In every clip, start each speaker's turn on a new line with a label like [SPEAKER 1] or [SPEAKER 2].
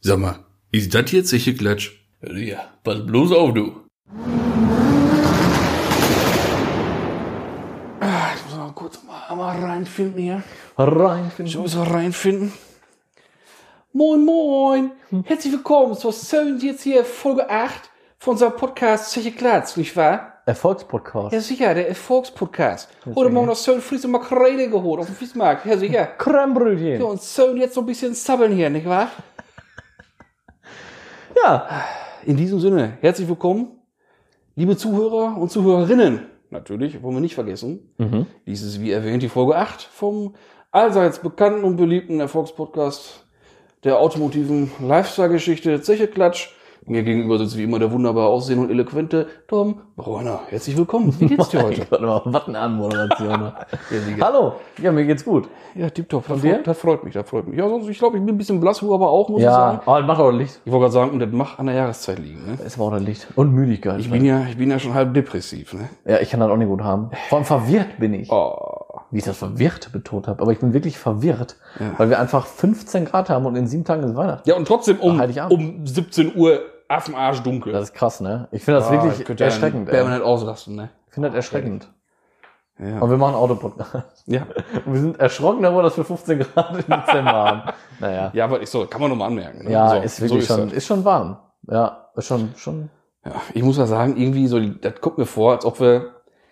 [SPEAKER 1] Sag mal, ist das jetzt sicher Klatsch?
[SPEAKER 2] Ja, pass bloß auf, du.
[SPEAKER 3] Ich muss mal kurz mal, mal reinfinden hier. Ich
[SPEAKER 2] Reinfinden.
[SPEAKER 3] muss mal reinfinden. Moin, moin. Herzlich willkommen zur Sön jetzt hier Folge 8 von unserem Podcast Zeche Klatsch, nicht wahr?
[SPEAKER 2] Erfolgspodcast.
[SPEAKER 3] Ja, sicher, der Erfolgspodcast. Heute Morgen noch Sön Fries und Makrele geholt auf dem Fischmarkt. Ja, sicher. Ja,
[SPEAKER 2] Krembrötchen.
[SPEAKER 3] und Sön jetzt so ein bisschen sabbeln hier, nicht wahr?
[SPEAKER 2] Ja.
[SPEAKER 3] In diesem Sinne, herzlich willkommen, liebe Zuhörer und Zuhörerinnen. Natürlich, wollen wir nicht vergessen,
[SPEAKER 2] Mhm.
[SPEAKER 3] dies ist wie erwähnt die Folge 8 vom allseits bekannten und beliebten Erfolgspodcast der automotiven Lifestyle-Geschichte Zeche Klatsch. Mir gegenüber sitzt wie immer der wunderbar aussehende und eloquente Tom Bräuner. Herzlich willkommen. Wie geht's dir heute?
[SPEAKER 2] Warte mal, was eine Anmoderation. ne? Hallo. Ja, mir geht's gut.
[SPEAKER 3] Ja, tipptopp. Das,
[SPEAKER 2] Und dir?
[SPEAKER 3] freut- das freut mich, das freut mich. Ja, sonst, ich glaube, ich bin ein bisschen blass, aber auch, muss ich sagen.
[SPEAKER 2] aber Oh, mach doch Licht.
[SPEAKER 3] Ich wollte gerade sagen, und das macht an der Jahreszeit liegen. Ne?
[SPEAKER 2] Es war auch das Licht. Und Müdigkeit.
[SPEAKER 3] Ich bin ja, ich bin ja schon halb depressiv. Ne?
[SPEAKER 2] ja, ich kann das auch nicht gut haben. Vor allem verwirrt bin ich.
[SPEAKER 3] Oh.
[SPEAKER 2] Wie ich das verwirrt betont habe. Aber ich bin wirklich verwirrt,
[SPEAKER 3] Ja.
[SPEAKER 2] weil wir einfach 15 Grad haben und in sieben Tagen ist Weihnachten.
[SPEAKER 3] Ja, und trotzdem um,
[SPEAKER 2] Ach, Heiligabend.
[SPEAKER 3] um 17 Uhr Affenarsch dunkel.
[SPEAKER 2] Das ist krass, ne? Ich finde das
[SPEAKER 3] Ah, ich
[SPEAKER 2] wirklich
[SPEAKER 3] könnte ja
[SPEAKER 2] erschreckend. ey.
[SPEAKER 3] Permanent ausrasten, ne?
[SPEAKER 2] Ich finde das erschreckend.
[SPEAKER 3] Ja.
[SPEAKER 2] Aber wir machen Autopodcast.
[SPEAKER 3] ja.
[SPEAKER 2] Wir sind erschrocken darüber, dass wir 15 Grad im Dezember haben. Naja.
[SPEAKER 3] Ja, aber ich so, kann man nochmal anmerken. Ne?
[SPEAKER 2] Ja,
[SPEAKER 3] so,
[SPEAKER 2] ist wirklich
[SPEAKER 3] so
[SPEAKER 2] schon,
[SPEAKER 3] das.
[SPEAKER 2] ist schon warm. Ja, ist schon, schon.
[SPEAKER 3] Ja, ich muss ja sagen, irgendwie so, das kommt mir vor, als ob wir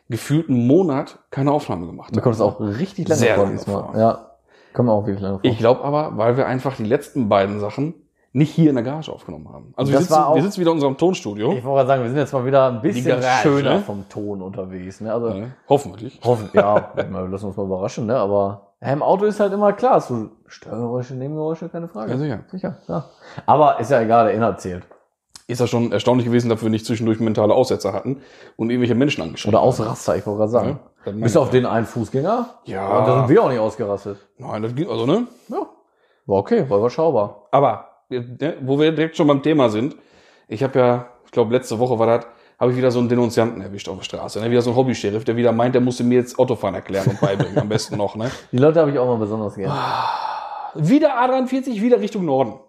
[SPEAKER 3] gefühlt einen Monat keine Aufnahme gemacht
[SPEAKER 2] Mir
[SPEAKER 3] haben.
[SPEAKER 2] kommt es auch richtig lange
[SPEAKER 3] Sehr
[SPEAKER 2] vor
[SPEAKER 3] lange
[SPEAKER 2] diesmal.
[SPEAKER 3] vor.
[SPEAKER 2] Ja. Kommt mir auch wirklich lange vor.
[SPEAKER 3] Ich glaube aber, weil wir einfach die letzten beiden Sachen nicht hier in der Garage aufgenommen haben. Also wir
[SPEAKER 2] Das
[SPEAKER 3] sitzen,
[SPEAKER 2] war auch-
[SPEAKER 3] wir sitzen wieder in unserem Tonstudio.
[SPEAKER 2] Ich wollte gerade sagen, wir sind jetzt mal wieder ein bisschen
[SPEAKER 3] Garage,
[SPEAKER 2] schöner
[SPEAKER 3] ne?
[SPEAKER 2] vom Ton unterwegs. Ne? Also
[SPEAKER 3] Ne? Hoffentlich.
[SPEAKER 2] hoffen, ja, wir lassen uns mal überraschen, ne? Aber ja, im Auto ist halt immer klar, so Störgeräusche, Nebengeräusche, keine Frage.
[SPEAKER 3] Ja, sicher.
[SPEAKER 2] Sicher, ja. Aber ist ja egal, der Inhalt zählt.
[SPEAKER 3] Ist ja schon erstaunlich gewesen, dass wir nicht zwischendurch mentale Aussetzer hatten und irgendwelche Menschen angeschrieben
[SPEAKER 2] Oder Ausraster, ich wollte gerade sagen.
[SPEAKER 3] Ja, das meine
[SPEAKER 2] Bis
[SPEAKER 3] ich
[SPEAKER 2] auf
[SPEAKER 3] ja.
[SPEAKER 2] den einen Fußgänger.
[SPEAKER 3] Ja.
[SPEAKER 2] Und da sind wir auch nicht ausgerastet.
[SPEAKER 3] Nein, das ging, also, ne?
[SPEAKER 2] Ja. War okay, war überschaubar.
[SPEAKER 3] Aber äh, ne, wo wir direkt schon beim Thema sind, ich habe ja, ich glaube letzte Woche war das, habe ich wieder so einen Denunzianten erwischt auf der Straße, ne? wieder so einen Hobby-Sheriff, der wieder meint, der musste mir jetzt Autofahren erklären und beibringen, am besten noch. Ne?
[SPEAKER 2] Die Leute habe ich auch mal besonders gern.
[SPEAKER 3] Wieder A43, wieder Richtung Norden.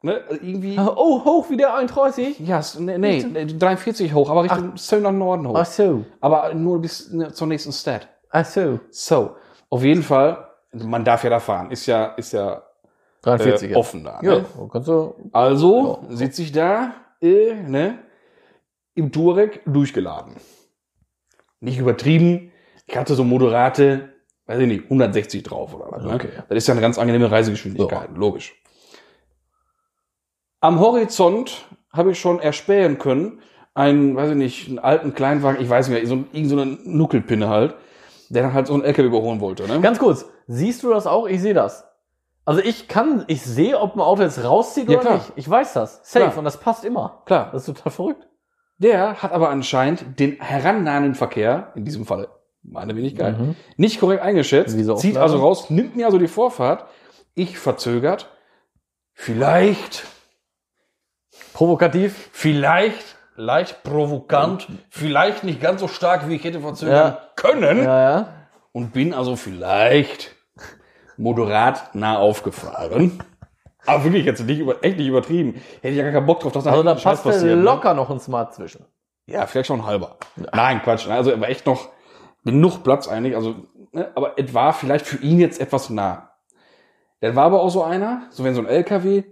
[SPEAKER 3] Ne? Also Irgendwie,
[SPEAKER 2] Oh, hoch wie der 31.
[SPEAKER 3] ja, s- ne, nee, nee, nee, 43 hoch, aber Richtung Söhn nach Norden hoch.
[SPEAKER 2] Ach so,
[SPEAKER 3] Aber nur bis ne, zur nächsten Stadt.
[SPEAKER 2] ach so.
[SPEAKER 3] So, auf jeden Fall, man darf ja da fahren, ist ja, ist ja äh,
[SPEAKER 2] 43 ja.
[SPEAKER 3] offen da.
[SPEAKER 2] Ja, oh,
[SPEAKER 3] Ne?
[SPEAKER 2] kannst du.
[SPEAKER 3] Also sitze ich da, äh, ne, im Touareg durchgeladen. Nicht übertrieben. Ich hatte so moderate, weiß ich nicht, 160 drauf oder was. Ne?
[SPEAKER 2] Okay.
[SPEAKER 3] Das ist ja eine ganz angenehme Reisegeschwindigkeit, logisch. Am Horizont habe ich schon erspähen können, einen, weiß ich nicht, einen alten Kleinwagen, ich weiß nicht mehr, so, irgend so eine Nuckelpinne halt, der dann halt so einen LKW überholen wollte. Ne?
[SPEAKER 2] Ganz kurz, siehst du das auch? Ich sehe das. Also ich kann, ich sehe, ob ein Auto jetzt rauszieht
[SPEAKER 3] Ja,
[SPEAKER 2] oder
[SPEAKER 3] klar.
[SPEAKER 2] nicht. Ich weiß das. Safe.
[SPEAKER 3] Klar.
[SPEAKER 2] Und das passt immer.
[SPEAKER 3] Klar,
[SPEAKER 2] Das ist total verrückt.
[SPEAKER 3] Der hat aber anscheinend den herannahenden Verkehr, in diesem Falle meine Wenigkeit,
[SPEAKER 2] Mhm.
[SPEAKER 3] nicht korrekt eingeschätzt,
[SPEAKER 2] Wie so oft
[SPEAKER 3] zieht
[SPEAKER 2] leider.
[SPEAKER 3] also raus, nimmt mir also die Vorfahrt, ich verzögert, vielleicht,
[SPEAKER 2] Provokativ.
[SPEAKER 3] vielleicht, leicht provokant, vielleicht nicht ganz so stark, wie ich hätte verzögern können
[SPEAKER 2] Mhm. Ja, ja.
[SPEAKER 3] und bin also vielleicht moderat nah aufgefahren. Aber wirklich jetzt nicht über, echt nicht übertrieben. Hätte ich ja gar keinen Bock drauf, dass
[SPEAKER 2] Also da
[SPEAKER 3] irgendein Scheiß
[SPEAKER 2] passt
[SPEAKER 3] passiert, ne?
[SPEAKER 2] locker noch ein Smart zwischen.
[SPEAKER 3] Ja, vielleicht schon ein halber. Nein, Quatsch. Also er war echt noch genug Platz eigentlich. Also, ne, aber es war vielleicht für ihn jetzt etwas nah. Dann war aber auch so einer, so wenn so ein LKW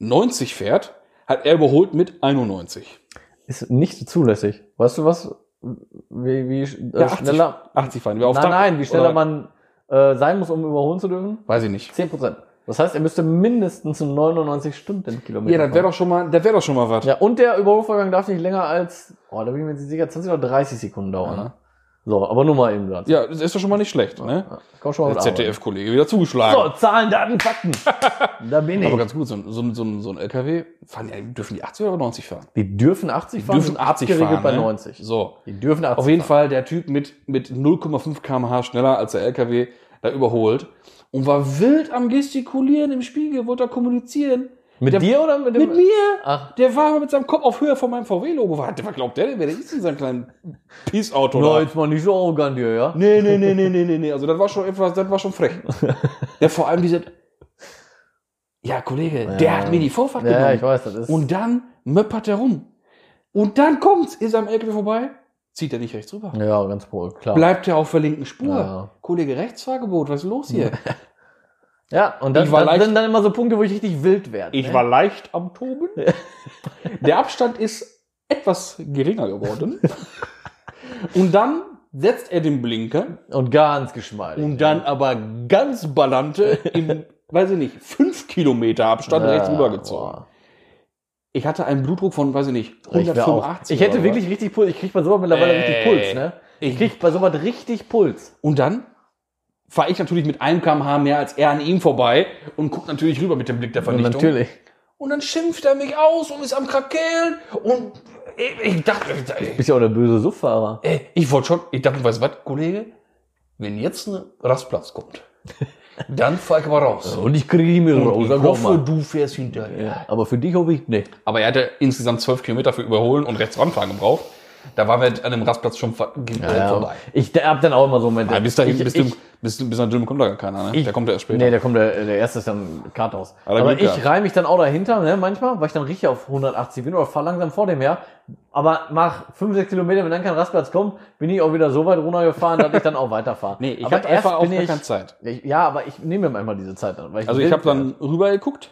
[SPEAKER 3] 90 fährt, hat er überholt mit 91.
[SPEAKER 2] Ist nicht zulässig. Weißt du was? Wie, wie äh,
[SPEAKER 3] Ja, 80,
[SPEAKER 2] schneller.
[SPEAKER 3] 80 fahren wir auf
[SPEAKER 2] nein,
[SPEAKER 3] Takt-
[SPEAKER 2] nein, wie schneller
[SPEAKER 3] oder-
[SPEAKER 2] man äh, sein muss, um überholen zu dürfen?
[SPEAKER 3] Weiß ich nicht.
[SPEAKER 2] 10 Prozent. Das heißt, er müsste mindestens 99 Stundenkilometer.
[SPEAKER 3] Ja, das wäre
[SPEAKER 2] fahren.
[SPEAKER 3] doch schon mal, das wäre doch schon mal was.
[SPEAKER 2] Ja, und der Überholvorgang darf nicht länger als, oh, da bin ich mir jetzt nicht sicher, 20 oder 30 Sekunden dauern. Ne? So, aber nur mal eben dazu.
[SPEAKER 3] Ja, das ist doch schon mal nicht schlecht, ne?
[SPEAKER 2] Ja, Komm schon mal
[SPEAKER 3] Der
[SPEAKER 2] mit arbeiten.
[SPEAKER 3] ZDF-Kollege wieder zugeschlagen.
[SPEAKER 2] So, Zahlen, Daten, Fakten. Da bin
[SPEAKER 3] aber
[SPEAKER 2] ich.
[SPEAKER 3] ganz gut, so ein, so ein, so ein, so ein LKW, fahren, die- dürfen die 80 oder 90 fahren?
[SPEAKER 2] Die dürfen 80
[SPEAKER 3] Die
[SPEAKER 2] fahren,
[SPEAKER 3] dürfen
[SPEAKER 2] sind
[SPEAKER 3] 80
[SPEAKER 2] abgeregelt
[SPEAKER 3] fahren,
[SPEAKER 2] bei
[SPEAKER 3] ne?
[SPEAKER 2] 90.
[SPEAKER 3] So.
[SPEAKER 2] Die dürfen 80
[SPEAKER 3] Auf jeden
[SPEAKER 2] fahren.
[SPEAKER 3] Fall der Typ mit, mit 0,5 km/h schneller als der LKW da überholt und war wild am Gestikulieren im Spiegel, wollte da kommunizieren.
[SPEAKER 2] Mit
[SPEAKER 3] Der-
[SPEAKER 2] dir oder mit dem?
[SPEAKER 3] Mit mir!
[SPEAKER 2] Ach,
[SPEAKER 3] Der war aber mit seinem Kopf auf Höhe von meinem VW-Logo. Was was glaubt der denn? Wer der ist in seinem kleinen Peace-Auto?
[SPEAKER 2] na,
[SPEAKER 3] da?
[SPEAKER 2] jetzt mal nicht so arrogant hier, ja?
[SPEAKER 3] Nee, nee, nee, nee, nee, nee, nee. Also das war schon etwas, das war schon frech. Der vor allem diese. Ja, Kollege, der hat mir die Vorfahrt
[SPEAKER 2] Ja, ja,
[SPEAKER 3] genommen.
[SPEAKER 2] ich weiß, das ist.
[SPEAKER 3] Und dann möppert er rum. Und dann kommt's, ist er am LKW vorbei, zieht er nicht rechts rüber.
[SPEAKER 2] ja, ganz wohl, klar.
[SPEAKER 3] Bleibt er auf der linken Spur.
[SPEAKER 2] Ja.
[SPEAKER 3] Kollege, Rechtsfahrgebot, was ist los hier?
[SPEAKER 2] Ja, und dann,
[SPEAKER 3] Ich war
[SPEAKER 2] dann
[SPEAKER 3] leicht-
[SPEAKER 2] sind dann immer so Punkte, wo ich richtig wild werde. ne?
[SPEAKER 3] leicht am Toben. Der Abstand ist etwas geringer geworden. Und dann setzt er den Blinker
[SPEAKER 2] Und ganz geschmeidig.
[SPEAKER 3] und dann aber ganz ballante im, weiß ich nicht, 5 Kilometer Abstand rechts rübergezogen.
[SPEAKER 2] boah.
[SPEAKER 3] Ich hatte einen Blutdruck von, weiß ich nicht,
[SPEAKER 2] Ich, wär auch,
[SPEAKER 3] 185.
[SPEAKER 2] ich hätte
[SPEAKER 3] oder was.
[SPEAKER 2] wirklich richtig Puls. Ich krieg bei sowas mittlerweile
[SPEAKER 3] Ey.
[SPEAKER 2] richtig Puls, ne? Ich krieg bei sowas richtig Puls.
[SPEAKER 3] Und dann fahre ich natürlich mit einem kmh mehr als er an ihm vorbei und guckt natürlich rüber mit dem Blick der Vernichtung.
[SPEAKER 2] natürlich.
[SPEAKER 3] Und dann schimpft er mich aus und ist am Krakeln und ich, ich dachte, ich,
[SPEAKER 2] Bist ja auch der böse Suffahrer.
[SPEAKER 3] ich, ich wollte schon, ich dachte, weißt du was, Kollege, wenn jetzt ein Rastplatz kommt, dann fahr ich mal raus.
[SPEAKER 2] Und ich kriege ihn mir
[SPEAKER 3] Und
[SPEAKER 2] raus.
[SPEAKER 3] ich
[SPEAKER 2] sag doch
[SPEAKER 3] hoffe,
[SPEAKER 2] mal.
[SPEAKER 3] du fährst hinterher.
[SPEAKER 2] Ja, aber für dich hoffe ich nicht.
[SPEAKER 3] Aber er hatte insgesamt zwölf Kilometer für Überholen und rechts ranfahren gebraucht. Da waren wir halt an dem Rastplatz schon ver- äh,
[SPEAKER 2] Ja,
[SPEAKER 3] vorbei.
[SPEAKER 2] Ich hab dann auch immer so Momente.
[SPEAKER 3] Ja, bis dahin,
[SPEAKER 2] ich,
[SPEAKER 3] bis,
[SPEAKER 2] ich,
[SPEAKER 3] Düm, bis, bis nach Dülmen kommt da gar keiner, ne?
[SPEAKER 2] Ich-
[SPEAKER 3] der kommt ja erst später.
[SPEAKER 2] Nee, da kommt der, der erste ist dann Karthaus.
[SPEAKER 3] Hat er
[SPEAKER 2] aber
[SPEAKER 3] Glück
[SPEAKER 2] ich
[SPEAKER 3] gehabt.
[SPEAKER 2] reih mich dann auch dahinter, ne, manchmal, weil ich dann richtig auf 180 bin oder fahr langsam vor dem her. Aber nach 5, 6 Kilometern, wenn dann kein Rastplatz kommt, bin ich auch wieder so weit runtergefahren, dass ich dann auch weiterfahre.
[SPEAKER 3] Nee, ich
[SPEAKER 2] aber
[SPEAKER 3] habe einfach auch
[SPEAKER 2] bin
[SPEAKER 3] gar
[SPEAKER 2] ich,
[SPEAKER 3] keine Zeit.
[SPEAKER 2] ich, Ja, aber ich nehme mir manchmal diese Zeit an. Weil ich
[SPEAKER 3] Also ich
[SPEAKER 2] wild
[SPEAKER 3] habe dann rübergeguckt,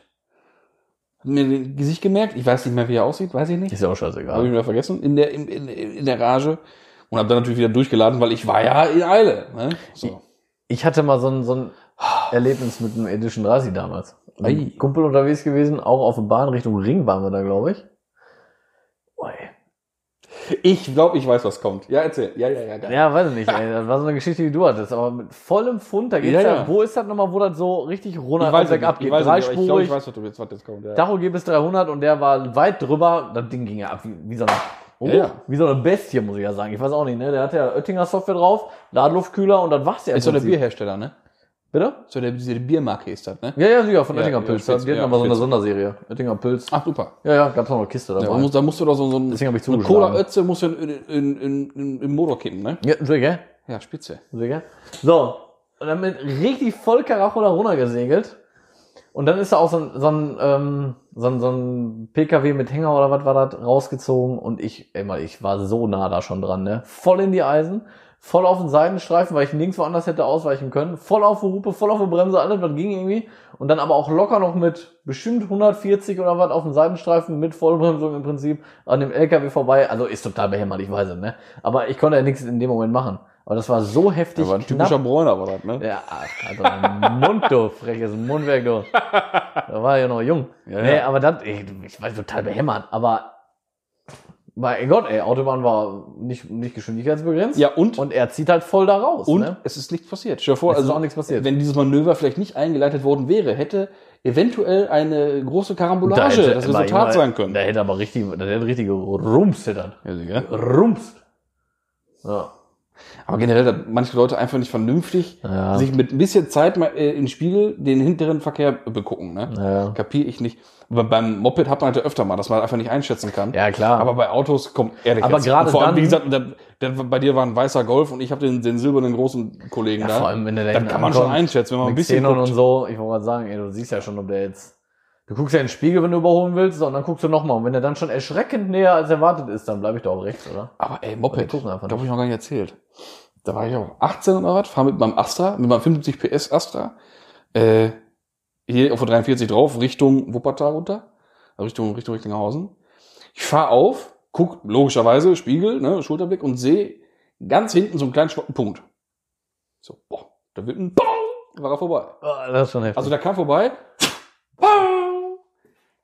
[SPEAKER 3] hab mir den Gesicht gemerkt, ich weiß nicht mehr, wie er aussieht, weiß ich
[SPEAKER 2] werde.
[SPEAKER 3] nicht.
[SPEAKER 2] Ist ja auch
[SPEAKER 3] Habe Also ich
[SPEAKER 2] scheißegal.
[SPEAKER 3] wieder vergessen, in der, in, in, in der Rage. Und habe dann natürlich wieder durchgeladen, weil ich war ja in Eile. Ne? So.
[SPEAKER 2] Ich hatte mal so ein, so ein Erlebnis mit einem Edition 30 damals.
[SPEAKER 3] Ei.
[SPEAKER 2] Ein Kumpel unterwegs gewesen, auch auf der Bahn Richtung Ring waren wir da, glaube ich. Ui.
[SPEAKER 3] Ich glaube, ich weiß, was kommt. Ja, erzähl. Ja, ja, ja. geil.
[SPEAKER 2] Ja, weiß ich nicht, ey. Das war so eine Geschichte, die du hattest. Aber mit vollem Fund, da geht's
[SPEAKER 3] Ja,
[SPEAKER 2] ja,
[SPEAKER 3] ja.
[SPEAKER 2] Wo ist das nochmal, wo das so richtig runter
[SPEAKER 3] ich weiß es
[SPEAKER 2] und
[SPEAKER 3] nicht,
[SPEAKER 2] bergab
[SPEAKER 3] ich
[SPEAKER 2] geht?
[SPEAKER 3] weiß es nicht, aber ich glaube, ich
[SPEAKER 2] Dreispurig,
[SPEAKER 3] weiß, was du jetzt, was jetzt kommt. Ja.
[SPEAKER 2] Dacho geht bis 300 und der war weit drüber. Das Ding ging ja ab wie, wie so eine... Oh,
[SPEAKER 3] Ja, ja.
[SPEAKER 2] Wie so eine Bestie, muss ich ja sagen. Ich weiß auch nicht, ne? Der hatte ja Oettinger Software drauf, Ladeluftkühler und das war's ja. im
[SPEAKER 3] Ist so der
[SPEAKER 2] Prinzip.
[SPEAKER 3] Bierhersteller, ne?
[SPEAKER 2] Bitte?
[SPEAKER 3] So der, diese Biermarke ist das, ne?
[SPEAKER 2] Ja, ja, sicher, von
[SPEAKER 3] Ja,
[SPEAKER 2] Oettinger
[SPEAKER 3] ja,
[SPEAKER 2] Pilz.
[SPEAKER 3] Spitz,
[SPEAKER 2] die hatten
[SPEAKER 3] ja,
[SPEAKER 2] aber so eine
[SPEAKER 3] Spitz.
[SPEAKER 2] Sonderserie. Oettinger Pilz.
[SPEAKER 3] Ach, super.
[SPEAKER 2] Ja, ja, gab's noch eine Kiste
[SPEAKER 3] Ja,
[SPEAKER 2] dabei.
[SPEAKER 3] man muss, da musst du doch so, so ein,
[SPEAKER 2] Deswegen hab ich
[SPEAKER 3] eine
[SPEAKER 2] zugeschlagen.
[SPEAKER 3] Cola Ötze musst du in, in, in, in, in Motor kippen, ne?
[SPEAKER 2] Ja, sicher.
[SPEAKER 3] Ja, spitze.
[SPEAKER 2] Sicher. So, und dann mit richtig voll Karacho da runter gesegelt. Und dann ist da auch so ein, so ein, ähm, so ein, so ein PKW mit Hänger oder was war das rausgezogen. Und ich, ey, mal, ich war so nah da schon dran, ne? Voll in die Eisen, voll auf den Seitenstreifen, weil ich nirgendwo anders hätte ausweichen können. Voll auf die Hupe, voll auf die Bremse, alles, was ging irgendwie. Und dann aber auch locker noch mit bestimmt 140 oder was auf dem Seitenstreifen mit Vollbremsung im Prinzip an dem LKW vorbei. Also ist total behämmert, ich weiß es, ne? Aber ich konnte ja nichts in dem Moment machen. Aber das war so heftig.
[SPEAKER 3] Das war ein typischer Bräuner, war das, ne?
[SPEAKER 2] Ja, also ein Mund, du freches Mundwerk, du. Da war ich ja noch jung.
[SPEAKER 3] Ja,
[SPEAKER 2] nee,
[SPEAKER 3] ja.
[SPEAKER 2] aber das, ich, ich war total behämmert, aber mein Gott, ey, Autobahn war nicht, nicht geschwindigkeitsbegrenzt.
[SPEAKER 3] Ja, und, und,
[SPEAKER 2] Und er zieht halt voll da raus. ne?
[SPEAKER 3] es ist nichts passiert. Stell dir vor,
[SPEAKER 2] Es ist
[SPEAKER 3] also,
[SPEAKER 2] auch nichts passiert.
[SPEAKER 3] wenn dieses Manöver vielleicht nicht eingeleitet worden wäre, hätte eventuell eine große Karambolage
[SPEAKER 2] hätte-
[SPEAKER 3] das
[SPEAKER 2] aber
[SPEAKER 3] Resultat
[SPEAKER 2] Junge,
[SPEAKER 3] sein können.
[SPEAKER 2] Da hätte aber richtig, da hätte richtig gerumst, hätte er.
[SPEAKER 3] Ja, sicher.
[SPEAKER 2] Rumst. Ja.
[SPEAKER 3] Aber generell, dass manche Leute einfach nicht vernünftig
[SPEAKER 2] Ja.
[SPEAKER 3] sich mit ein bisschen Zeit mal äh, im Spiegel den hinteren Verkehr begucken. Ne?
[SPEAKER 2] Ja.
[SPEAKER 3] Kapier ich nicht. Aber beim Moped hat man halt öfter mal, dass man einfach nicht einschätzen kann.
[SPEAKER 2] Ja, klar.
[SPEAKER 3] Aber bei Autos kommt ehrlich
[SPEAKER 2] Aber
[SPEAKER 3] jetzt.
[SPEAKER 2] gerade
[SPEAKER 3] Und vor allem,
[SPEAKER 2] dann-
[SPEAKER 3] wie gesagt, der, der, bei dir war ein weißer Golf und ich habe den, den silbernen großen Kollegen
[SPEAKER 2] Ja,
[SPEAKER 3] da.
[SPEAKER 2] vor allem, wenn der da
[SPEAKER 3] Dann
[SPEAKER 2] hinten
[SPEAKER 3] kann man schon
[SPEAKER 2] ankommt,
[SPEAKER 3] einschätzen, wenn man ein
[SPEAKER 2] mit
[SPEAKER 3] bisschen
[SPEAKER 2] Xenon
[SPEAKER 3] guckt.
[SPEAKER 2] und so, ich wollte gerade sagen, ey, du siehst ja schon, ob der jetzt. Du guckst ja in den Spiegel, wenn du überholen willst, und dann guckst du nochmal. Und wenn der dann schon erschreckend näher als erwartet ist, dann bleib ich doch auch rechts, oder?
[SPEAKER 3] Aber ey,
[SPEAKER 2] Wir
[SPEAKER 3] Moped,
[SPEAKER 2] gucken
[SPEAKER 3] da
[SPEAKER 2] einfach
[SPEAKER 3] habe ich noch gar nicht erzählt. Da war ich auch 18 oder was, fahre mit meinem Astra, mit meinem 75 PS Astra, äh, hier auf der 43 drauf, Richtung Wuppertal runter, Richtung, Richtung Recklinghausen. Ich fahre auf, guck logischerweise, Spiegel, ne, Schulterblick und sehe ganz hinten so einen kleinen schwarzen Punkt. So, boah, da wird ein Bong, war er vorbei.
[SPEAKER 2] Ah, das ist schon heftig.
[SPEAKER 3] Also der kam vorbei. Bang!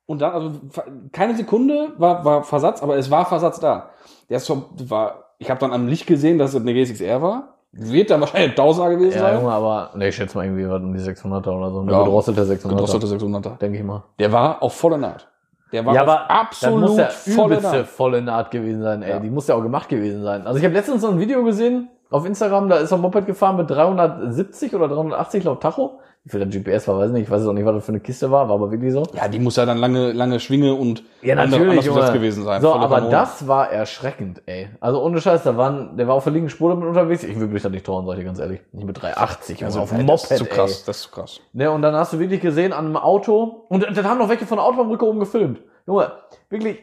[SPEAKER 3] Und dann, also fa- keine Sekunde war, war Versatz, aber es war Versatz da. Der ist vom, war, ich habe dann am Licht gesehen, dass es eine G6R war. Wird dann wahrscheinlich ein Tauser gewesen
[SPEAKER 2] ja,
[SPEAKER 3] sein.
[SPEAKER 2] Junge, aber ne, ich schätze mal irgendwie was um die 600er oder so. Eine
[SPEAKER 3] Ja.
[SPEAKER 2] gedrosselte 600er.
[SPEAKER 3] Gedrosselte 600er.
[SPEAKER 2] Denke ich mal.
[SPEAKER 3] Der war auf voller Naht. Der war
[SPEAKER 2] Ja,
[SPEAKER 3] auf
[SPEAKER 2] aber
[SPEAKER 3] absolut
[SPEAKER 2] das muss ja
[SPEAKER 3] voller
[SPEAKER 2] übelste
[SPEAKER 3] Naht.
[SPEAKER 2] volle Naht gewesen sein, ey.
[SPEAKER 3] Ja.
[SPEAKER 2] Die muss ja auch gemacht gewesen sein. Also ich habe letztens so ein Video gesehen, auf Instagram, da ist ein Moped gefahren mit 370 oder 380 laut Tacho. Wie viel der GPS war, weiß ich nicht. Ich weiß auch nicht, was das für eine Kiste war, war aber wirklich so.
[SPEAKER 3] Ja, die muss ja dann lange, lange Schwinge und
[SPEAKER 2] Ja,
[SPEAKER 3] andere-
[SPEAKER 2] natürlich,
[SPEAKER 3] anders besetzt
[SPEAKER 2] Junge.
[SPEAKER 3] gewesen sein.
[SPEAKER 2] So,
[SPEAKER 3] Volle
[SPEAKER 2] aber
[SPEAKER 3] Kanone.
[SPEAKER 2] das war erschreckend, ey. Also ohne Scheiß, da waren, der war auf der linken Spur damit unterwegs. Ich würde mich da nicht trauen, sag ich dir ganz ehrlich. Nicht mit 380, also auf dem
[SPEAKER 3] das
[SPEAKER 2] Moped,
[SPEAKER 3] ist zu krass,
[SPEAKER 2] ey.
[SPEAKER 3] das ist zu krass.
[SPEAKER 2] Ne, und dann hast du wirklich gesehen an einem Auto, und dann haben noch welche von der Autobahnbrücke oben gefilmt. Junge, wirklich,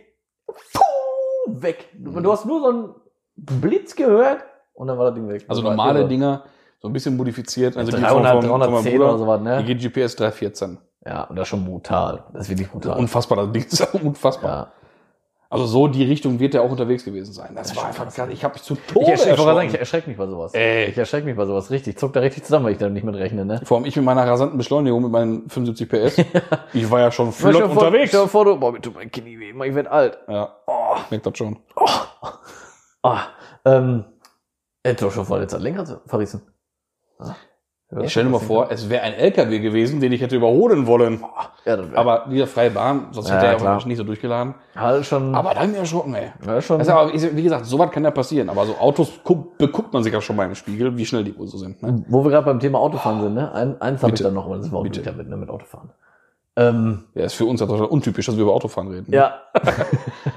[SPEAKER 2] puh, weg. Du,
[SPEAKER 3] Mhm.
[SPEAKER 2] du hast nur so einen Blitz gehört, und dann war das Ding weg.
[SPEAKER 3] Also
[SPEAKER 2] Das war
[SPEAKER 3] normale
[SPEAKER 2] irre.
[SPEAKER 3] Dinger, so ein bisschen modifiziert. Also die
[SPEAKER 2] 300,
[SPEAKER 3] von- von- von meinem
[SPEAKER 2] 310
[SPEAKER 3] Bruder,
[SPEAKER 2] oder sowas, ne?
[SPEAKER 3] Die geht GPS 314.
[SPEAKER 2] Ja, und das ist schon brutal. Das ist wirklich brutal.
[SPEAKER 3] Unfassbar, das Ding ist ja unfassbar.
[SPEAKER 2] ja.
[SPEAKER 3] Also so die Richtung wird er auch unterwegs gewesen sein. Das,
[SPEAKER 2] Das
[SPEAKER 3] war
[SPEAKER 2] ist
[SPEAKER 3] einfach
[SPEAKER 2] krass.
[SPEAKER 3] krass. Ich habe mich zu
[SPEAKER 2] Ich
[SPEAKER 3] Tode
[SPEAKER 2] erschrecke, ich, wollte gerade sagen, ich
[SPEAKER 3] erschrocken.
[SPEAKER 2] erschrecke mich bei sowas.
[SPEAKER 3] Ey,
[SPEAKER 2] Ich erschrecke mich bei sowas richtig. Zuck da richtig zusammen, weil ich da nicht mit rechne, ne?
[SPEAKER 3] Vor allem ich mit meiner rasanten Beschleunigung mit meinen 75 PS. ich war ja schon
[SPEAKER 2] Stell
[SPEAKER 3] flott
[SPEAKER 2] dir vor-
[SPEAKER 3] unterwegs.
[SPEAKER 2] Stell dir vor, du, boah, mir tut mein Knie weh, Mann, ich werd alt.
[SPEAKER 3] Ja,
[SPEAKER 2] Oh,
[SPEAKER 3] ich merk das schon.
[SPEAKER 2] oh. Ah, ähm, hätte doch schon vor, jetzt hat Lenkrad so verrissen. Ah.
[SPEAKER 3] Ich stell dir mal vor, es wäre ein LKW gewesen, den ich hätte überholen wollen.
[SPEAKER 2] ja, das wär, aber,
[SPEAKER 3] Aber dieser freie Bahn, sonst
[SPEAKER 2] Ja,
[SPEAKER 3] hätte er
[SPEAKER 2] klar.
[SPEAKER 3] wahrscheinlich nicht so durchgeladen.
[SPEAKER 2] halt schon,
[SPEAKER 3] Aber da hab ich mich erschrocken, ey.
[SPEAKER 2] ja, schon,
[SPEAKER 3] Also, aber ich- wie gesagt, sowas kann ja passieren. Aber so Autos guck, beguckt man sich ja schon mal im Spiegel, wie schnell die wohl so sind. Ne?
[SPEAKER 2] wo wir gerade beim Thema Autofahren sind, ne? Ein, eins
[SPEAKER 3] Oh,
[SPEAKER 2] habe ich
[SPEAKER 3] Bitte.
[SPEAKER 2] dann noch, aber das war auch
[SPEAKER 3] Bitte.
[SPEAKER 2] nicht damit, ne, mit Autofahren. Ähm,
[SPEAKER 3] Ja, ist für uns ja total untypisch, dass wir über Autofahren reden. ne?
[SPEAKER 2] ja.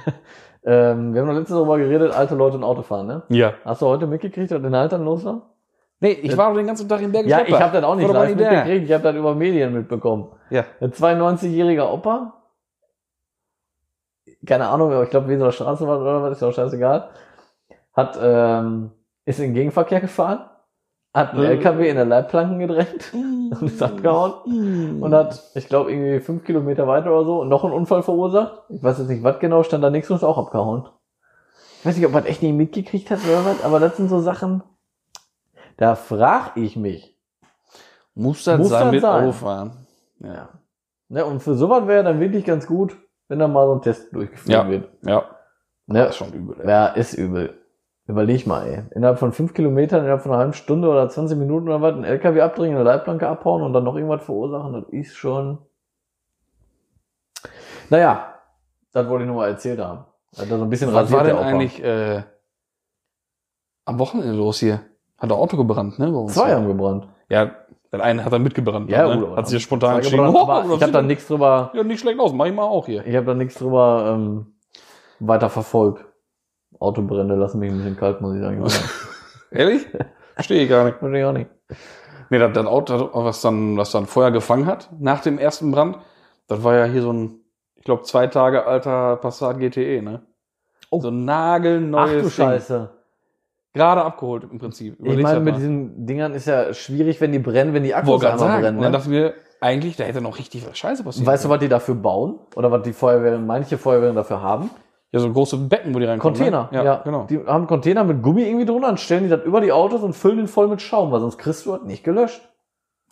[SPEAKER 2] ähm, wir haben noch letztens darüber geredet, alte Leute und Autofahren, ne?
[SPEAKER 3] Ja.
[SPEAKER 2] Hast du heute mitgekriegt, was in Haltern los war?
[SPEAKER 3] Nee, ich war doch den ganzen Tag in Bergisch
[SPEAKER 2] Ja, ich habe das auch nicht
[SPEAKER 3] War doch mal
[SPEAKER 2] live
[SPEAKER 3] eine Idee.
[SPEAKER 2] mitgekriegt. Ich habe das über Medien mitbekommen.
[SPEAKER 3] Ja.
[SPEAKER 2] Ein 92-jähriger Opa. Keine Ahnung, aber ich glaube, Weseler Straße war oder was, ist auch scheißegal. Hat, ähm, ist in den Gegenverkehr gefahren, hat einen
[SPEAKER 3] Äh.
[SPEAKER 2] LKW in der Leitplanken gedrängt und ist abgehauen und hat, ich glaube, irgendwie fünf Kilometer weiter oder so noch einen Unfall verursacht. Ich weiß jetzt nicht, was genau, stand da nichts und ist auch abgehauen. Ich weiß nicht, ob man echt nicht mitgekriegt hat oder was, aber das sind so Sachen, da frag ich mich.
[SPEAKER 3] Muss das
[SPEAKER 2] Muss
[SPEAKER 3] sein
[SPEAKER 2] das
[SPEAKER 3] mit
[SPEAKER 2] sein?
[SPEAKER 3] Autofahren? Ja.
[SPEAKER 2] Ne, und für sowas wäre dann wirklich ganz gut, wenn da mal so ein Test durchgeführt
[SPEAKER 3] Ja.
[SPEAKER 2] wird.
[SPEAKER 3] Ja,
[SPEAKER 2] Ne?
[SPEAKER 3] das ist schon übel. Ey.
[SPEAKER 2] Ja, ist übel. Überleg mal, ey. Innerhalb von fünf Kilometern, innerhalb von einer halben Stunde oder 20 Minuten oder was, einen LKW abdrehen, eine Leitplanke abhauen und dann noch irgendwas verursachen, das ist schon. Naja, das wollte ich nur mal erzählt haben. Hat da so ein bisschen
[SPEAKER 3] Was war
[SPEAKER 2] der
[SPEAKER 3] denn
[SPEAKER 2] Opa.
[SPEAKER 3] eigentlich äh, am Wochenende los hier? Hat der Auto gebrannt, ne? bei uns?
[SPEAKER 2] Zwei haben gebrannt.
[SPEAKER 3] Ja, der eine hat dann mitgebrannt.
[SPEAKER 2] Ja,
[SPEAKER 3] ne?
[SPEAKER 2] gut,
[SPEAKER 3] Hat sich
[SPEAKER 2] Zwei
[SPEAKER 3] spontan entschieden.
[SPEAKER 2] gebrannt,
[SPEAKER 3] Oh,
[SPEAKER 2] aber ich habe da nichts drüber,
[SPEAKER 3] Ja, nicht schlecht aus, mach ich mal auch hier.
[SPEAKER 2] ich habe da nichts drüber ähm, weiter verfolgt. Autobrände lassen mich ein bisschen kalt, muss ich sagen.
[SPEAKER 3] Ehrlich? Verstehe ich gar nicht.
[SPEAKER 2] Verstehe ich auch nicht.
[SPEAKER 3] Nee, das, das Auto, was dann, was dann Feuer gefangen hat, nach dem ersten Brand, das war ja hier so ein, ich glaube, zwei Tage alter Passat GTE, ne?
[SPEAKER 2] Oh.
[SPEAKER 3] So ein nagelneues
[SPEAKER 2] Ach du
[SPEAKER 3] Ding.
[SPEAKER 2] Scheiße.
[SPEAKER 3] Gerade abgeholt im Prinzip.
[SPEAKER 2] ich
[SPEAKER 3] Überleg's
[SPEAKER 2] meine,
[SPEAKER 3] halt
[SPEAKER 2] mit
[SPEAKER 3] mal.
[SPEAKER 2] diesen Dingern ist ja schwierig, wenn die brennen, wenn die Akkus
[SPEAKER 3] Wollte gerade
[SPEAKER 2] einmal
[SPEAKER 3] sagen.
[SPEAKER 2] brennen.
[SPEAKER 3] Und dann
[SPEAKER 2] Ne?
[SPEAKER 3] dachte ich mir, eigentlich, da hätte noch richtig was Scheiße passiert.
[SPEAKER 2] Weißt du, was die dafür bauen? Oder was die Feuerwehren, manche Feuerwehren dafür haben?
[SPEAKER 3] Ja, so große Becken, wo die reinkommen.
[SPEAKER 2] Container.
[SPEAKER 3] Ne? Ja, genau.
[SPEAKER 2] Die haben Container mit Gummi irgendwie drunter und stellen die dann über die Autos und füllen den voll mit Schaum, weil sonst kriegst du das nicht gelöscht.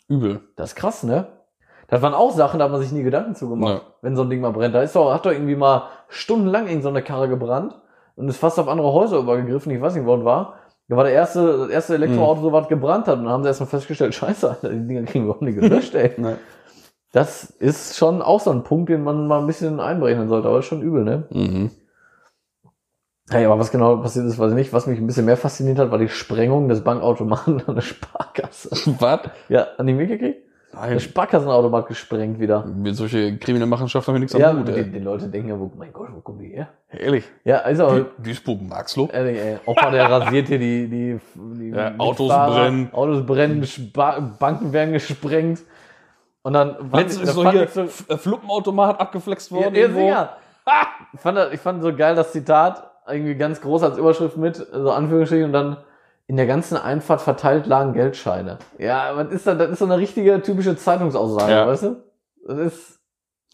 [SPEAKER 3] Übel.
[SPEAKER 2] Das ist krass, ne? Das waren auch Sachen, da hat man sich nie Gedanken zu gemacht,
[SPEAKER 3] Ja.
[SPEAKER 2] wenn so ein Ding mal brennt. Da ist doch, hat doch irgendwie mal stundenlang irgendeine so eine Karre gebrannt und ist fast auf andere Häuser übergegriffen. Ich weiß nicht, wo es war. Da war der erste, das erste Elektroauto, so was gebrannt hat. Und dann haben sie erstmal festgestellt, scheiße, Alter, die Dinger kriegen wir überhaupt nicht gelöscht, ey.
[SPEAKER 3] Ne.
[SPEAKER 2] Das ist schon auch so ein Punkt, den man mal ein bisschen einberechnen sollte, aber ist schon übel, ne?
[SPEAKER 3] Mhm.
[SPEAKER 2] Hey, aber was genau passiert ist, weiß ich nicht. Was mich ein bisschen mehr fasziniert hat, war die Sprengung des Bankautomaten an der Sparkasse.
[SPEAKER 3] was?
[SPEAKER 2] Ja, an die mitgekriegt? Der
[SPEAKER 3] Nein.
[SPEAKER 2] Sparkassenautomat gesprengt wieder.
[SPEAKER 3] Mit solche kriminellen Machenschaften haben wir nichts
[SPEAKER 2] Ja,
[SPEAKER 3] am Hut,
[SPEAKER 2] die,
[SPEAKER 3] ey.
[SPEAKER 2] die Leute denken ja, wo, mein Gott, wo kommen die her?
[SPEAKER 3] Ehrlich.
[SPEAKER 2] Ja, ist aber,
[SPEAKER 3] Duisburg-Maxloh.
[SPEAKER 2] ehrlich, ey, Opa, der rasiert hier die, die, die
[SPEAKER 3] Ja,
[SPEAKER 2] die
[SPEAKER 3] Autos
[SPEAKER 2] Fahrer.
[SPEAKER 3] brennen.
[SPEAKER 2] Autos brennen, Spa Banken werden gesprengt. Und dann,
[SPEAKER 3] Letztens
[SPEAKER 2] da
[SPEAKER 3] ist so
[SPEAKER 2] fand
[SPEAKER 3] hier E
[SPEAKER 2] ich so-
[SPEAKER 3] F- äh, Fluppenautomat abgeflext
[SPEAKER 2] Ja,
[SPEAKER 3] worden.
[SPEAKER 2] ja,
[SPEAKER 3] irgendwo.
[SPEAKER 2] sicher. Ich fand, das- ich fand so geil das Zitat, irgendwie ganz groß als Überschrift mit, so Anführungsstrichen und dann in der ganzen Einfahrt verteilt lagen Geldscheine. Ja, was ist das? Das ist so eine richtige typische Zeitungsaussage,
[SPEAKER 3] Ja.
[SPEAKER 2] weißt du? Das ist,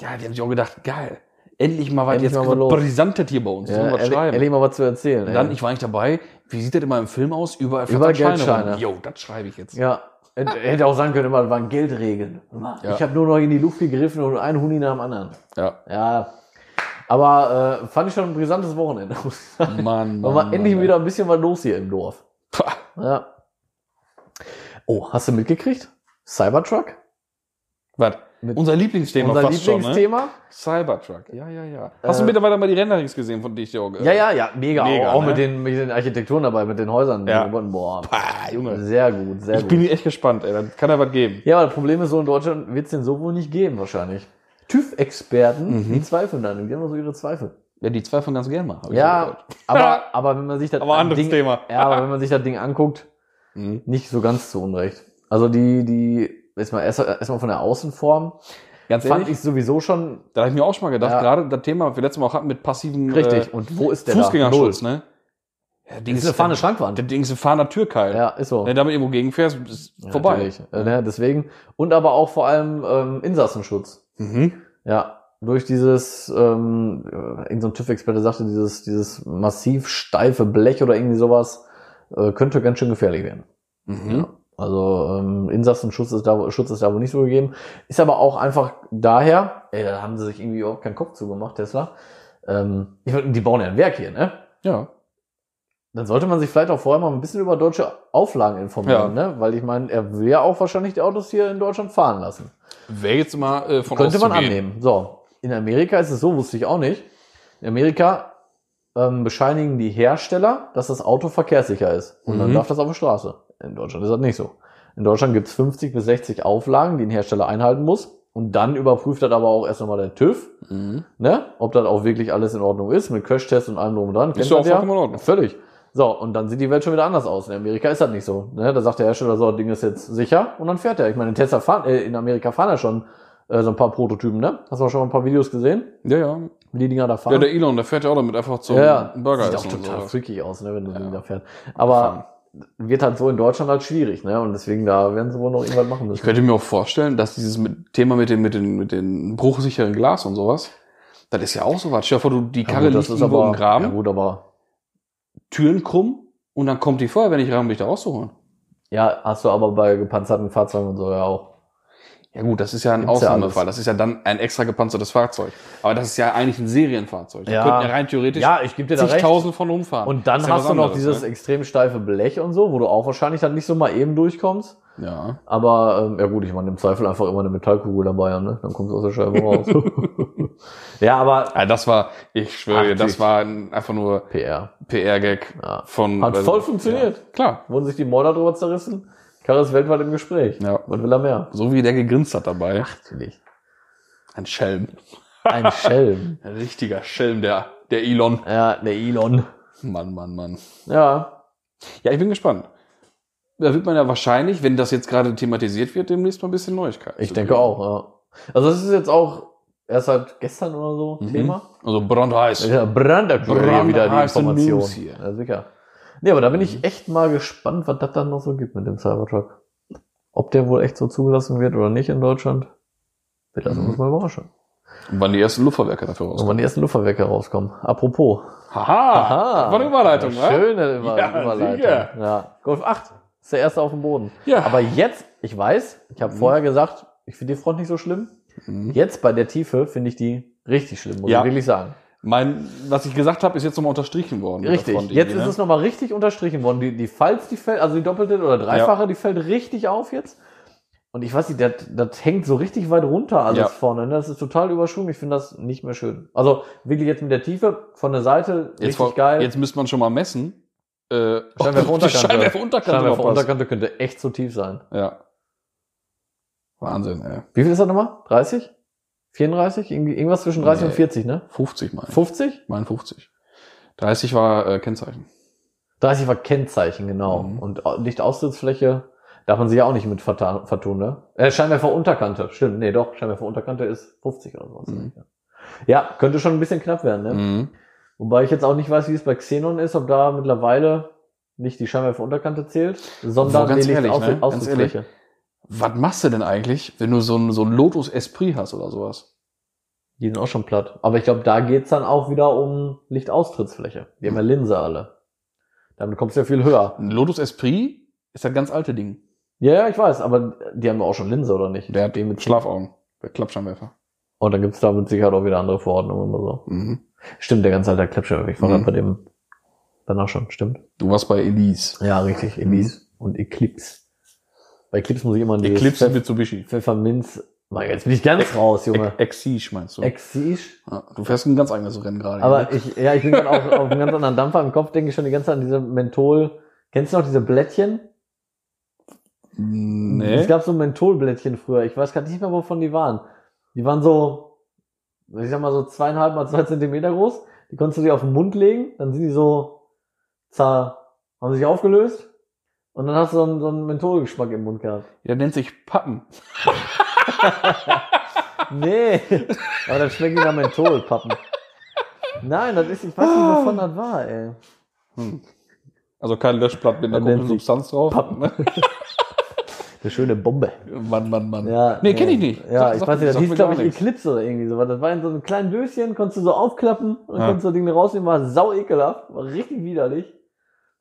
[SPEAKER 3] ja, die haben sich auch gedacht, geil. Endlich mal was
[SPEAKER 2] Endlich
[SPEAKER 3] jetzt
[SPEAKER 2] mal was los.
[SPEAKER 3] brisantet hier bei uns.
[SPEAKER 2] ja,
[SPEAKER 3] Sollen wir was
[SPEAKER 2] ehrlich,
[SPEAKER 3] schreiben.
[SPEAKER 2] ehrlich mal was zu erzählen.
[SPEAKER 3] Und
[SPEAKER 2] ey.
[SPEAKER 3] dann, ich war nicht dabei, wie sieht das immer im Film aus? Überall
[SPEAKER 2] Überall
[SPEAKER 3] flattern
[SPEAKER 2] Geldscheine.
[SPEAKER 3] rum. Jo, das schreibe ich jetzt.
[SPEAKER 2] ja. Hätte hätte auch sagen können, immer, das waren Geldregeln.
[SPEAKER 3] Ja.
[SPEAKER 2] Ich habe nur noch in die Luft gegriffen und einen Huni nach dem anderen.
[SPEAKER 3] Ja.
[SPEAKER 2] Ja. Aber äh, fand ich schon ein brisantes Wochenende. muss ich sagen.
[SPEAKER 3] Mann,
[SPEAKER 2] War
[SPEAKER 3] Mann,
[SPEAKER 2] mal endlich
[SPEAKER 3] Mann.
[SPEAKER 2] wieder ein bisschen was los hier im Dorf.
[SPEAKER 3] Pah.
[SPEAKER 2] Ja. Oh, hast du mitgekriegt? Cybertruck?
[SPEAKER 3] Was?
[SPEAKER 2] Mit
[SPEAKER 3] Unser Lieblingsthema
[SPEAKER 2] unser
[SPEAKER 3] fast schon, ne?
[SPEAKER 2] Lieblingsthema.
[SPEAKER 3] Cybertruck. Ja, ja, ja. Hast
[SPEAKER 2] Äh,
[SPEAKER 3] du mittlerweile mal die Renderings gesehen, von denen ich dir auch
[SPEAKER 2] Ja, ja, ja, mega.
[SPEAKER 3] Äh, Mega,
[SPEAKER 2] auch auch
[SPEAKER 3] ne?
[SPEAKER 2] mit, den, mit den Architekturen dabei, mit den Häusern.
[SPEAKER 3] Ja.
[SPEAKER 2] die wurden- Boah,
[SPEAKER 3] Pah, Junge.
[SPEAKER 2] sehr gut, sehr
[SPEAKER 3] Ich
[SPEAKER 2] gut.
[SPEAKER 3] bin echt gespannt, ey. Dann kann da was geben.
[SPEAKER 2] Ja, aber das Problem ist so, in Deutschland wird es den so wohl nicht geben, wahrscheinlich. TÜV-Experten,
[SPEAKER 3] Mhm.
[SPEAKER 2] die zweifeln dann, die haben so ihre Zweifel.
[SPEAKER 3] Ja, die zwei von ganz gerne mal. hab ich schon
[SPEAKER 2] Ja,
[SPEAKER 3] gehört.
[SPEAKER 2] aber, aber wenn man sich das
[SPEAKER 3] Aber anderes
[SPEAKER 2] Ding,
[SPEAKER 3] Thema.
[SPEAKER 2] Ja, aber wenn man sich das Ding anguckt,
[SPEAKER 3] Mhm.
[SPEAKER 2] nicht so ganz zu Unrecht. Also die, die, jetzt mal erst- erstmal von der Außenform,
[SPEAKER 3] Ganz
[SPEAKER 2] fand
[SPEAKER 3] ehrlich,
[SPEAKER 2] ich sowieso schon
[SPEAKER 3] da habe ich mir auch schon mal gedacht,
[SPEAKER 2] Ja.
[SPEAKER 3] gerade das Thema, was wir letztes Mal auch hatten mit passiven
[SPEAKER 2] richtig.
[SPEAKER 3] äh,
[SPEAKER 2] Und wo ist der
[SPEAKER 3] Fußgängerschutz, ne? Ja,
[SPEAKER 2] Da? Null. Ist eine fahrende Schrankwand.
[SPEAKER 3] Das Ding ist eine fahrender Türkeil.
[SPEAKER 2] Ja, ist so.
[SPEAKER 3] Wenn du damit irgendwo gegenfährst, ist
[SPEAKER 2] Ja,
[SPEAKER 3] vorbei.
[SPEAKER 2] natürlich. Äh, ne, deswegen. Und aber auch vor allem ähm, Insassenschutz.
[SPEAKER 3] Mhm.
[SPEAKER 2] Ja. Durch dieses, ähm, äh, irgendein so TÜV-Experte sagte, dieses, dieses massiv steife Blech oder irgendwie sowas, äh, könnte ganz schön gefährlich werden.
[SPEAKER 3] Mhm.
[SPEAKER 2] Also ähm, Insassenschutz ist da, Schutz ist da wohl nicht so gegeben. Ist aber auch einfach daher, ey, da haben sie sich irgendwie überhaupt keinen Kopf zugemacht, Tesla. Ähm, ich meine, die bauen ja ein Werk hier, ne?
[SPEAKER 3] Ja.
[SPEAKER 2] Dann sollte man sich vielleicht auch vorher mal ein bisschen über deutsche Auflagen informieren, ne? Weil ich meine, er will ja auch wahrscheinlich die Autos hier in Deutschland fahren lassen.
[SPEAKER 3] Wäre jetzt mal äh, von
[SPEAKER 2] Könnte man
[SPEAKER 3] auszugehen.
[SPEAKER 2] annehmen. So, in Amerika ist es so, wusste ich auch nicht. In Amerika ähm, bescheinigen die Hersteller, dass das Auto verkehrssicher ist. Und dann
[SPEAKER 3] Mhm.
[SPEAKER 2] darf das auf der Straße. In Deutschland ist das nicht so. In Deutschland gibt's 50 bis 60 Auflagen, die ein Hersteller einhalten muss. Und dann überprüft das aber auch erst nochmal der TÜV,
[SPEAKER 3] Mhm.
[SPEAKER 2] ne? ob das auch wirklich alles in Ordnung ist, mit Crashtest und allem drum und dran. Kennt
[SPEAKER 3] ja
[SPEAKER 2] das
[SPEAKER 3] auch vollkommen in Ordnung.
[SPEAKER 2] Völlig. So, und dann sieht die Welt schon wieder anders aus. In Amerika ist das nicht so. Ne? Da sagt der Hersteller, so, das Ding ist jetzt sicher und dann fährt er. Ich meine, in, Tesla fahren, äh, in Amerika fahren ja schon äh, so ein paar Prototypen, ne? Hast du auch schon mal ein paar Videos gesehen,
[SPEAKER 3] Ja, ja.
[SPEAKER 2] wie die Dinger da
[SPEAKER 3] Ja,
[SPEAKER 2] fahren?
[SPEAKER 3] der Elon, der fährt ja auch damit einfach zum Burger
[SPEAKER 2] Sieht auch
[SPEAKER 3] essen und
[SPEAKER 2] total
[SPEAKER 3] sowas.
[SPEAKER 2] freaky aus, ne, wenn du
[SPEAKER 3] Ja.
[SPEAKER 2] die da fährst. Aber wird halt so in Deutschland halt schwierig, ne? Und deswegen, da werden sie wohl noch irgendwas machen
[SPEAKER 3] Ich
[SPEAKER 2] müssen.
[SPEAKER 3] könnte mir auch vorstellen, dass dieses mit, Thema mit dem, mit den, mit den bruchsicheren Glas und sowas, das ist ja auch sowas. Stell dir vor, du, die Karre liegt irgendwo im Graben,
[SPEAKER 2] Ja, gut, aber
[SPEAKER 3] Türen krumm, und dann kommt die Feuerwehr nicht rein, um dich da rauszuholen.
[SPEAKER 2] ja, hast du aber bei gepanzerten Fahrzeugen und so ja auch.
[SPEAKER 3] Ja gut, das ist ja ein
[SPEAKER 2] Gibt's ja
[SPEAKER 3] Ausnahmefall.
[SPEAKER 2] alles.
[SPEAKER 3] das ist ja dann ein extra gepanzertes Fahrzeug. Aber das ist ja eigentlich ein Serienfahrzeug. Da
[SPEAKER 2] Ja.
[SPEAKER 3] könnten ja rein theoretisch
[SPEAKER 2] Ja, ich gebe dir da recht.
[SPEAKER 3] zigtausend von umfahren.
[SPEAKER 2] Und dann
[SPEAKER 3] Das ist ja
[SPEAKER 2] hast
[SPEAKER 3] was
[SPEAKER 2] du noch
[SPEAKER 3] anderes, ne?
[SPEAKER 2] dieses extrem steife Blech und so, wo du auch wahrscheinlich dann nicht so mal eben durchkommst.
[SPEAKER 3] Ne? Ja.
[SPEAKER 2] Aber ähm, ja gut, ich meine im Zweifel einfach immer eine Metallkugel dabei, haben, ne? Dann kommst du aus der Scheibe raus. ja, aber
[SPEAKER 3] ja, das war, ich schwöre, dir, das
[SPEAKER 2] Ach,
[SPEAKER 3] war ein, einfach nur
[SPEAKER 2] PR.
[SPEAKER 3] PR-Gag
[SPEAKER 2] Ja.
[SPEAKER 3] von...
[SPEAKER 2] Hat
[SPEAKER 3] weiß
[SPEAKER 2] voll
[SPEAKER 3] nicht.
[SPEAKER 2] funktioniert.
[SPEAKER 3] Ja. Klar.
[SPEAKER 2] Wurden sich die Mörder drüber zerrissen? Karre ist weltweit im Gespräch.
[SPEAKER 3] Ja.
[SPEAKER 2] Was will er mehr?
[SPEAKER 3] So wie der gegrinst hat dabei.
[SPEAKER 2] Natürlich.
[SPEAKER 3] Ein Schelm.
[SPEAKER 2] Ein Schelm.
[SPEAKER 3] Ein richtiger Schelm, der, der Elon.
[SPEAKER 2] Ja, der Elon.
[SPEAKER 3] Mann, Mann, Mann.
[SPEAKER 2] Ja.
[SPEAKER 3] Ja, ich bin gespannt. Da wird man ja wahrscheinlich, wenn das jetzt gerade thematisiert wird, demnächst mal ein bisschen Neuigkeiten.
[SPEAKER 2] Ich
[SPEAKER 3] zu
[SPEAKER 2] denke
[SPEAKER 3] geben.
[SPEAKER 2] auch, ja. Also es ist jetzt auch erst seit gestern oder so
[SPEAKER 3] Mhm.
[SPEAKER 2] Thema.
[SPEAKER 3] Also brandheiß.
[SPEAKER 2] Ja, Brandaktuell
[SPEAKER 3] Brandheiße
[SPEAKER 2] wieder die Information.
[SPEAKER 3] News hier.
[SPEAKER 2] Ja, sicher. Nee, aber da bin ich echt mal gespannt, was das dann noch so gibt mit dem Cybertruck. Ob der wohl echt so zugelassen wird oder nicht in Deutschland, wir lassen
[SPEAKER 3] Mhm.
[SPEAKER 2] uns mal überraschen.
[SPEAKER 3] Und wann die ersten Luftfahrwerke dafür
[SPEAKER 2] Und
[SPEAKER 3] rauskommen.
[SPEAKER 2] wann die ersten Luftfahrwerke rauskommen. Apropos.
[SPEAKER 3] Haha, Ah, das war eine Überleitung,
[SPEAKER 2] Ja,
[SPEAKER 3] ne?
[SPEAKER 2] Schöne Über
[SPEAKER 3] Ja,
[SPEAKER 2] Überleitung.
[SPEAKER 3] sicher.
[SPEAKER 2] Ja. Golf 8 ist der erste auf dem Boden.
[SPEAKER 3] Ja.
[SPEAKER 2] Aber jetzt, ich weiß, ich habe
[SPEAKER 3] Mhm.
[SPEAKER 2] vorher gesagt, ich finde die Front nicht so schlimm.
[SPEAKER 3] Mhm.
[SPEAKER 2] Jetzt bei der Tiefe finde ich die richtig schlimm, muss
[SPEAKER 3] Ja.
[SPEAKER 2] ich wirklich sagen.
[SPEAKER 3] Mein, was ich gesagt habe, ist jetzt nochmal unterstrichen worden. mit der
[SPEAKER 2] Richtig.
[SPEAKER 3] Front
[SPEAKER 2] Jetzt
[SPEAKER 3] irgendwie,
[SPEAKER 2] ist
[SPEAKER 3] ne?
[SPEAKER 2] es nochmal richtig unterstrichen worden. Die, die Falls, die fällt, also die doppelte oder dreifache, die fällt richtig auf jetzt. Und ich weiß nicht, das, das hängt so richtig weit runter alles
[SPEAKER 3] Ja.
[SPEAKER 2] vorne. ne? Das ist total überschwungen. Ich finde das nicht mehr schön. Also wirklich jetzt mit der Tiefe von der Seite
[SPEAKER 3] jetzt,
[SPEAKER 2] richtig
[SPEAKER 3] vor-
[SPEAKER 2] geil.
[SPEAKER 3] Jetzt müsste man schon mal messen. Äh,
[SPEAKER 2] Scheinwerfer
[SPEAKER 3] ob die
[SPEAKER 2] Unterkante.
[SPEAKER 3] Scheinwerfer Unterkante. noch
[SPEAKER 2] Scheinwerfer
[SPEAKER 3] passt.
[SPEAKER 2] Unterkante könnte echt zu tief sein.
[SPEAKER 3] Ja. Wahnsinn, ey.
[SPEAKER 2] Wie viel ist das nochmal? 30? 34? Irgendwie- Irgendwas zwischen 30 und
[SPEAKER 3] Nee.
[SPEAKER 2] 40, ne?
[SPEAKER 3] 50 mal.
[SPEAKER 2] 50?
[SPEAKER 3] Mein 50. 30 war äh, Kennzeichen.
[SPEAKER 2] 30 war Kennzeichen, genau.
[SPEAKER 3] Mhm.
[SPEAKER 2] Und au- Lichtaussitzzfläche darf man sich ja auch nicht mit verta- vertun, ne? Äh, Scheinwerfer Unterkante, stimmt. Nee, doch, Scheinwerfer Unterkante ist 50 oder sowas.
[SPEAKER 3] Mhm.
[SPEAKER 2] Ja, könnte schon ein bisschen knapp werden, ne?
[SPEAKER 3] Mhm.
[SPEAKER 2] Wobei ich jetzt auch nicht weiß, wie es bei Xenon ist, ob da mittlerweile nicht die Scheinwerfer Unterkante zählt, sondern
[SPEAKER 3] Boah, ganz
[SPEAKER 2] die
[SPEAKER 3] ehrlich, ne? Ganz
[SPEAKER 2] Lichtaussitzzfläche.
[SPEAKER 3] Was machst du denn eigentlich, wenn du so ein, so ein Lotus Esprit hast oder sowas?
[SPEAKER 2] Die sind auch schon platt. Aber ich glaube, da geht's dann auch wieder um Lichtaustrittsfläche. Die
[SPEAKER 3] Mhm.
[SPEAKER 2] haben ja Linse alle. Damit kommst du ja viel höher.
[SPEAKER 3] Ein Lotus Esprit ist das ganz alte Ding.
[SPEAKER 2] Ja, ja, ich weiß, aber die haben ja auch schon Linse, oder nicht?
[SPEAKER 3] Der hat
[SPEAKER 2] Die mit
[SPEAKER 3] Schlafaugen. Der Klappscheinwerfer.
[SPEAKER 2] Und dann gibt's da mit Sicherheit auch wieder andere Verordnungen oder so.
[SPEAKER 3] Mhm.
[SPEAKER 2] Stimmt, der ganz alte Klappschirm. Ich war
[SPEAKER 3] Mhm.
[SPEAKER 2] grad bei dem danach schon, stimmt.
[SPEAKER 3] Du warst bei Elise.
[SPEAKER 2] Ja, richtig. Elise und Eclipse. Bei Eclipse muss ich immer an dieses
[SPEAKER 3] Eclipse
[SPEAKER 2] Pfeff-
[SPEAKER 3] Mitsubishi.
[SPEAKER 2] Pfefferminz Mann, jetzt bin ich ganz raus, Junge.
[SPEAKER 3] Exige meinst du? Ah.
[SPEAKER 2] Exige.
[SPEAKER 3] ja, du fährst ein ganz eigenes Rennen gerade.
[SPEAKER 2] Aber ich, ja, ich bin gerade auch auf einem ganz anderen Dampfer im Kopf, denke ich schon die ganze Zeit an diese Menthol. Kennst du noch diese Blättchen?
[SPEAKER 3] nee.
[SPEAKER 2] Es gab so Mentholblättchen früher. Ich weiß gerade nicht mehr, wovon die waren. Die waren so, ich sag mal so zweieinhalb mal zwei Zentimeter groß. Die konntest du dir auf den Mund legen, dann sind die so zer, haben sich aufgelöst und dann hast du so einen, so einen Mentholgeschmack im Mund gehabt.
[SPEAKER 3] Der nennt sich Pappen.
[SPEAKER 2] Nee, aber das schmeckt wie nach Mentholpappen. Nein, das ist, ich weiß nicht, wovon das war, ey.
[SPEAKER 3] Hm. Also kein Löschblatt mit einer
[SPEAKER 2] Der nennt
[SPEAKER 3] guten
[SPEAKER 2] sich
[SPEAKER 3] Substanz drauf. ne?
[SPEAKER 2] Pappen. Eine schöne Bombe.
[SPEAKER 3] Mann, Mann, Mann.
[SPEAKER 2] Ja,
[SPEAKER 3] nee, kenn ich nicht. Sag-
[SPEAKER 2] Ja, ich
[SPEAKER 3] sag-
[SPEAKER 2] weiß nicht, das
[SPEAKER 3] sag
[SPEAKER 2] hieß,
[SPEAKER 3] mir gar
[SPEAKER 2] glaube ich,
[SPEAKER 3] nichts.
[SPEAKER 2] Eclipse oder irgendwie so. was. Das war in so einem kleinen Döschen, konntest du so aufklappen und dann
[SPEAKER 3] Ja.
[SPEAKER 2] konntest du das Ding rausnehmen, war sau ekelhaft, war richtig widerlich.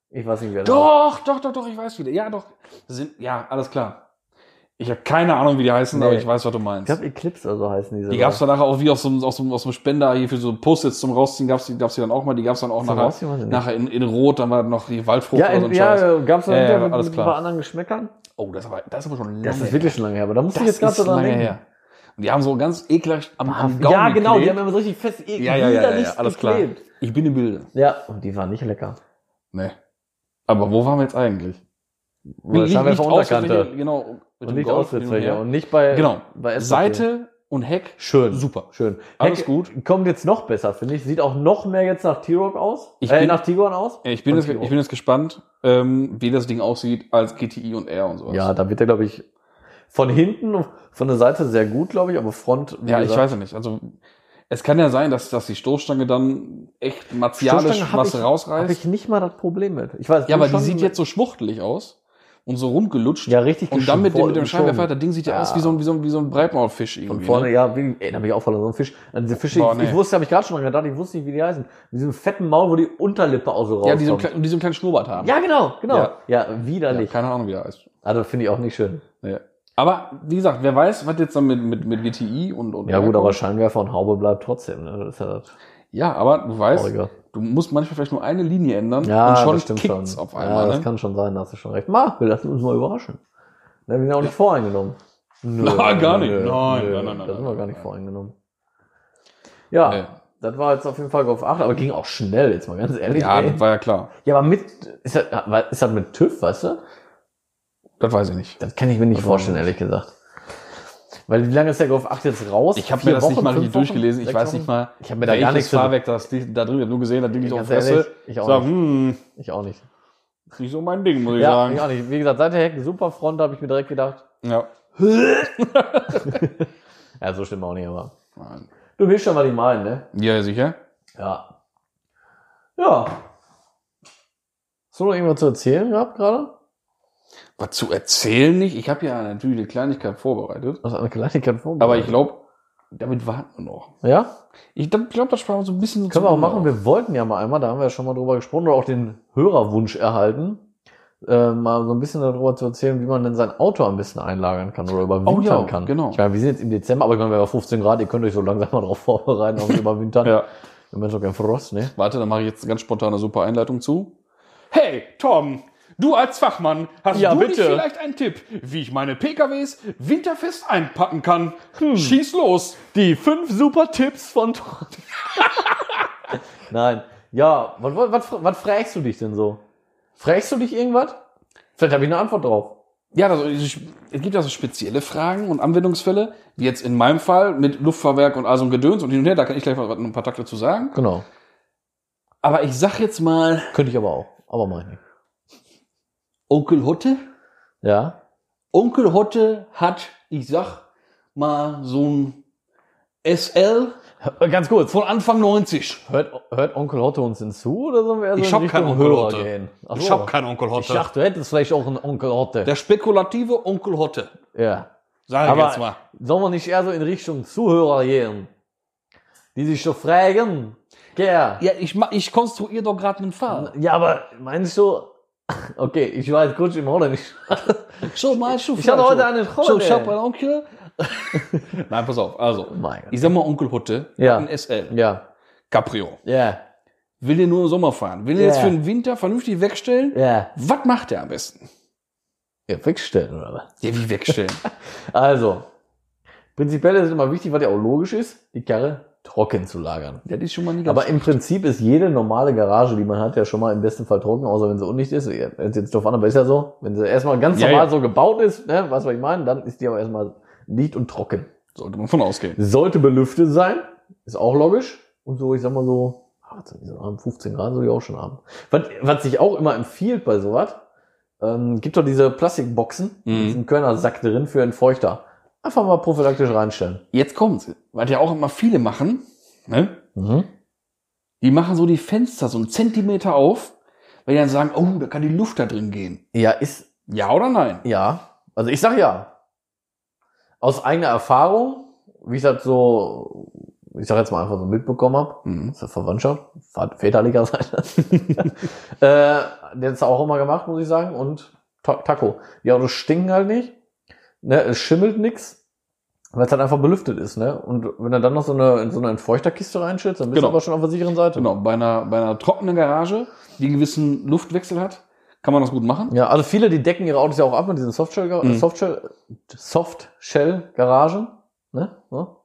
[SPEAKER 2] Ich weiß nicht, wie das war.
[SPEAKER 3] Doch, doch, doch, doch, ich weiß wieder. Ja, doch. Das Sind, ja, alles klar. Ich habe keine Ahnung, wie die heißen,
[SPEAKER 2] Nee.
[SPEAKER 3] aber ich weiß, was du
[SPEAKER 2] Ich
[SPEAKER 3] meinst.
[SPEAKER 2] glaube, Eclipse oder so heißen diese.
[SPEAKER 3] die gab's dann nachher auch wie aus so, einem- aus, so, einem- aus dem Spender hier für so Post-its zum Rausziehen, gab's die, gab's die dann auch mal. Die gab's dann auch
[SPEAKER 2] Zum
[SPEAKER 3] nachher,
[SPEAKER 2] Rausziehen weiß ich nicht.
[SPEAKER 3] nachher in, in Rot, dann war noch die Waldfrucht
[SPEAKER 2] Ja,
[SPEAKER 3] oder so
[SPEAKER 2] in,
[SPEAKER 3] ein Scheiß.
[SPEAKER 2] ja gab es
[SPEAKER 3] Ja,
[SPEAKER 2] ja,
[SPEAKER 3] ja,
[SPEAKER 2] mit
[SPEAKER 3] alles
[SPEAKER 2] ein
[SPEAKER 3] klar.
[SPEAKER 2] paar anderen Geschmäckern.
[SPEAKER 3] Oh, das war, das ist aber schon lange
[SPEAKER 2] Das ist
[SPEAKER 3] her.
[SPEAKER 2] wirklich schon lange her, aber da musste
[SPEAKER 3] das
[SPEAKER 2] ich jetzt gerade
[SPEAKER 3] ist
[SPEAKER 2] so dran
[SPEAKER 3] lange
[SPEAKER 2] denken.
[SPEAKER 3] her. Und die haben so ganz eklig am, am Gaumen
[SPEAKER 2] Ja, genau, die
[SPEAKER 3] geklebt.
[SPEAKER 2] haben immer so richtig fest e-
[SPEAKER 3] ja, ja, ja, ja, ja,
[SPEAKER 2] widerlichst
[SPEAKER 3] alles
[SPEAKER 2] geklebt.
[SPEAKER 3] klar. Ich bin im Bilde.
[SPEAKER 2] Ja, und die waren nicht lecker.
[SPEAKER 3] Nee. Aber wo waren wir jetzt eigentlich?
[SPEAKER 2] Das haben wir von Unterkante.
[SPEAKER 3] Ausrichtlinie, Genau. mit
[SPEAKER 2] Und
[SPEAKER 3] dem
[SPEAKER 2] nicht
[SPEAKER 3] Golf hin und
[SPEAKER 2] Ausritzfächer.
[SPEAKER 3] her.
[SPEAKER 2] Und Äh, nicht bei,
[SPEAKER 3] Genau.
[SPEAKER 2] bei Esspapier.
[SPEAKER 3] Seite und Heck.
[SPEAKER 2] Schön.
[SPEAKER 3] Super.
[SPEAKER 2] Schön.
[SPEAKER 3] Alles
[SPEAKER 2] Heck
[SPEAKER 3] gut.
[SPEAKER 2] Kommt jetzt noch besser, finde ich. Sieht auch noch mehr jetzt nach T-Rock aus.
[SPEAKER 3] Ich
[SPEAKER 2] äh,
[SPEAKER 3] bin-
[SPEAKER 2] nach Tiguan aus.
[SPEAKER 3] Ich bin,
[SPEAKER 2] Und
[SPEAKER 3] jetzt, ich
[SPEAKER 2] Tiguan.
[SPEAKER 3] bin jetzt gespannt, ähm, wie das Ding aussieht als GTI und R und sowas.
[SPEAKER 2] Ja, da wird er, glaube ich, von hinten, von der Seite sehr gut, glaube ich, aber Front. wie
[SPEAKER 3] ja ich
[SPEAKER 2] gesagt,
[SPEAKER 3] weiß ja nicht. Also es kann ja sein, dass, dass die Stoßstange dann echt martialisch
[SPEAKER 2] Stoßstange hab
[SPEAKER 3] was
[SPEAKER 2] ich-
[SPEAKER 3] rausreißt.
[SPEAKER 2] Habe ich nicht mal das Problem mit. Ich weiß,
[SPEAKER 3] ja,
[SPEAKER 2] du
[SPEAKER 3] aber die
[SPEAKER 2] schon-
[SPEAKER 3] sieht jetzt so schwuchtelig aus und so rundgelutscht.
[SPEAKER 2] Ja, richtig
[SPEAKER 3] und dann mit dem, mit dem
[SPEAKER 2] geschoben.
[SPEAKER 3] Scheinwerfer, das Ding sieht ja,
[SPEAKER 2] Ja.
[SPEAKER 3] aus wie so ein, wie so ein, wie so ein Breitmaulfisch
[SPEAKER 2] Von
[SPEAKER 3] irgendwie.
[SPEAKER 2] vorne,
[SPEAKER 3] ne?
[SPEAKER 2] ja, wie, ey, da bin ich auch verloren, so ein Fisch. An diese Fische,
[SPEAKER 3] Boah,
[SPEAKER 2] ich,
[SPEAKER 3] nee.
[SPEAKER 2] ich wusste, habe ich gerade schon mal gedacht, ich wusste nicht, wie die heißen. Mit diesem fetten Maul, wo die Unterlippe auch so
[SPEAKER 3] ja, die so, einen
[SPEAKER 2] rauskommt.
[SPEAKER 3] kleinen- und die so einen kleinen Schnurrbart haben.
[SPEAKER 2] Ja, genau, genau. Ja,
[SPEAKER 3] Ja. ja
[SPEAKER 2] widerlich.
[SPEAKER 3] keine Ahnung, wie der heißt.
[SPEAKER 2] also finde ich auch nicht schön.
[SPEAKER 3] Ja. Aber wie gesagt, wer weiß, was jetzt dann mit, mit, mit GTI und, und
[SPEAKER 2] Ja gut,
[SPEAKER 3] kommt.
[SPEAKER 2] aber Scheinwerfer und Haube bleibt trotzdem. Ne? Das ist ja das
[SPEAKER 3] Ja, aber du weißt,
[SPEAKER 2] Traurige.
[SPEAKER 3] du musst manchmal vielleicht nur eine Linie ändern
[SPEAKER 2] Ja,
[SPEAKER 3] und
[SPEAKER 2] das
[SPEAKER 3] schon
[SPEAKER 2] stimmt
[SPEAKER 3] kickt's
[SPEAKER 2] schon.
[SPEAKER 3] auf
[SPEAKER 2] ja,
[SPEAKER 3] einmal.
[SPEAKER 2] das
[SPEAKER 3] ne?
[SPEAKER 2] kann schon sein, da hast du schon recht. Mach, wir lassen uns mal überraschen. Da bin ich auch nicht voreingenommen. Nö,
[SPEAKER 3] Nein, gar nicht. Nein,
[SPEAKER 2] nö,
[SPEAKER 3] nein, nein, nein,
[SPEAKER 2] Da sind wir
[SPEAKER 3] nein,
[SPEAKER 2] gar nicht
[SPEAKER 3] nein.
[SPEAKER 2] voreingenommen. Ja,
[SPEAKER 3] Nee.
[SPEAKER 2] das war jetzt auf jeden Fall Golf 8, aber ging auch schnell, jetzt mal ganz ehrlich.
[SPEAKER 3] Ja,
[SPEAKER 2] ey.
[SPEAKER 3] das war ja klar.
[SPEAKER 2] ja aber mit, ist das, ist das mit TÜV, weißt du?
[SPEAKER 3] Das weiß ich nicht.
[SPEAKER 2] Das kann ich mir nicht
[SPEAKER 3] Das
[SPEAKER 2] vorstellen,
[SPEAKER 3] war
[SPEAKER 2] ehrlich gesagt. Weil wie lange ist der Golf 8 jetzt raus?
[SPEAKER 3] Ich habe
[SPEAKER 2] Vier
[SPEAKER 3] mir das nicht
[SPEAKER 2] Wochen,
[SPEAKER 3] mal richtig
[SPEAKER 2] fünf Wochen,
[SPEAKER 3] durchgelesen. Ich
[SPEAKER 2] sechs
[SPEAKER 3] weiß nicht
[SPEAKER 2] Wochen?
[SPEAKER 3] mal,
[SPEAKER 2] Ich hab mir da gar nichts zu-
[SPEAKER 3] Fahrwerk das Ding da drin. Ich hab nur gesehen, das Ding ist auf
[SPEAKER 2] Ganz
[SPEAKER 3] Fresse.
[SPEAKER 2] ehrlich, ich auch
[SPEAKER 3] Sag,
[SPEAKER 2] nicht.
[SPEAKER 3] hm,
[SPEAKER 2] Ich auch nicht.
[SPEAKER 3] ist nicht so mein Ding, muss ich
[SPEAKER 2] Ja,
[SPEAKER 3] sagen.
[SPEAKER 2] ich auch nicht. Wie gesagt, seit der Heck, super Front, habe ich mir direkt gedacht.
[SPEAKER 3] Ja.
[SPEAKER 2] Ja, so schlimm auch nicht, aber.
[SPEAKER 3] Nein.
[SPEAKER 2] Du willst schon, was ich meine, ne?
[SPEAKER 3] Ja, sicher.
[SPEAKER 2] Ja. Ja. Hast du noch irgendwas zu erzählen gehabt gerade?
[SPEAKER 3] Was zu erzählen nicht? Ich habe ja natürlich eine Kleinigkeit vorbereitet.
[SPEAKER 2] Aus einer Kleinigkeit vorbereitet.
[SPEAKER 3] Aber ich glaube, damit warten wir noch.
[SPEAKER 2] Ja?
[SPEAKER 3] Ich glaube, das sparen wir so ein bisschen.
[SPEAKER 2] Können wir auch machen. Wir wollten ja mal einmal, da haben wir ja schon mal drüber gesprochen, oder auch den Hörerwunsch erhalten, äh, mal so ein bisschen darüber zu erzählen, wie man denn sein Auto am besten einlagern kann oder überwintern
[SPEAKER 3] Oh ja,
[SPEAKER 2] kann.
[SPEAKER 3] genau.
[SPEAKER 2] Ich meine, wir sind jetzt im Dezember, aber ich meine, wir haben 15 Grad, ihr könnt euch so langsam mal drauf vorbereiten, auf das Überwintern.
[SPEAKER 3] Ja.
[SPEAKER 2] Im Moment doch kein Frost, ne?
[SPEAKER 3] Warte, dann mache ich jetzt ganz spontan eine super Einleitung zu. Hey, Tom, du als Fachmann, hast
[SPEAKER 2] Ja,
[SPEAKER 3] du
[SPEAKER 2] bitte.
[SPEAKER 3] nicht vielleicht einen Tipp, wie ich meine PKWs winterfest einpacken kann? Schieß los.
[SPEAKER 2] Hm. Die fünf super Tipps von Tom. Nein. Ja, was, was, was, was fragst du dich denn so? Fragst du dich irgendwas? Vielleicht habe ich eine Antwort drauf.
[SPEAKER 3] Ja, also, ich- es gibt ja so spezielle Fragen und Anwendungsfälle, wie jetzt in meinem Fall mit Luftfahrwerk und all so ein Gedöns und hin und her, da kann ich gleich was- ein paar Takte zu sagen.
[SPEAKER 2] Genau.
[SPEAKER 3] Aber ich sag jetzt mal,
[SPEAKER 2] Könnte ich aber auch. Aber mach ich nicht.
[SPEAKER 3] Onkel Hotte,
[SPEAKER 2] Ja?
[SPEAKER 3] Onkel Hotte hat, ich sag mal, so ein SL
[SPEAKER 2] Äh, Ganz kurz.
[SPEAKER 3] äh, von Anfang 90.
[SPEAKER 2] Hört, hört Onkel Otto uns hinzu oder sollen wir eher so
[SPEAKER 3] Ich
[SPEAKER 2] in
[SPEAKER 3] hab
[SPEAKER 2] Richtung
[SPEAKER 3] keinen Onkel
[SPEAKER 2] Hörer
[SPEAKER 3] Otto.
[SPEAKER 2] gehen? Ach
[SPEAKER 3] Ich
[SPEAKER 2] so.
[SPEAKER 3] hab keinen Onkel Hotte.
[SPEAKER 2] Ich dachte, du hättest vielleicht auch einen Onkel Otto.
[SPEAKER 3] Der spekulative Onkel Hotte.
[SPEAKER 2] ja.
[SPEAKER 3] Sag
[SPEAKER 2] Aber sollen wir nicht eher so in Richtung Zuhörer gehen? Die sich so fragen. Ja.
[SPEAKER 3] Ja, ich, ma- ich konstruiere doch gerade einen Fall.
[SPEAKER 2] Ja, aber meinst du... Okay, ich war jetzt kurz im Holländisch.
[SPEAKER 3] So, mal schon.
[SPEAKER 2] Ich hatte heute einen
[SPEAKER 3] So, ich hab
[SPEAKER 2] Rolle.
[SPEAKER 3] einen Onkel. Nein, pass auf. Also,
[SPEAKER 2] mein Gott.
[SPEAKER 3] ich sag mal Onkel Hotte.
[SPEAKER 2] Ja.
[SPEAKER 3] Ein SL.
[SPEAKER 2] Ja,
[SPEAKER 3] Caprio.
[SPEAKER 2] ja,
[SPEAKER 3] Will den nur im Sommer fahren. Will den
[SPEAKER 2] Ja.
[SPEAKER 3] jetzt für den Winter vernünftig wegstellen.
[SPEAKER 2] ja.
[SPEAKER 3] Was macht der am besten?
[SPEAKER 2] Ja, wegstellen oder was?
[SPEAKER 3] Ja, wie wegstellen?
[SPEAKER 2] Also, Prinzipiell ist es immer wichtig, was ja auch logisch ist, die Karre trocken zu lagern.
[SPEAKER 3] Ja, die ist schon mal nie
[SPEAKER 2] Aber im Prinzip ist jede normale Garage, die man hat, ja schon mal im besten Fall trocken, außer wenn sie undicht ist. Jetzt jetzt doof an, aber ist ja so. Wenn sie erstmal ganz
[SPEAKER 3] Ja,
[SPEAKER 2] normal
[SPEAKER 3] ja.
[SPEAKER 2] so gebaut ist, ne, weißt du, was ich meine, dann ist die auch erstmal dicht und trocken.
[SPEAKER 3] sollte man von ausgehen.
[SPEAKER 2] Sollte belüftet sein, ist auch logisch. Und so, ich sag mal so, ah, 18, die sind arm, 15 Grad soll ich auch schon haben. Was, was sich auch immer empfiehlt bei sowas, ähm, gibt doch diese Plastikboxen,
[SPEAKER 3] Mhm.
[SPEAKER 2] mit diesem Körnersack drin für einen Feuchter. Einfach mal prophylaktisch reinstellen.
[SPEAKER 3] Jetzt kommt's, was ja auch immer viele machen, ne?
[SPEAKER 2] Mhm.
[SPEAKER 3] Die machen so die Fenster so einen Zentimeter auf, weil die dann sagen, oh, da kann die Luft da drin gehen.
[SPEAKER 2] Ja, ist,
[SPEAKER 3] Ja oder nein?
[SPEAKER 2] ja. Also ich sag ja. Aus eigener Erfahrung, wie ich das so, ich sag jetzt mal einfach so mitbekommen hab.
[SPEAKER 3] Mhm.
[SPEAKER 2] aus der Verwandtschaft, Vat- väterlicher Seite. äh, der hat's auch immer gemacht, muss ich sagen. Und Ta Taco. Die Autos stinken halt nicht. Ne, es schimmelt nix, weil es halt einfach belüftet ist, ne? Und wenn er dann noch so eine, in so eine Entfeuchterkiste reinschützt, dann bist
[SPEAKER 3] Genau.
[SPEAKER 2] du aber schon auf der sicheren Seite.
[SPEAKER 3] Genau, bei einer, bei einer trockenen Garage, die einen gewissen Luftwechsel hat, kann man das gut machen.
[SPEAKER 2] Ja, also viele, die decken ihre Autos ja auch ab mit diesen Softshell,
[SPEAKER 3] Mhm.
[SPEAKER 2] Softshell, Softshell Garagen, ne? So.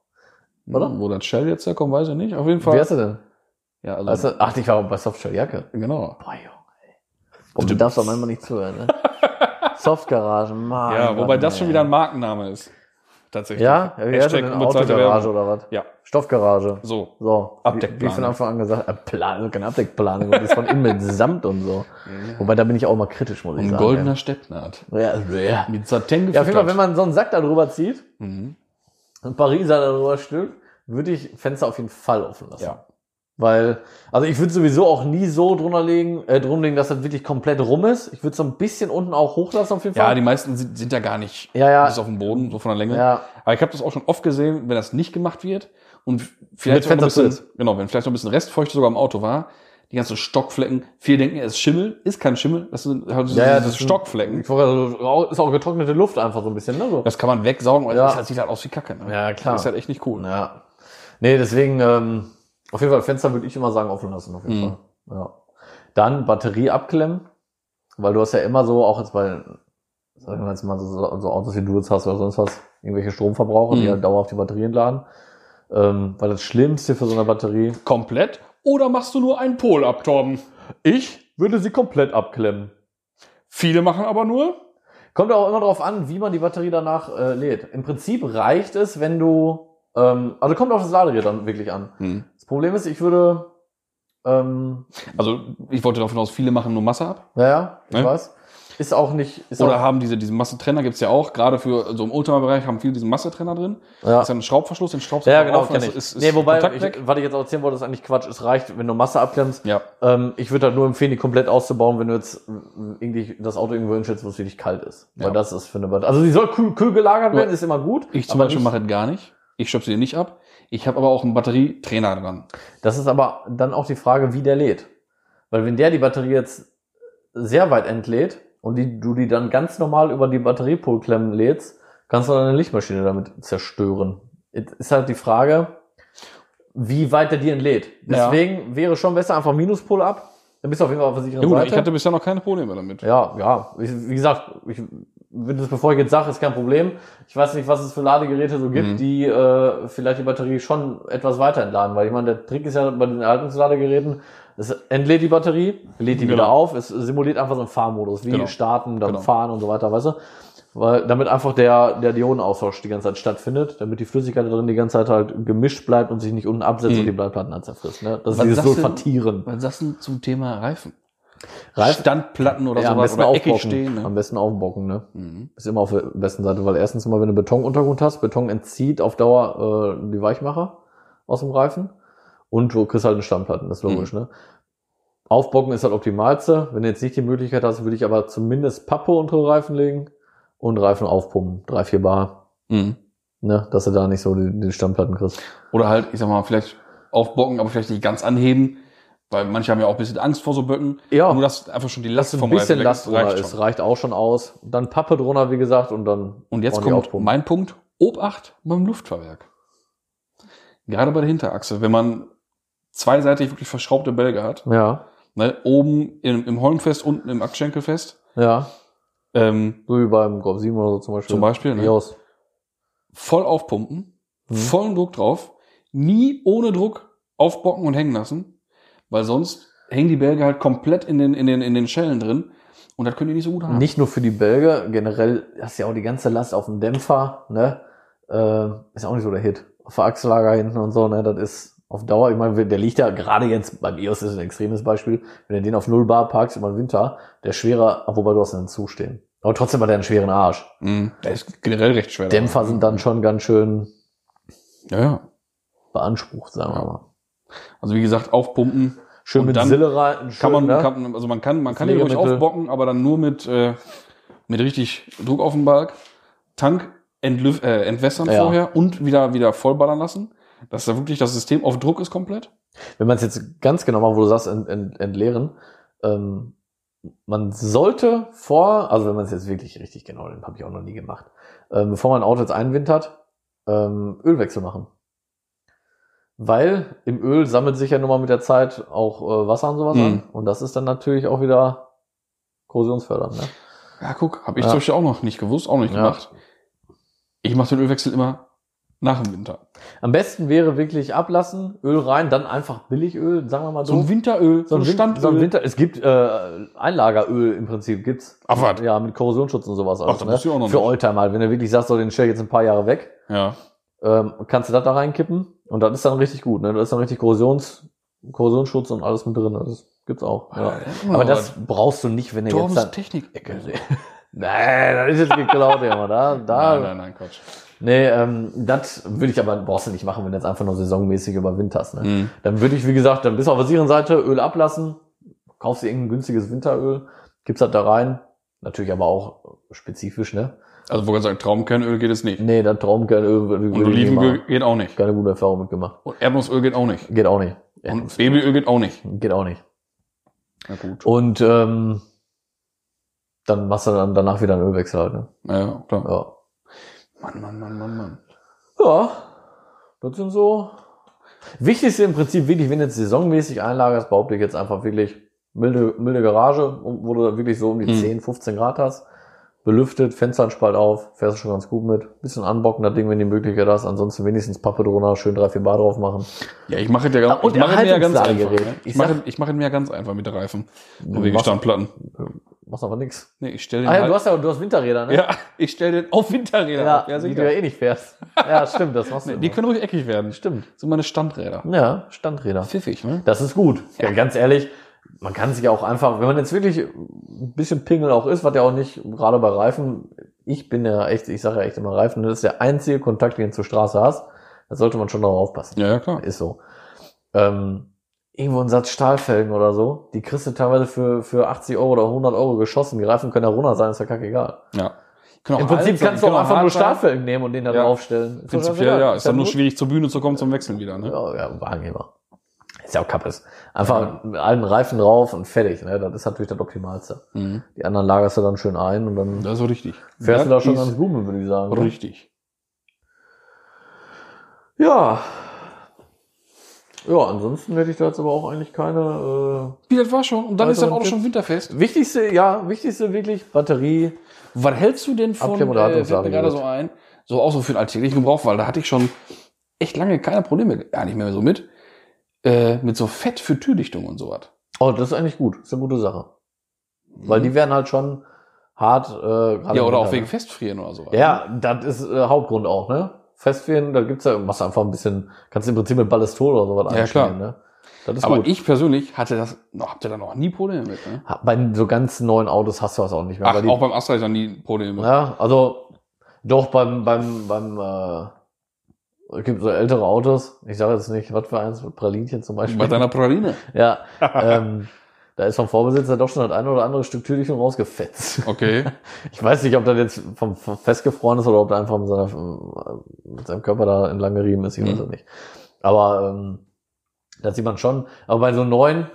[SPEAKER 2] Oder?
[SPEAKER 3] Wo das Shell jetzt herkommt, weiß ich nicht. Auf jeden Fall.
[SPEAKER 2] Mhm. Wer ist Also, er denn?
[SPEAKER 3] ja, also,
[SPEAKER 2] Also, ach, ich war bei Softshell Jacke.
[SPEAKER 3] genau.
[SPEAKER 2] Boah, Junge. ey. Boah, du
[SPEAKER 3] Stimmt.
[SPEAKER 2] darfst doch manchmal nicht zuhören, ne? Softgaragen, ah, Mann.
[SPEAKER 3] ja, wobei
[SPEAKER 2] Gott,
[SPEAKER 3] das
[SPEAKER 2] ey.
[SPEAKER 3] schon wieder ein Markenname ist. Tatsächlich.
[SPEAKER 2] Ja? ja wie heißt
[SPEAKER 3] Hashtag
[SPEAKER 2] denn eine
[SPEAKER 3] unbezahlte
[SPEAKER 2] Autogarage
[SPEAKER 3] Werbung.
[SPEAKER 2] oder was?
[SPEAKER 3] Ja.
[SPEAKER 2] Stoffgarage.
[SPEAKER 3] So.
[SPEAKER 2] So.
[SPEAKER 3] Abdeckplanung.
[SPEAKER 2] Wie, wie von Anfang an gesagt, äh, Plan, also keine Abdeckplanung, das ist von innen mit Samt und so. Wobei, da bin ich auch mal kritisch, muss ich
[SPEAKER 3] Mhm. Ein
[SPEAKER 2] sagen.
[SPEAKER 3] goldener Steppnaht.
[SPEAKER 2] ey. Ja, ja.
[SPEAKER 3] Mit Satin
[SPEAKER 2] ja, auf jeden Fall, wenn man so einen Sack da drüber zieht,
[SPEAKER 3] Mhm.
[SPEAKER 2] einen Pariser da drüber stülpt, würde ich Fenster auf jeden Fall offen lassen.
[SPEAKER 3] Ja.
[SPEAKER 2] Weil, also ich würde sowieso auch nie so drunter legen, äh, drum legen, dass das wirklich komplett rum ist. Ich würde so ein bisschen unten auch hochlassen auf jeden
[SPEAKER 3] Ja,
[SPEAKER 2] Fall.
[SPEAKER 3] die meisten sind, sind ja gar nicht
[SPEAKER 2] ja, ja.
[SPEAKER 3] bis auf den Boden, so von der Länge.
[SPEAKER 2] ja.
[SPEAKER 3] Aber ich habe das auch schon oft gesehen, wenn das nicht gemacht wird und vielleicht auch
[SPEAKER 2] Wenn
[SPEAKER 3] noch ein
[SPEAKER 2] Fenster zu
[SPEAKER 3] bisschen, genau, wenn vielleicht noch ein bisschen Restfeuchte sogar im Auto war, die ganzen Stockflecken. Viele denken, es ist Schimmel, ist kein Schimmel, das sind halt diese
[SPEAKER 2] Ja, ja, das
[SPEAKER 3] diese
[SPEAKER 2] sind-
[SPEAKER 3] Stockflecken.
[SPEAKER 2] Ich wollte gerade so, ist auch getrocknete Luft einfach so ein bisschen, ne? So.
[SPEAKER 3] Das kann man wegsaugen, weil
[SPEAKER 2] Ja.
[SPEAKER 3] das ist halt- sieht halt aus wie Kacke. Ne?
[SPEAKER 2] Ja, klar.
[SPEAKER 3] Das ist halt echt nicht cool.
[SPEAKER 2] Ja. Nee, deswegen, ähm, auf jeden Fall Fenster würde ich immer sagen, offen lassen, auf jeden
[SPEAKER 3] Mhm.
[SPEAKER 2] Fall. Ja. Dann Batterie abklemmen, weil du hast ja immer so, auch jetzt bei, sagen wir jetzt mal, so, so so Autos, wie du jetzt hast oder sonst was, irgendwelche Stromverbraucher, die
[SPEAKER 3] Mhm.
[SPEAKER 2] halt dauerhaft die Batterien laden. Ähm, weil das Schlimmste für so eine Batterie.
[SPEAKER 3] Komplett. Oder machst du nur einen Pol ab, Torben?
[SPEAKER 2] Ich würde sie komplett abklemmen.
[SPEAKER 3] Viele machen aber nur.
[SPEAKER 2] Kommt auch immer darauf an, wie man die Batterie danach äh, lädt. Im Prinzip reicht es, wenn du, ähm, also kommt auf das Ladegerät dann wirklich an. Das Problem ist, ich würde, ähm,
[SPEAKER 3] Also ich wollte darauf hinaus, viele machen nur Masse ab.
[SPEAKER 2] ja, ja, ich
[SPEAKER 3] Ne?
[SPEAKER 2] weiß, ist auch nicht, ist
[SPEAKER 3] Oder
[SPEAKER 2] auch,
[SPEAKER 3] haben diese, diesen Massentrenner, gibt's ja auch, gerade für so im Ultrabereich haben viele diesen Massentrenner drin.
[SPEAKER 2] ja.
[SPEAKER 3] Ist ja ein Schraubverschluss, den schraubst du
[SPEAKER 2] ja,
[SPEAKER 3] einfach
[SPEAKER 2] genau,
[SPEAKER 3] auf,
[SPEAKER 2] kenn
[SPEAKER 3] also
[SPEAKER 2] ich.
[SPEAKER 3] Ist, ist
[SPEAKER 2] nee, wobei,
[SPEAKER 3] Kontakt weg.
[SPEAKER 2] ich, was ich jetzt erzählen wollte, ist eigentlich Quatsch. Es reicht, wenn du Masse abklemmst.
[SPEAKER 3] ja.
[SPEAKER 2] Ähm, ich würde halt nur empfehlen, die komplett auszubauen, wenn du jetzt mm, irgendwie das Auto irgendwo hinschätzt, wo es wirklich kalt ist.
[SPEAKER 3] Ja.
[SPEAKER 2] Weil das ist für eine Batterie. Also sie soll kühl, kühl gelagert
[SPEAKER 3] Ja.
[SPEAKER 2] werden, ist immer gut.
[SPEAKER 3] Ich zum
[SPEAKER 2] aber
[SPEAKER 3] Beispiel
[SPEAKER 2] nicht-
[SPEAKER 3] mache das gar nicht. Ich schöpfe den nicht ab. Ich habe aber auch einen Batterietrainer dran.
[SPEAKER 2] Das ist aber dann auch die Frage, wie der lädt. Weil wenn der die Batterie jetzt sehr weit entlädt und die, du die dann ganz normal über die Batteriepolklemmen lädst, kannst du deine Lichtmaschine damit zerstören. Jetzt ist halt die Frage, wie weit der die entlädt.
[SPEAKER 3] Ja.
[SPEAKER 2] Deswegen wäre schon besser einfach Minuspol ab. Dann bist du auf jeden Fall auf der
[SPEAKER 3] Ja,
[SPEAKER 2] sicheren
[SPEAKER 3] gut,
[SPEAKER 2] Seite.
[SPEAKER 3] ich hatte bisher noch keine Probleme damit.
[SPEAKER 2] ja, ja. Ich, wie gesagt, ich würde das, bevor ich jetzt sage, ist kein Problem. Ich weiß nicht, was es für Ladegeräte so gibt,
[SPEAKER 3] Mhm.
[SPEAKER 2] die äh, vielleicht die Batterie schon etwas weiter entladen, weil ich meine, der Trick ist ja bei den Erhaltungsladegeräten, es entlädt die Batterie, lädt die
[SPEAKER 3] Genau.
[SPEAKER 2] wieder auf, es simuliert einfach so einen Fahrmodus, wie
[SPEAKER 3] Genau.
[SPEAKER 2] starten, dann
[SPEAKER 3] Genau.
[SPEAKER 2] fahren und so weiter, weißt du? Weil damit einfach der, der Dionenaustausch die ganze Zeit stattfindet, damit die Flüssigkeit da drin die ganze Zeit halt gemischt bleibt und sich nicht unten absetzt
[SPEAKER 3] Mhm.
[SPEAKER 2] und die Bleibplatten halt zerfrisst. Ne? Das ist
[SPEAKER 3] Was
[SPEAKER 2] dieses
[SPEAKER 3] sagst du-
[SPEAKER 2] Sulfatieren.
[SPEAKER 3] Was sagst du zum Thema Reifen?
[SPEAKER 2] Reifen-
[SPEAKER 3] Standplatten oder
[SPEAKER 2] Ja, am
[SPEAKER 3] sowas
[SPEAKER 2] besten
[SPEAKER 3] oder eckig
[SPEAKER 2] aufbocken.
[SPEAKER 3] stehen.
[SPEAKER 2] Am
[SPEAKER 3] Ne?
[SPEAKER 2] besten aufbocken, ne?
[SPEAKER 3] Mhm.
[SPEAKER 2] ist immer auf der besten Seite, weil erstens mal, wenn du Betonuntergrund hast, Beton entzieht auf Dauer äh, die Weichmacher aus dem Reifen und du kriegst halt einen Standplatten, das ist logisch,
[SPEAKER 3] Mhm.
[SPEAKER 2] ne? Aufbocken ist halt optimalste. Wenn du jetzt nicht die Möglichkeit hast, würde ich aber zumindest Pappe unter den Reifen legen und Reifen aufpumpen, drei, vier Bar,
[SPEAKER 3] Mhm.
[SPEAKER 2] ne? Dass du da nicht so die, die Standplatten kriegst.
[SPEAKER 3] Oder halt, ich sag mal, vielleicht aufbocken, aber vielleicht nicht ganz anheben, weil manche haben ja auch ein bisschen Angst vor so Böcken.
[SPEAKER 2] Ja,
[SPEAKER 3] Nur, dass einfach schon die Last
[SPEAKER 2] ein
[SPEAKER 3] vom
[SPEAKER 2] bisschen
[SPEAKER 3] weg
[SPEAKER 2] Last drunter
[SPEAKER 3] reicht
[SPEAKER 2] ist,
[SPEAKER 3] schon.
[SPEAKER 2] reicht auch schon aus. Dann Pappe drunter, wie gesagt, und dann
[SPEAKER 3] Und jetzt
[SPEAKER 2] ordentlich
[SPEAKER 3] kommt
[SPEAKER 2] aufpumpen.
[SPEAKER 3] mein Punkt. Obacht beim Luftfahrwerk. Gerade bei der Hinterachse, wenn man zweiseitig wirklich verschraubte Bälge hat,
[SPEAKER 2] Ja,
[SPEAKER 3] Ne? Oben im, im Holm fest, unten im Aktschenkel fest.
[SPEAKER 2] ja.
[SPEAKER 3] Ähm,
[SPEAKER 2] So wie beim Golf 7 oder so zum Beispiel.
[SPEAKER 3] Zum Beispiel, ne?
[SPEAKER 2] Eos.
[SPEAKER 3] voll aufpumpen,
[SPEAKER 2] Mhm. Hm.
[SPEAKER 3] vollen Druck drauf, nie ohne Druck aufbocken und hängen lassen, weil sonst hängen die Bälge halt komplett in den, in den, in den Schellen drin und das können die nicht so gut haben.
[SPEAKER 2] Nicht nur für die Belgier, generell hast du ja auch die ganze Last auf dem Dämpfer, ne? Äh, ist auch nicht so der Hit. Auf der Achslager hinten und so, ne? Das ist auf Dauer, ich meine, der liegt ja gerade jetzt, beim EOS ist ein extremes Beispiel, wenn du den auf Null Bar parkst über den Winter, der ist schwerer, wobei du hast einen zustehen. Aber trotzdem hat er einen schweren Arsch.
[SPEAKER 3] Mhm. Der ist generell recht schwer.
[SPEAKER 2] Dämpfer sind dann schon ganz schön
[SPEAKER 3] Ja, ja.
[SPEAKER 2] beansprucht, sagen wir mal.
[SPEAKER 3] Also wie gesagt, aufpumpen.
[SPEAKER 2] Schön
[SPEAKER 3] Und
[SPEAKER 2] mit
[SPEAKER 3] dann
[SPEAKER 2] Sille rein. schön,
[SPEAKER 3] Kann man,
[SPEAKER 2] ne?
[SPEAKER 3] kann, also man kann, man kann den
[SPEAKER 2] Pflegemittel.
[SPEAKER 3] ruhig aufbocken, aber dann nur mit, äh, mit richtig Druck auf den Balk. Tank entlüf, äh, entwässern
[SPEAKER 2] Ja.
[SPEAKER 3] vorher und wieder, wieder vollballern lassen. Dass da wirklich das System auf Druck ist komplett.
[SPEAKER 2] wenn man es jetzt ganz genau macht, wo du sagst, ent, ent, entleeren, ähm, man sollte vor, also wenn man es jetzt wirklich richtig genau nimmt, habe ich auch noch nie gemacht, ähm, bevor man ein Auto jetzt einwintert, ähm, Ölwechsel machen. Weil im Öl sammelt sich ja nun mal mit der Zeit auch äh, Wasser und sowas
[SPEAKER 3] Mhm.
[SPEAKER 2] an. Und das ist dann natürlich auch wieder korrosionsfördernd. Ne?
[SPEAKER 3] Ja, guck, habe ich
[SPEAKER 2] Ja.
[SPEAKER 3] zum Beispiel auch noch nicht gewusst, auch nicht
[SPEAKER 2] Ja.
[SPEAKER 3] gemacht. Ich mache den Ölwechsel immer nach dem Winter.
[SPEAKER 2] Am besten wäre wirklich ablassen, Öl rein, dann einfach Billigöl, sagen wir mal
[SPEAKER 3] So ein Winteröl, so ein
[SPEAKER 2] Win-
[SPEAKER 3] Standöl.
[SPEAKER 2] Also so ein Winter, es gibt äh, Einlageröl im Prinzip, gibt's.
[SPEAKER 3] Ach, was?
[SPEAKER 2] Ja, mit Korrosionsschutz und sowas.
[SPEAKER 3] Ach, das wusste ich auch noch
[SPEAKER 2] ne? Für
[SPEAKER 3] nicht.
[SPEAKER 2] Oldtimer, halt. wenn du wirklich sagst, so den Shell jetzt ein paar Jahre weg,
[SPEAKER 3] Ja.
[SPEAKER 2] ähm, kannst du das da reinkippen und das ist dann richtig gut, ne? Das ist dann richtig Korrosions, Korrosionsschutz und alles mit drin. ne? Das gibt's auch. Ja. Aber das brauchst du nicht, wenn du jetzt
[SPEAKER 3] Torbens
[SPEAKER 2] dann.
[SPEAKER 3] Technik-Ecke.
[SPEAKER 2] Nein, das ist jetzt geklaut, immer. Da, da,
[SPEAKER 3] Nein, nein, nein, Quatsch.
[SPEAKER 2] Nee, ähm, das würde ich aber, brauchst du nicht machen, wenn du jetzt einfach nur saisonmäßig überwinterst, ne?
[SPEAKER 3] Mhm.
[SPEAKER 2] Dann würde ich, wie gesagt, dann bist du auf der sicheren Seite, Öl ablassen, kaufst dir irgendein günstiges Winteröl, gibst das da rein. Natürlich aber auch spezifisch, ne?
[SPEAKER 3] Also, wo man sagt, Traumkernöl geht es nicht.
[SPEAKER 2] Nee, das Traumkernöl würde
[SPEAKER 3] Und
[SPEAKER 2] ich nicht
[SPEAKER 3] Olivenöl
[SPEAKER 2] machen.
[SPEAKER 3] geht auch nicht.
[SPEAKER 2] Keine gute Erfahrung mitgemacht.
[SPEAKER 3] Und Erdnussöl geht auch nicht.
[SPEAKER 2] Geht auch nicht. Ja,
[SPEAKER 3] Und Babyöl geht auch nicht. Oh.
[SPEAKER 2] geht auch nicht.
[SPEAKER 3] Na gut.
[SPEAKER 2] Und ähm, dann machst du dann danach wieder einen Ölwechsel halt, ne?
[SPEAKER 3] Ja, klar.
[SPEAKER 2] Ja.
[SPEAKER 3] Mann, Mann, Mann, Mann, Mann.
[SPEAKER 2] Ja, das sind so. Wichtig ist im Prinzip wirklich, wenn du jetzt saisonmäßig einlagerst, behaupte ich jetzt einfach wirklich milde, milde Garage, wo du da wirklich so um die
[SPEAKER 3] Hm.
[SPEAKER 2] 10, 15 Grad hast. Belüftet, Fensternspalt auf, fährst du schon ganz gut mit. Bisschen anbocken, das Ding, wenn die Möglichkeit hast. Ansonsten wenigstens Pappe drunter, schön drei, vier Bar drauf machen.
[SPEAKER 3] Ja, ich mache es ja ganz,
[SPEAKER 2] Ah, und
[SPEAKER 3] ich mache es mir ja ganz einfach.
[SPEAKER 2] Erhaltungslagegerät.
[SPEAKER 3] ne?
[SPEAKER 2] Ich
[SPEAKER 3] Ich mache,
[SPEAKER 2] sag-
[SPEAKER 3] ich mache es mir ja ganz einfach mit Reifen. Und
[SPEAKER 2] Du
[SPEAKER 3] wegen
[SPEAKER 2] machst,
[SPEAKER 3] Standplatten.
[SPEAKER 2] machst aber nix.
[SPEAKER 3] Nee, ich stelle den
[SPEAKER 2] Ah ja,
[SPEAKER 3] halt-
[SPEAKER 2] du hast ja, du hast Winterräder, ne?
[SPEAKER 3] ja, ich stelle den auf Winterräder.
[SPEAKER 2] ja,
[SPEAKER 3] auf.
[SPEAKER 2] die
[SPEAKER 3] sicher.
[SPEAKER 2] du ja eh nicht fährst. Ja, stimmt, das machst du.
[SPEAKER 3] Nee,
[SPEAKER 2] immer.
[SPEAKER 3] die können ruhig eckig werden.
[SPEAKER 2] stimmt.
[SPEAKER 3] Das sind meine Standräder.
[SPEAKER 2] Ja, Standräder.
[SPEAKER 3] Pfiffig, ne?
[SPEAKER 2] Das ist gut. Ja, ganz ehrlich, man kann sich auch einfach, wenn man jetzt wirklich ein bisschen Pingel auch ist, was ja auch nicht, gerade bei Reifen, ich bin ja echt, ich sage ja echt immer Reifen, das ist der einzige Kontakt, den du zur Straße hast. Da sollte man schon darauf aufpassen.
[SPEAKER 3] Ja, ja, klar.
[SPEAKER 2] Ist so. Ähm, irgendwo ein Satz Stahlfelgen oder so, die kriegst du teilweise für, für 80 Euro oder 100 Euro geschossen. Die Reifen können ja runter sein, ist ja kackegal.
[SPEAKER 3] Ja. Können auch
[SPEAKER 2] Im Prinzip
[SPEAKER 3] alt sein,
[SPEAKER 2] kannst du
[SPEAKER 3] können
[SPEAKER 2] auch einfach
[SPEAKER 3] hart
[SPEAKER 2] nur
[SPEAKER 3] sein.
[SPEAKER 2] Stahlfelgen nehmen und den da
[SPEAKER 3] Ja.
[SPEAKER 2] draufstellen. Ist doch
[SPEAKER 3] Prinzipiell,
[SPEAKER 2] scheißegal.
[SPEAKER 3] ja. Ist dann nur
[SPEAKER 2] gut.
[SPEAKER 3] schwierig, zur Bühne zu kommen zum Wechseln wieder, ne?
[SPEAKER 2] Ja, ja, Wagenheber. Ist ja auch kappes. Einfach mit allen Reifen drauf und fertig. Ne? Das ist natürlich das Optimalste.
[SPEAKER 3] Mhm.
[SPEAKER 2] Die anderen lagerst du dann schön ein und dann
[SPEAKER 3] Das ist so richtig.
[SPEAKER 2] fährst du da
[SPEAKER 3] Das
[SPEAKER 2] schon
[SPEAKER 3] ist
[SPEAKER 2] ganz gut mit, würde ich sagen. ne?
[SPEAKER 3] Richtig.
[SPEAKER 2] Ja. Ja, ansonsten hätte ich da jetzt aber auch eigentlich keine.
[SPEAKER 3] Wie, das war schon. Und dann ist das
[SPEAKER 2] Weiteren
[SPEAKER 3] Auto schon winterfest.
[SPEAKER 2] Äh wichtigste, ja, wichtigste wirklich Batterie.
[SPEAKER 3] Was hältst du denn von,
[SPEAKER 2] Abklemmung oder
[SPEAKER 3] äh, fällt
[SPEAKER 2] Haltungslage
[SPEAKER 3] mir gerade
[SPEAKER 2] gehört.
[SPEAKER 3] so ein, so auch so für den alltäglichen Gebrauch, weil da hatte ich schon echt lange keine Probleme, gar nicht mehr so mit, äh, mit so Fett für Türdichtung und sowas.
[SPEAKER 2] Oh, das ist eigentlich gut. ist eine gute Sache. Weil die werden halt schon hart. Äh, gerade
[SPEAKER 3] Mhm. ja, oder
[SPEAKER 2] im
[SPEAKER 3] auch
[SPEAKER 2] Winter,
[SPEAKER 3] wegen
[SPEAKER 2] ne?
[SPEAKER 3] Festfrieren oder sowas.
[SPEAKER 2] Ja, das ist äh, Hauptgrund auch, ne? Festfrieren, da gibt's ja, machst du einfach ein bisschen, kannst im Prinzip mit Ballistol oder sowas
[SPEAKER 3] Ja, klar.
[SPEAKER 2] einschmieren, ne? Das ist
[SPEAKER 3] Aber
[SPEAKER 2] gut.
[SPEAKER 3] ich persönlich hatte das, noch, habt ihr da noch nie Probleme mit, ne?
[SPEAKER 2] Ha- Bei so ganz neuen Autos hast du das auch nicht mehr.
[SPEAKER 3] Ach,
[SPEAKER 2] weil die,
[SPEAKER 3] auch beim Astra hatte ich noch nie Probleme.
[SPEAKER 2] ja, also doch beim, beim, beim, äh, es gibt so ältere Autos, ich sage jetzt nicht, was für eins, Pralinchen zum Beispiel.
[SPEAKER 3] Bei deiner Praline.
[SPEAKER 2] ja, ähm, da ist vom Vorbesitzer doch schon das ein oder andere Stück Türchen rausgefetzt.
[SPEAKER 3] Okay.
[SPEAKER 2] Ich weiß nicht, ob das jetzt vom, vom festgefroren ist oder ob der einfach mit, seiner, mit seinem Körper da entlang gerieben ist, ich weiß
[SPEAKER 3] Mhm.
[SPEAKER 2] es nicht. Aber ähm, das sieht man schon. Aber bei so neuen,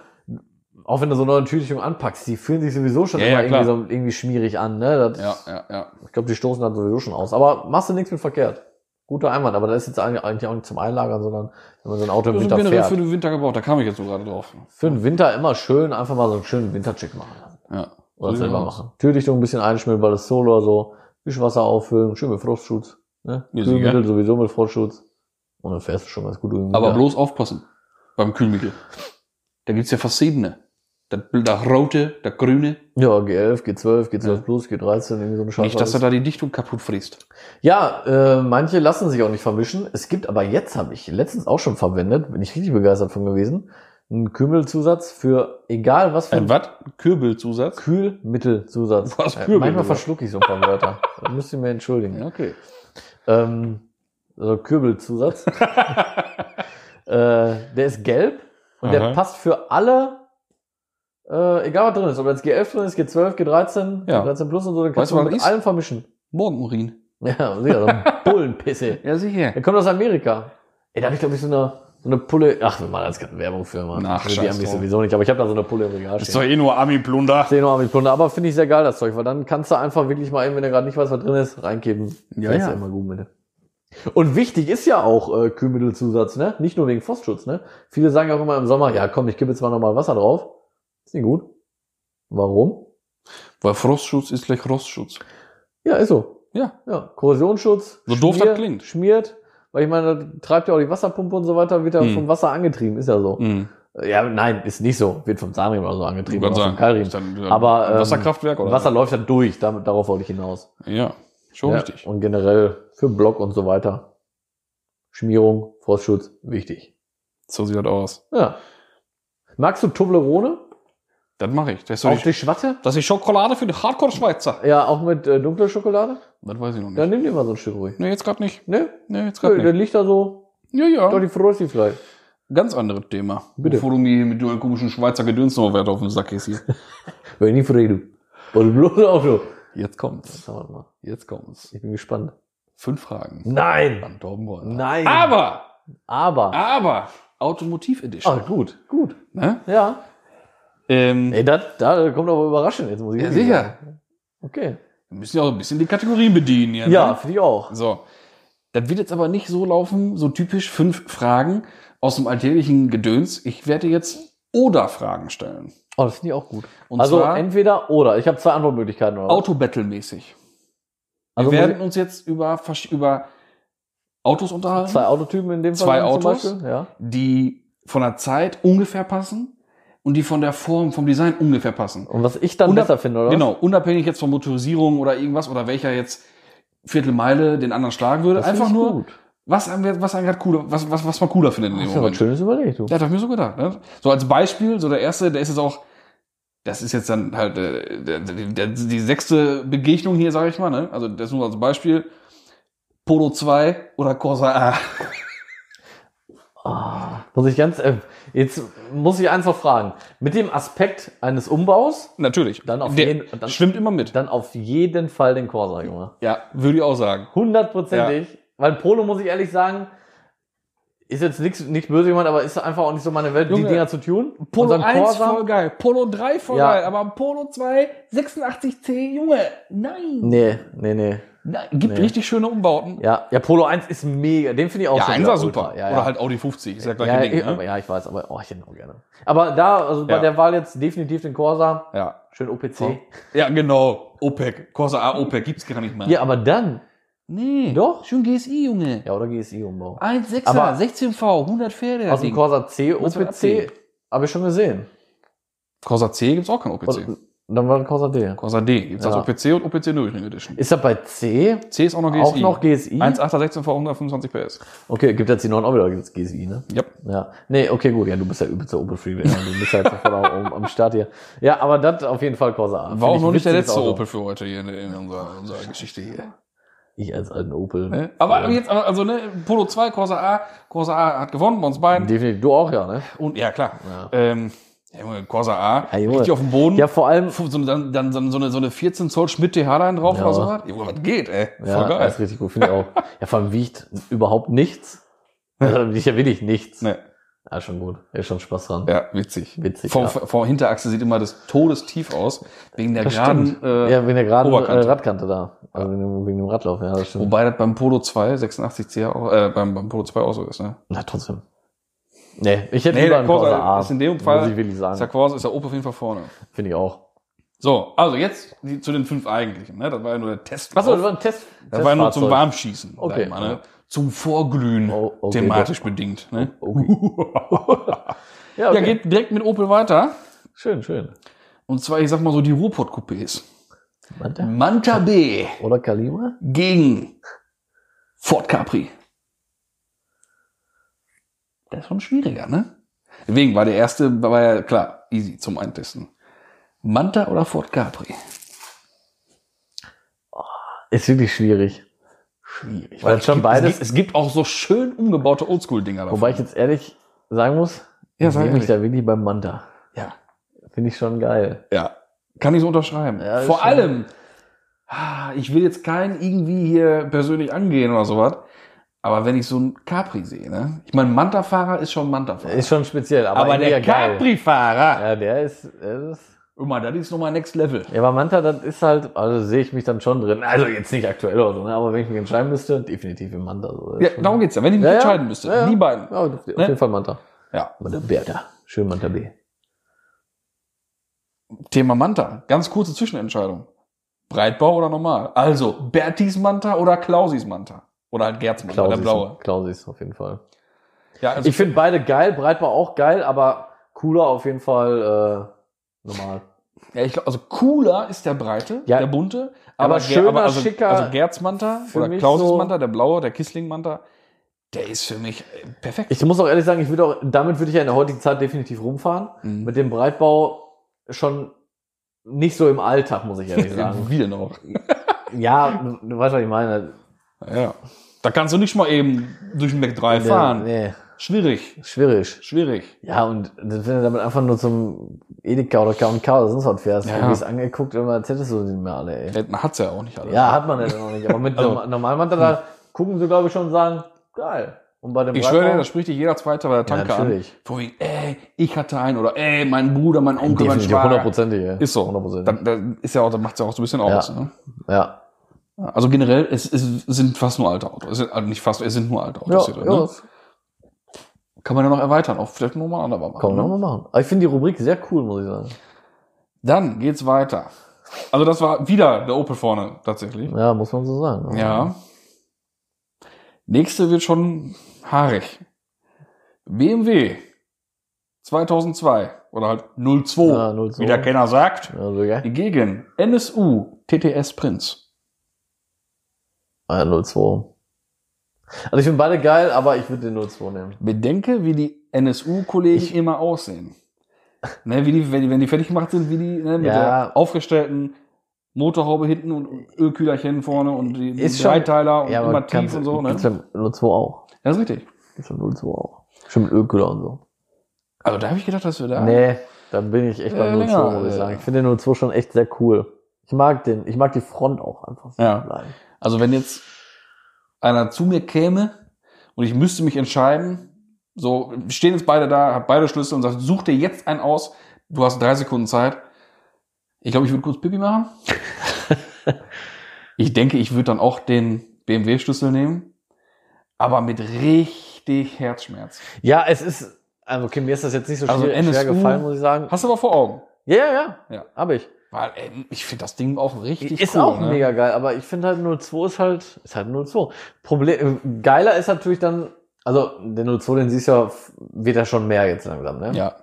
[SPEAKER 2] auch wenn du so neue Tütchen anpackst, die fühlen sich sowieso schon
[SPEAKER 3] Ja,
[SPEAKER 2] immer
[SPEAKER 3] ja,
[SPEAKER 2] irgendwie,
[SPEAKER 3] klar.
[SPEAKER 2] so, irgendwie schmierig an. Ne? Das,
[SPEAKER 3] ja, ja, ja.
[SPEAKER 2] Ich glaube, die stoßen dann sowieso schon aus. Aber machst du nichts mit verkehrt. Guter Einwand, aber das ist jetzt eigentlich eigentlich auch nicht zum Einlagern, sondern wenn man so ein Auto im
[SPEAKER 3] Also
[SPEAKER 2] Winter
[SPEAKER 3] generell
[SPEAKER 2] fährt.
[SPEAKER 3] für den Winter gebraucht, da kam ich jetzt so gerade drauf.
[SPEAKER 2] Für den Winter immer schön, einfach mal so einen schönen Wintercheck machen.
[SPEAKER 3] Ja.
[SPEAKER 2] Oder
[SPEAKER 3] So
[SPEAKER 2] selber
[SPEAKER 3] sieht's aus.
[SPEAKER 2] machen. Türdichtung ein bisschen einschmieren, weil das Solo oder so. Wischwasser auffüllen, schön mit Frostschutz. Ne?
[SPEAKER 3] Ja,
[SPEAKER 2] Kühlmittel
[SPEAKER 3] sicher.
[SPEAKER 2] sowieso mit Vorschutz. Und dann fährst du schon ganz gut irgendwie.
[SPEAKER 3] Aber
[SPEAKER 2] wieder.
[SPEAKER 3] bloß aufpassen beim Kühlmittel. Da gibt's ja verschiedene. Das, das rote, das grüne.
[SPEAKER 2] Ja, G11, G12, G12
[SPEAKER 3] Ja.
[SPEAKER 2] Plus, G13, irgendwie so eine Scheiße.
[SPEAKER 3] Nicht, dass du
[SPEAKER 2] alles.
[SPEAKER 3] da die Dichtung kaputt frisst.
[SPEAKER 2] Ja, äh, manche lassen sich auch nicht vermischen. Es gibt aber jetzt, habe ich letztens auch schon verwendet, bin ich richtig begeistert von gewesen, einen Kümmelzusatz für egal was für
[SPEAKER 3] Ein Äh, was? Kürbelzusatz?
[SPEAKER 2] Kühlmittelzusatz.
[SPEAKER 3] Was,
[SPEAKER 2] Äh,
[SPEAKER 3] Kürbel-
[SPEAKER 2] Manchmal verschlucke ich so ein paar Wörter. Da müsst ihr mir entschuldigen.
[SPEAKER 3] Ja, okay.
[SPEAKER 2] Ähm, also Kürbelzusatz. äh, der ist gelb und der
[SPEAKER 3] Aha.
[SPEAKER 2] passt für alle, äh, egal was drin ist, ob jetzt G11 drin ist, G12, G13,
[SPEAKER 3] Ja.
[SPEAKER 2] G13 Plus und so, dann
[SPEAKER 3] Weißt
[SPEAKER 2] kannst
[SPEAKER 3] du,
[SPEAKER 2] du
[SPEAKER 3] was
[SPEAKER 2] mit
[SPEAKER 3] ist?
[SPEAKER 2] allem vermischen.
[SPEAKER 3] Morgenurin.
[SPEAKER 2] Ja, sicher, so ein Bullenpisse.
[SPEAKER 3] Ja, sicher.
[SPEAKER 2] Der kommt aus Amerika. Ey, da habe ich glaube ich so eine, so eine Pulle. Ach, wir machen jetzt keine Werbung für mal.
[SPEAKER 3] Ach,
[SPEAKER 2] die
[SPEAKER 3] scheiß
[SPEAKER 2] haben ich
[SPEAKER 3] drauf.
[SPEAKER 2] sowieso nicht, aber ich habe da so eine Pulle im Regal
[SPEAKER 3] Ist
[SPEAKER 2] stehen.
[SPEAKER 3] doch eh nur Ami-Plunder.
[SPEAKER 2] Zehn Uhr mit Plunder, aber finde ich sehr geil das Zeug, weil dann kannst du einfach wirklich mal eben, wenn du gerade nicht weißt, was drin ist, reingeben.
[SPEAKER 3] Ja,
[SPEAKER 2] Fährst
[SPEAKER 3] ja.
[SPEAKER 2] du immer gut mit. Und wichtig ist ja auch äh, Kühlmittelzusatz, ne? Nicht nur wegen Frostschutz, ne? Viele sagen ja auch immer im Sommer, ja komm, ich gebe jetzt mal nochmal Wasser drauf. Ist nicht gut. Warum?
[SPEAKER 3] Weil Frostschutz ist gleich Rostschutz.
[SPEAKER 2] Ja, ist so.
[SPEAKER 3] Ja.
[SPEAKER 2] Ja. Korrosionsschutz.
[SPEAKER 3] So doof das klingt.
[SPEAKER 2] Schmiert. Weil ich meine, das treibt ja auch die Wasserpumpe und so weiter, wird ja
[SPEAKER 3] Hm.
[SPEAKER 2] vom Wasser angetrieben, ist ja so.
[SPEAKER 3] Mhm.
[SPEAKER 2] Ja, nein, ist nicht so. Wird vom Sanriemen oder so angetrieben.
[SPEAKER 3] Kann
[SPEAKER 2] oder
[SPEAKER 3] sein.
[SPEAKER 2] vom Keilriemen.
[SPEAKER 3] Ist dann, äh, ja,
[SPEAKER 2] Aber,
[SPEAKER 3] ein
[SPEAKER 2] ähm,
[SPEAKER 3] Wasserkraftwerk oder?
[SPEAKER 2] Wasser läuft dann durch, damit, darauf wollte ich hinaus.
[SPEAKER 3] Ja, schon
[SPEAKER 2] Ja,
[SPEAKER 3] richtig.
[SPEAKER 2] Und generell für Block und so weiter. Schmierung, Frostschutz, wichtig.
[SPEAKER 3] So sieht das aus.
[SPEAKER 2] Ja. Magst du Toblerone?
[SPEAKER 3] Das mache ich. Das ist, so
[SPEAKER 2] Auf
[SPEAKER 3] die,
[SPEAKER 2] die Schwatte?
[SPEAKER 3] das ist Schokolade für die Hardcore-Schweizer.
[SPEAKER 2] Ja, auch mit äh, dunkler Schokolade?
[SPEAKER 3] Das weiß ich noch nicht.
[SPEAKER 2] Ja, nimm dir mal so ein Stück ruhig.
[SPEAKER 3] nee, jetzt gerade nicht.
[SPEAKER 2] Ne?
[SPEAKER 3] Nee, jetzt
[SPEAKER 2] Nö,
[SPEAKER 3] gerade
[SPEAKER 2] der
[SPEAKER 3] nicht.
[SPEAKER 2] liegt da so.
[SPEAKER 3] Ja, ja.
[SPEAKER 2] Doch, die Frosty vielleicht.
[SPEAKER 3] Ganz anderes Thema.
[SPEAKER 2] Bitte.
[SPEAKER 3] Bevor du mir mit deinem komischen Schweizer Gedöns noch weiter auf den Sack gehst hier.
[SPEAKER 2] Wenn ich rede. Und bloß Auto.
[SPEAKER 3] Jetzt kommt's.
[SPEAKER 2] Sag mal,
[SPEAKER 3] Jetzt kommt's.
[SPEAKER 2] ich bin gespannt.
[SPEAKER 3] Fünf Fragen.
[SPEAKER 2] Nein!
[SPEAKER 3] An Torben Boll.
[SPEAKER 2] Nein!
[SPEAKER 3] Ah! Aber,
[SPEAKER 2] Aber.
[SPEAKER 3] aber, Automotiv
[SPEAKER 2] Ah,
[SPEAKER 3] Edition.
[SPEAKER 2] gut, gut.
[SPEAKER 3] Ne?
[SPEAKER 2] Ja.
[SPEAKER 3] Ähm,
[SPEAKER 2] Ey, das, da kommt aber überraschend jetzt, muss ich
[SPEAKER 3] ja,
[SPEAKER 2] wirklich sagen.
[SPEAKER 3] sicher.
[SPEAKER 2] Okay.
[SPEAKER 3] Wir müssen ja auch ein bisschen die Kategorie bedienen. Ja,
[SPEAKER 2] Ja,
[SPEAKER 3] ne?
[SPEAKER 2] finde ich auch.
[SPEAKER 3] So. Das wird jetzt aber nicht so laufen, so typisch fünf Fragen aus dem alltäglichen Gedöns. Ich werde jetzt oder Fragen stellen.
[SPEAKER 2] Oh, das finde ich auch gut.
[SPEAKER 3] Und
[SPEAKER 2] also
[SPEAKER 3] zwar
[SPEAKER 2] entweder oder. Ich habe zwei Antwortmöglichkeiten. Oder?
[SPEAKER 3] Autobattle-mäßig.
[SPEAKER 2] also
[SPEAKER 3] Wir
[SPEAKER 2] muss
[SPEAKER 3] werden uns jetzt über, versch- über Autos
[SPEAKER 2] ich-
[SPEAKER 3] unterhalten,
[SPEAKER 2] zwei Autotypen in dem Fall.
[SPEAKER 3] Zwei
[SPEAKER 2] zum
[SPEAKER 3] Autos.
[SPEAKER 2] Beispiel, Ja.
[SPEAKER 3] die von der Zeit ungefähr passen und die von der Form, vom Design ungefähr passen.
[SPEAKER 2] Und was ich dann
[SPEAKER 3] Unab-
[SPEAKER 2] besser finde, oder? was?
[SPEAKER 3] Genau, unabhängig jetzt von Motorisierung oder irgendwas oder welcher jetzt Viertelmeile den anderen schlagen würde.
[SPEAKER 2] Das
[SPEAKER 3] Einfach
[SPEAKER 2] finde ich
[SPEAKER 3] nur,
[SPEAKER 2] Gut.
[SPEAKER 3] was, einem- was, einem grad cooler, was, was, was man cooler findet in dem
[SPEAKER 2] Hast du was
[SPEAKER 3] Moment.
[SPEAKER 2] Schönes überlegt, du.
[SPEAKER 3] Ja, das hab ich mir so gedacht. Ne? So als Beispiel, so der erste, der ist jetzt auch, das ist jetzt dann halt äh, der, der, der, die sechste Begegnung hier, sage ich mal. Ne? Also das nur als Beispiel. Polo 2 oder Corsa A.
[SPEAKER 2] Ah, muss ich ganz, äh, jetzt muss ich eins noch fragen. Mit dem Aspekt eines Umbaus,
[SPEAKER 3] Natürlich.
[SPEAKER 2] Dann auf
[SPEAKER 3] der
[SPEAKER 2] jeden- dann-
[SPEAKER 3] schwimmt immer mit.
[SPEAKER 2] dann auf jeden Fall den Corsa gemacht.
[SPEAKER 3] ja, würde ich auch sagen.
[SPEAKER 2] Hundertprozentig. Weil Polo, muss ich ehrlich sagen, ist jetzt nichts, nicht böse gemeint, aber ist einfach auch nicht so meine Welt, die
[SPEAKER 3] Junge,
[SPEAKER 2] Dinger zu tun.
[SPEAKER 3] Polo 1 voll geil, Polo 3 voll
[SPEAKER 2] Ja.
[SPEAKER 3] geil, aber Polo 2 86C, Junge, nein.
[SPEAKER 2] Nee, nee, nee.
[SPEAKER 3] nein gibt
[SPEAKER 2] Nee.
[SPEAKER 3] richtig schöne Umbauten.
[SPEAKER 2] Ja, ja, Polo 1 ist mega. Den finde ich auch
[SPEAKER 3] Ja,
[SPEAKER 2] schon
[SPEAKER 3] eins
[SPEAKER 2] wieder
[SPEAKER 3] war
[SPEAKER 2] ultra.
[SPEAKER 3] super.
[SPEAKER 2] Ja, ja.
[SPEAKER 3] Oder halt Audi 50, ist ja gleiche
[SPEAKER 2] ja,
[SPEAKER 3] Ding.
[SPEAKER 2] ich,
[SPEAKER 3] ne?
[SPEAKER 2] ja, ich weiß, aber oh, ich hätte ihn auch gerne. Aber da, also bei
[SPEAKER 3] Ja.
[SPEAKER 2] der Wahl jetzt definitiv den Corsa,
[SPEAKER 3] ja.
[SPEAKER 2] schön OPC.
[SPEAKER 3] Ja, genau. OPEC. Corsa A OPEC gibt's gar nicht mehr.
[SPEAKER 2] Ja, aber dann,
[SPEAKER 3] Nee.
[SPEAKER 2] Doch.
[SPEAKER 3] Schön GSI, Junge.
[SPEAKER 2] ja, oder um, GSI-Umbau.
[SPEAKER 3] 1,6er,
[SPEAKER 2] Aber-
[SPEAKER 3] 16V, 100 Pferde. das
[SPEAKER 2] Aus dem
[SPEAKER 3] Ding.
[SPEAKER 2] Corsa C,
[SPEAKER 3] Was für ein
[SPEAKER 2] OPC, habe ich schon gesehen.
[SPEAKER 3] Corsa C gibt's auch kein OPC.
[SPEAKER 2] Und, dann war der Corsa D.
[SPEAKER 3] Corsa D gibt's also
[SPEAKER 2] Ja.
[SPEAKER 3] das OPC und OPC Nürburgring Edition.
[SPEAKER 2] Ist das bei C
[SPEAKER 3] C ist auch noch GSI.
[SPEAKER 2] auch noch GSI?
[SPEAKER 3] 1,8er, 16V, 125 PS.
[SPEAKER 2] Okay, gibt jetzt die 9 auch wieder GSI, ne?
[SPEAKER 3] Ja.
[SPEAKER 2] Ja. Nee, okay, gut. Ja, du bist ja übelster Opel Freeway. Ja. Du bist halt ja jetzt voll um, am, am Start hier. Ja, aber das auf jeden Fall Corsa A. Find
[SPEAKER 3] War auch
[SPEAKER 2] ich
[SPEAKER 3] noch nicht der
[SPEAKER 2] witziges
[SPEAKER 3] letzte
[SPEAKER 2] Auto.
[SPEAKER 3] Opel für heute hier in, in unserer, unserer Geschichte hier.
[SPEAKER 2] Ich als alten Opel.
[SPEAKER 3] Ne? Aber jetzt, aber- also ne, Polo 2, Corsa A, Corsa A hat gewonnen bei uns beiden.
[SPEAKER 2] Definitiv. Du auch, ja, ne?
[SPEAKER 3] Und ja, klar.
[SPEAKER 2] Ja.
[SPEAKER 3] Ähm, ja, Junge, Corsa A,
[SPEAKER 2] Ja, Junge.
[SPEAKER 3] richtig auf dem Boden.
[SPEAKER 2] Ja, vor allem,
[SPEAKER 3] Fu- so, eine- dann, dann, dann so, eine, so eine 14 Zoll Schmidt TH-Line drauf
[SPEAKER 2] Ja.
[SPEAKER 3] oder so was. Junge, was geht, ey? Voll
[SPEAKER 2] Ja, also,
[SPEAKER 3] geil.
[SPEAKER 2] das ist richtig gut, finde ich auch. ja, vor allem wiegt überhaupt nichts. Also, wiegt ja wirklich nichts.
[SPEAKER 3] Nee.
[SPEAKER 2] Ja, schon gut. Ja, schon Spaß dran.
[SPEAKER 3] Ja, witzig.
[SPEAKER 2] Witzig.
[SPEAKER 3] Vor,
[SPEAKER 2] ja.
[SPEAKER 3] vor Hinterachse sieht immer das todestief aus, wegen der
[SPEAKER 2] Das
[SPEAKER 3] geraden,
[SPEAKER 2] stimmt.
[SPEAKER 3] äh,
[SPEAKER 2] ja, wegen der geraden
[SPEAKER 3] Oberkante.
[SPEAKER 2] äh, Radkante da. Also wegen, dem, wegen dem Radlauf, ja, das stimmt.
[SPEAKER 3] wobei das beim Polo 2, 86 C auch, äh, beim, beim Polo 2 auch so ist, ne?
[SPEAKER 2] Na, trotzdem. Nee, ich hätte
[SPEAKER 3] Nee,
[SPEAKER 2] lieber
[SPEAKER 3] der
[SPEAKER 2] einen
[SPEAKER 3] Corsa
[SPEAKER 2] Corsa A.
[SPEAKER 3] ist in dem Fall-
[SPEAKER 2] Muss ich wirklich
[SPEAKER 3] Ist der
[SPEAKER 2] sagen.
[SPEAKER 3] Corsa, ist der Opel auf jeden Fall vorne.
[SPEAKER 2] Finde ich auch.
[SPEAKER 3] So, also jetzt die, zu den fünf eigentlichen. Ne? Das war ja nur der Test.
[SPEAKER 2] Achso, das war ein Test.
[SPEAKER 3] das war ja nur
[SPEAKER 2] Testfahrzeug.
[SPEAKER 3] zum Warmschießen. sag
[SPEAKER 2] Okay.
[SPEAKER 3] ich Mal, ne? Zum Vorglühen,
[SPEAKER 2] Oh, okay,
[SPEAKER 3] thematisch
[SPEAKER 2] doch.
[SPEAKER 3] bedingt. Ne?
[SPEAKER 2] Ja, okay.
[SPEAKER 3] Ja, geht direkt mit Opel weiter.
[SPEAKER 2] Schön, schön.
[SPEAKER 3] Und zwar, ich sag mal so, die Ruhrpott-Coupés.
[SPEAKER 2] Manta?
[SPEAKER 3] Manta B
[SPEAKER 2] Oder Kalima?
[SPEAKER 3] gegen Ford Capri. Das ist schon schwieriger, ne? Deswegen war der erste, war ja klar, easy zum Eintesten. Manta oder Ford Capri?
[SPEAKER 2] Ist wirklich schwierig.
[SPEAKER 3] Schwierig.
[SPEAKER 2] Weil
[SPEAKER 3] es
[SPEAKER 2] schon
[SPEAKER 3] gibt,
[SPEAKER 2] beides-
[SPEAKER 3] Es gibt, es gibt auch so schön umgebaute Oldschool-Dinger davon.
[SPEAKER 2] Wobei ich jetzt ehrlich sagen muss,
[SPEAKER 3] Ja,
[SPEAKER 2] ich
[SPEAKER 3] sag
[SPEAKER 2] nehme mich
[SPEAKER 3] ehrlich.
[SPEAKER 2] da wirklich beim Manta.
[SPEAKER 3] ja,
[SPEAKER 2] Finde ich schon geil.
[SPEAKER 3] ja. Kann ich so unterschreiben.
[SPEAKER 2] Ja, ist
[SPEAKER 3] Vor
[SPEAKER 2] schon-
[SPEAKER 3] allem, ah, ich will jetzt keinen irgendwie hier persönlich angehen oder sowas. Aber wenn ich so einen Capri sehe, ne? Ich meine, Manta-Fahrer ist schon Manta-Fahrer.
[SPEAKER 2] Ist schon speziell, aber,
[SPEAKER 3] aber
[SPEAKER 2] irgendwie
[SPEAKER 3] der
[SPEAKER 2] ja geil.
[SPEAKER 3] Capri-Fahrer,
[SPEAKER 2] Ja, der ist, der ist.
[SPEAKER 3] immer, das ist nochmal Next Level.
[SPEAKER 2] Ja, aber Manta, das ist halt, also sehe ich mich dann schon drin. Also jetzt nicht aktuell oder so, ne? aber wenn ich mich entscheiden müsste, definitiv im Manta. So. Das
[SPEAKER 3] Ja,
[SPEAKER 2] ist schon-
[SPEAKER 3] darum geht's ja. Wenn ich mich
[SPEAKER 2] Ja, ja.
[SPEAKER 3] entscheiden müsste,
[SPEAKER 2] Ja, ja.
[SPEAKER 3] die beiden.
[SPEAKER 2] Ja, auf auf
[SPEAKER 3] Ne?
[SPEAKER 2] jeden Fall Manta.
[SPEAKER 3] Ja.
[SPEAKER 2] Manta B, Alter. Schön Manta B.
[SPEAKER 3] Thema Manta. Ganz kurze Zwischenentscheidung. Breitbau oder normal? Also, Bertis Manta oder Klausis Manta? Oder halt Gerz Manta, der blaue. Also
[SPEAKER 2] Klausis auf jeden Fall.
[SPEAKER 3] Ja,
[SPEAKER 2] Ich finde beide geil, Breitbau auch geil, aber cooler auf jeden Fall äh, normal.
[SPEAKER 3] Ja, ich glaub, also cooler ist der breite,
[SPEAKER 2] Ja.
[SPEAKER 3] der bunte,
[SPEAKER 2] Aber
[SPEAKER 3] Ger-
[SPEAKER 2] schöner,
[SPEAKER 3] also,
[SPEAKER 2] schicker
[SPEAKER 3] Also Gerzmanta
[SPEAKER 2] für
[SPEAKER 3] oder
[SPEAKER 2] mich
[SPEAKER 3] Klauses
[SPEAKER 2] so-
[SPEAKER 3] Manta, der blaue, der Kissling Manta, der ist für mich äh, perfekt.
[SPEAKER 2] Ich muss auch ehrlich sagen, ich würde auch, damit würde ich ja in der heutigen Zeit definitiv rumfahren.
[SPEAKER 3] Mhm.
[SPEAKER 2] Mit dem Breitbau schon nicht so im Alltag, muss ich ehrlich sagen.
[SPEAKER 3] Wie denn auch?
[SPEAKER 2] ja, du, du weißt, was ich meine.
[SPEAKER 3] Ja. Da kannst du nicht mal eben durch den McDrive fahren.
[SPEAKER 2] Nee,
[SPEAKER 3] Schwierig,
[SPEAKER 2] nee, schwierig.
[SPEAKER 3] schwierig.
[SPEAKER 2] Ja, und wenn du damit einfach nur zum Edeka oder K&K oder sonst was fährst,
[SPEAKER 3] Ja.
[SPEAKER 2] du bist angeguckt, immer als hättest du den mehr alle, ey.
[SPEAKER 3] Äh, Hat's ja auch nicht alle.
[SPEAKER 2] Ja, hat man ja noch nicht. Aber mit
[SPEAKER 3] Also-
[SPEAKER 2] normal Normalmantel, da gucken sie, glaube ich, schon und sagen, geil. Und bei dem
[SPEAKER 3] Ich schwöre dir, da spricht dich jeder Zweite bei der Tanke
[SPEAKER 2] natürlich.
[SPEAKER 3] an. Von wegen, ey, ich hatte einen oder ey, mein Bruder, mein Onkel, mein
[SPEAKER 2] definitiv
[SPEAKER 3] Schwager.
[SPEAKER 2] hundertprozentig. ey.
[SPEAKER 3] Ist so.
[SPEAKER 2] Hundertprozentig.
[SPEAKER 3] Dann, dann ist ja auch, dann macht's ja auch so ein bisschen aus. Ne?
[SPEAKER 2] Ja.
[SPEAKER 3] Also generell, es, es sind fast nur alte Autos. Es sind, also nicht fast, es sind nur alte
[SPEAKER 2] Ja,
[SPEAKER 3] Autos.
[SPEAKER 2] ja,
[SPEAKER 3] hier drin, ne?
[SPEAKER 2] das
[SPEAKER 3] Kann man ja noch erweitern, auch vielleicht nochmal anderer machen.
[SPEAKER 2] kann man auch
[SPEAKER 3] ne?
[SPEAKER 2] mal machen. Aber ich finde die Rubrik sehr cool, muss ich sagen.
[SPEAKER 3] Dann geht's weiter. Also das war wieder der Opel vorne tatsächlich.
[SPEAKER 2] Ja, muss man so sagen.
[SPEAKER 3] Ja. Nächste wird schon haarig. BMW 2002 oder halt 02,
[SPEAKER 2] Ja, 02.
[SPEAKER 3] wie der Kenner sagt.
[SPEAKER 2] Also, geil.
[SPEAKER 3] Gegen NSU TTS Prinz.
[SPEAKER 2] Ah, ja, 02. Also, ich finde beide geil, aber ich würde den 02 nehmen.
[SPEAKER 3] Bedenke, wie die NSU-Kollegen immer aussehen. Ne, wie die, wenn, die, wenn die fertig gemacht sind, wie die ne, mit
[SPEAKER 2] Ja.
[SPEAKER 3] der aufgestellten Motorhaube hinten und Ölkühlerchen vorne und die die
[SPEAKER 2] Ist schon-
[SPEAKER 3] Dreiteiler und immer
[SPEAKER 2] kannst-
[SPEAKER 3] tief und so. Ne?
[SPEAKER 2] Gibt's beim 02 auch.
[SPEAKER 3] Das ist richtig.
[SPEAKER 2] Gibt's beim 02 auch. Stimmt, Ölkühler und so.
[SPEAKER 3] Also da habe ich gedacht, dass wir da.
[SPEAKER 2] Nee, dann bin ich echt beim
[SPEAKER 3] Ja,
[SPEAKER 2] 02,
[SPEAKER 3] länger,
[SPEAKER 2] muss ich
[SPEAKER 3] äh.
[SPEAKER 2] sagen. Ich finde den 02 schon echt sehr cool. Ich mag den, ich mag die Front auch einfach so
[SPEAKER 3] Ja.
[SPEAKER 2] bleiben.
[SPEAKER 3] Also wenn jetzt einer zu mir käme und ich müsste mich entscheiden, so wir stehen jetzt beide da, hab beide Schlüssel und sagt, such dir jetzt einen aus, du hast drei Sekunden Zeit. Ich glaube, ich würde kurz Pipi machen. ich denke, ich würde dann auch den BMW-Schlüssel nehmen, aber mit richtig Herzschmerz.
[SPEAKER 2] Ja, es ist, also okay, mir ist das jetzt nicht so
[SPEAKER 3] Also
[SPEAKER 2] schwer, schwer
[SPEAKER 3] NSU
[SPEAKER 2] gefallen, muss ich sagen.
[SPEAKER 3] Hast du aber vor Augen.
[SPEAKER 2] Ja, ja, ja,
[SPEAKER 3] Ja.
[SPEAKER 2] hab ich.
[SPEAKER 3] Weil ey, ich finde das Ding auch richtig
[SPEAKER 2] ist
[SPEAKER 3] cool.
[SPEAKER 2] auch
[SPEAKER 3] ne?
[SPEAKER 2] mega geil, aber ich finde halt 02 ist halt, ist halt 02. Problem, äh, geiler ist natürlich dann, also der 02, den siehst du ja, wird ja schon mehr jetzt langsam, ne?
[SPEAKER 3] Ja,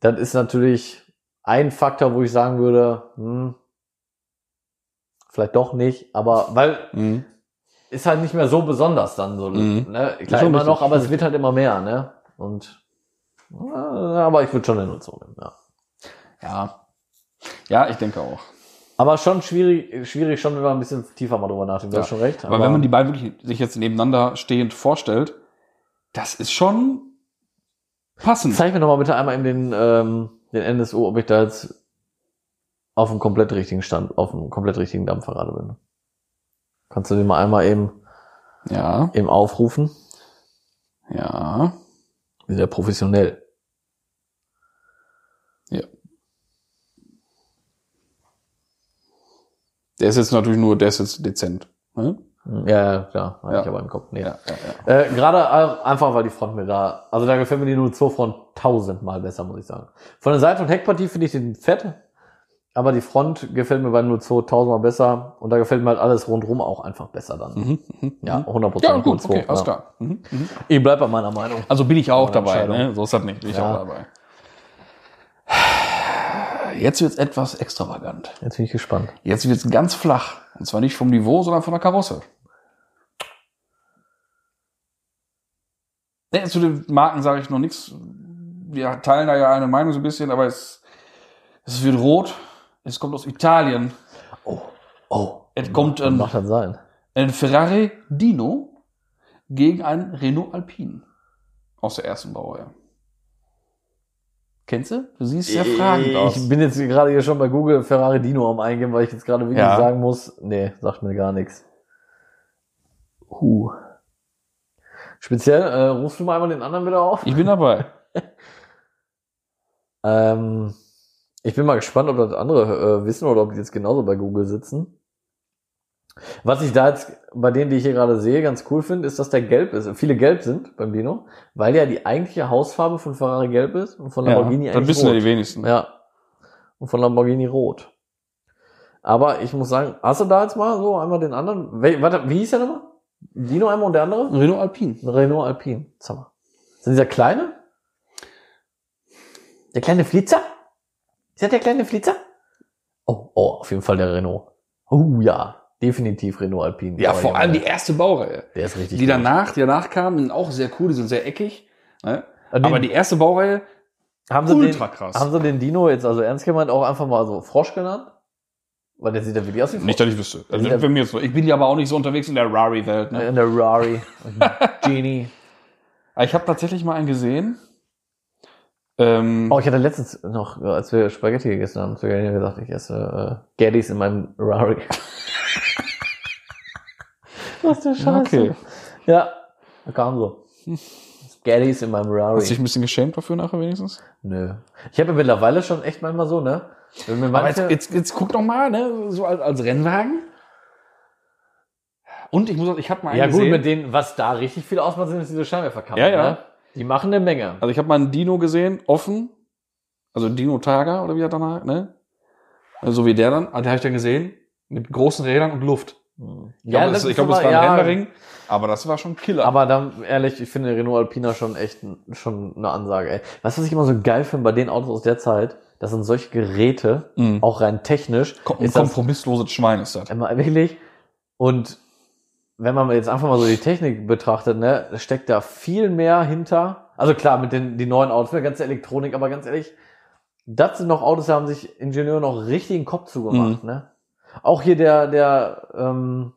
[SPEAKER 2] Das ist natürlich ein Faktor, wo ich sagen würde, hm, vielleicht doch nicht, aber weil
[SPEAKER 3] mhm.
[SPEAKER 2] ist halt nicht mehr so besonders dann so.
[SPEAKER 3] Mhm.
[SPEAKER 2] Ne?
[SPEAKER 3] Ist
[SPEAKER 2] Klar,
[SPEAKER 3] schon
[SPEAKER 2] immer
[SPEAKER 3] richtig.
[SPEAKER 2] noch, aber es wird halt immer mehr, ne? Und äh, aber ich würde schon den Nutzung nehmen, ja.
[SPEAKER 3] ja. Ja, ich denke auch.
[SPEAKER 2] Aber schon schwierig, schwierig schon, wenn man ein bisschen tiefer mal drüber nachdenkt, du
[SPEAKER 3] Ja.
[SPEAKER 2] hast schon recht.
[SPEAKER 3] Aber, wenn man die beiden wirklich sich jetzt nebeneinander stehend vorstellt, das ist schon passend.
[SPEAKER 2] Zeig mir noch mal bitte einmal eben den, ähm, den NSU, ob ich da jetzt auf dem komplett richtigen Stand, auf dem komplett richtigen Dampfer gerade bin. Kannst du den mal einmal eben,
[SPEAKER 3] Ja,
[SPEAKER 2] eben aufrufen?
[SPEAKER 3] ja.
[SPEAKER 2] Wir sind ja professionell.
[SPEAKER 3] Der ist jetzt natürlich nur, der ist jetzt dezent. Ne?
[SPEAKER 2] Hm, Ja, ja, klar, hatte
[SPEAKER 3] Ja.
[SPEAKER 2] ich aber im Kopf. Nee.
[SPEAKER 3] Ja, ja, ja.
[SPEAKER 2] Äh, Gerade auch einfach, weil die Front mir da, also da gefällt mir die 02 Front tausendmal besser, muss ich sagen. Von der Seite- und Heckpartie finde ich den fett, Aber die Front gefällt mir bei Nuzo tausendmal besser und da gefällt mir halt alles rundrum auch einfach besser dann. Ja, 100 Prozent.
[SPEAKER 3] Mhm, Ja, gut, okay, alles klar. Mhm. Mhm.
[SPEAKER 2] Ich bleib bei meiner Meinung.
[SPEAKER 3] Also bin ich auch
[SPEAKER 2] Meine
[SPEAKER 3] dabei,
[SPEAKER 2] Entscheidung.
[SPEAKER 3] ne? So ist das nicht. Bin ich
[SPEAKER 2] Ja.
[SPEAKER 3] auch dabei. Jetzt wird's etwas extravagant.
[SPEAKER 2] Jetzt bin ich gespannt.
[SPEAKER 3] Jetzt wird's ganz flach. Und zwar nicht vom Niveau, sondern von der Karosse. Ne, zu den Marken sage ich noch nichts. Wir teilen da ja eine Meinung so ein bisschen, aber es, es wird rot. Es kommt aus Italien.
[SPEAKER 2] Oh, oh.
[SPEAKER 3] Es kommt ähm,
[SPEAKER 2] Was
[SPEAKER 3] ein,
[SPEAKER 2] macht das sein?
[SPEAKER 3] ein Ferrari Dino gegen einen Renault Alpine aus der ersten Baureihe. Kennst du? Du siehst sehr fragend
[SPEAKER 2] Äh, Ich
[SPEAKER 3] aus.
[SPEAKER 2] bin jetzt gerade hier schon bei Google Ferrari Dino am Eingeben, weil ich jetzt gerade wirklich
[SPEAKER 3] Ja.
[SPEAKER 2] sagen muss, nee, sagt mir gar nichts. Huh. Speziell, äh, rufst du mal einmal den anderen wieder auf?
[SPEAKER 3] Ich bin dabei.
[SPEAKER 2] Ähm, ich bin mal gespannt, ob das andere äh, wissen oder ob die jetzt genauso bei Google sitzen. Was ich da jetzt bei denen, die ich hier gerade sehe, ganz cool finde, ist, dass der gelb ist. Viele gelb sind beim Dino, weil ja die eigentliche Hausfarbe von Ferrari gelb ist und von Lamborghini
[SPEAKER 3] dann
[SPEAKER 2] eigentlich
[SPEAKER 3] wissen ja die
[SPEAKER 2] rot.
[SPEAKER 3] wenigsten.
[SPEAKER 2] Ja. Und von Lamborghini rot. Aber ich muss sagen, hast du da jetzt mal so einmal den anderen? Wel warte, wie hieß der nochmal? Dino einmal und der andere?
[SPEAKER 3] Renault Alpine.
[SPEAKER 2] Renault Alpine. Sag mal. Sind dieser kleine? Der kleine Flitzer? Ist das der kleine Flitzer? Oh, oh, auf jeden Fall der Renault. Oh ja, definitiv Renault Alpine.
[SPEAKER 3] Ja,
[SPEAKER 2] Aber
[SPEAKER 3] vor
[SPEAKER 2] Junge,
[SPEAKER 3] allem die erste Baureihe.
[SPEAKER 2] Der ist richtig.
[SPEAKER 3] Die
[SPEAKER 2] gut.
[SPEAKER 3] danach, die danach kamen, sind auch sehr cool, die sind sehr eckig. Ne?
[SPEAKER 2] Den-
[SPEAKER 3] Aber die erste Baureihe,
[SPEAKER 2] haben sie
[SPEAKER 3] ultra
[SPEAKER 2] den,
[SPEAKER 3] krass.
[SPEAKER 2] Haben sie den Dino jetzt also ernst gemeint auch einfach mal so Frosch genannt? Weil der sieht ja wirklich aus wie Frosch.
[SPEAKER 3] nicht, dass ich wüsste. Also,
[SPEAKER 2] Ja.
[SPEAKER 3] bei mir jetzt so. Ich bin ja aber auch nicht so unterwegs in der Rari-Welt. Ne?
[SPEAKER 2] In der Rari. Genie.
[SPEAKER 3] Aber Ich habe tatsächlich mal einen gesehen. Ähm,
[SPEAKER 2] Oh, ich hatte letztens noch, äh, als wir Spaghetti gegessen haben, zu Gerlinde gesagt, ich esse äh, Gaddis in meinem Rari. Was für Scheiße.
[SPEAKER 3] Okay.
[SPEAKER 2] Ja, da kam so. Gaddis in meinem
[SPEAKER 3] Hast du dich
[SPEAKER 2] Rari.
[SPEAKER 3] ein bisschen geschämt dafür nachher wenigstens?
[SPEAKER 2] Nö. Ich habe ja mittlerweile schon echt manchmal so, ne? Wenn mir
[SPEAKER 3] Aber jetzt,
[SPEAKER 2] manche,
[SPEAKER 3] jetzt, jetzt guck doch mal, ne? so als, als Rennwagen. Und ich muss sagen, ich habe mal einen
[SPEAKER 2] ja gut,
[SPEAKER 3] gesehen.
[SPEAKER 2] mit denen, was da richtig viel ausmacht, sind ist diese Scheinwerferkappen.
[SPEAKER 3] Ja, ja.
[SPEAKER 2] Ne? Die machen eine Menge.
[SPEAKER 3] Also ich habe mal einen Dino gesehen, offen. Also Dino Targa oder wie er danach, ne? Also so wie der dann, also den habe ich dann gesehen, mit großen Rädern und Luft. Ich
[SPEAKER 2] Ja,
[SPEAKER 3] glaube, das, ich glaub, das war
[SPEAKER 2] aber-
[SPEAKER 3] ein
[SPEAKER 2] ja.
[SPEAKER 3] Rendering, aber das war schon Killer.
[SPEAKER 2] Aber dann, ehrlich, ich finde Renault Alpina schon echt n- schon eine Ansage. Ey. Weißt du, was ich immer so geil finde bei den Autos aus der Zeit? Das sind solche Geräte,
[SPEAKER 3] Mhm.
[SPEAKER 2] auch rein technisch.
[SPEAKER 3] Kom ein
[SPEAKER 2] ist das
[SPEAKER 3] kompromissloses Schwein ist das.
[SPEAKER 2] immer wirklich. Und wenn man jetzt einfach mal so die Technik betrachtet, ne, steckt da viel mehr hinter. Also klar, mit den die neuen Autos, mit der ganzen Elektronik, aber ganz ehrlich, das sind noch Autos, da haben sich Ingenieure noch richtig den Kopf
[SPEAKER 3] Mhm.
[SPEAKER 2] zugemacht, ne? Auch hier der, der, ähm,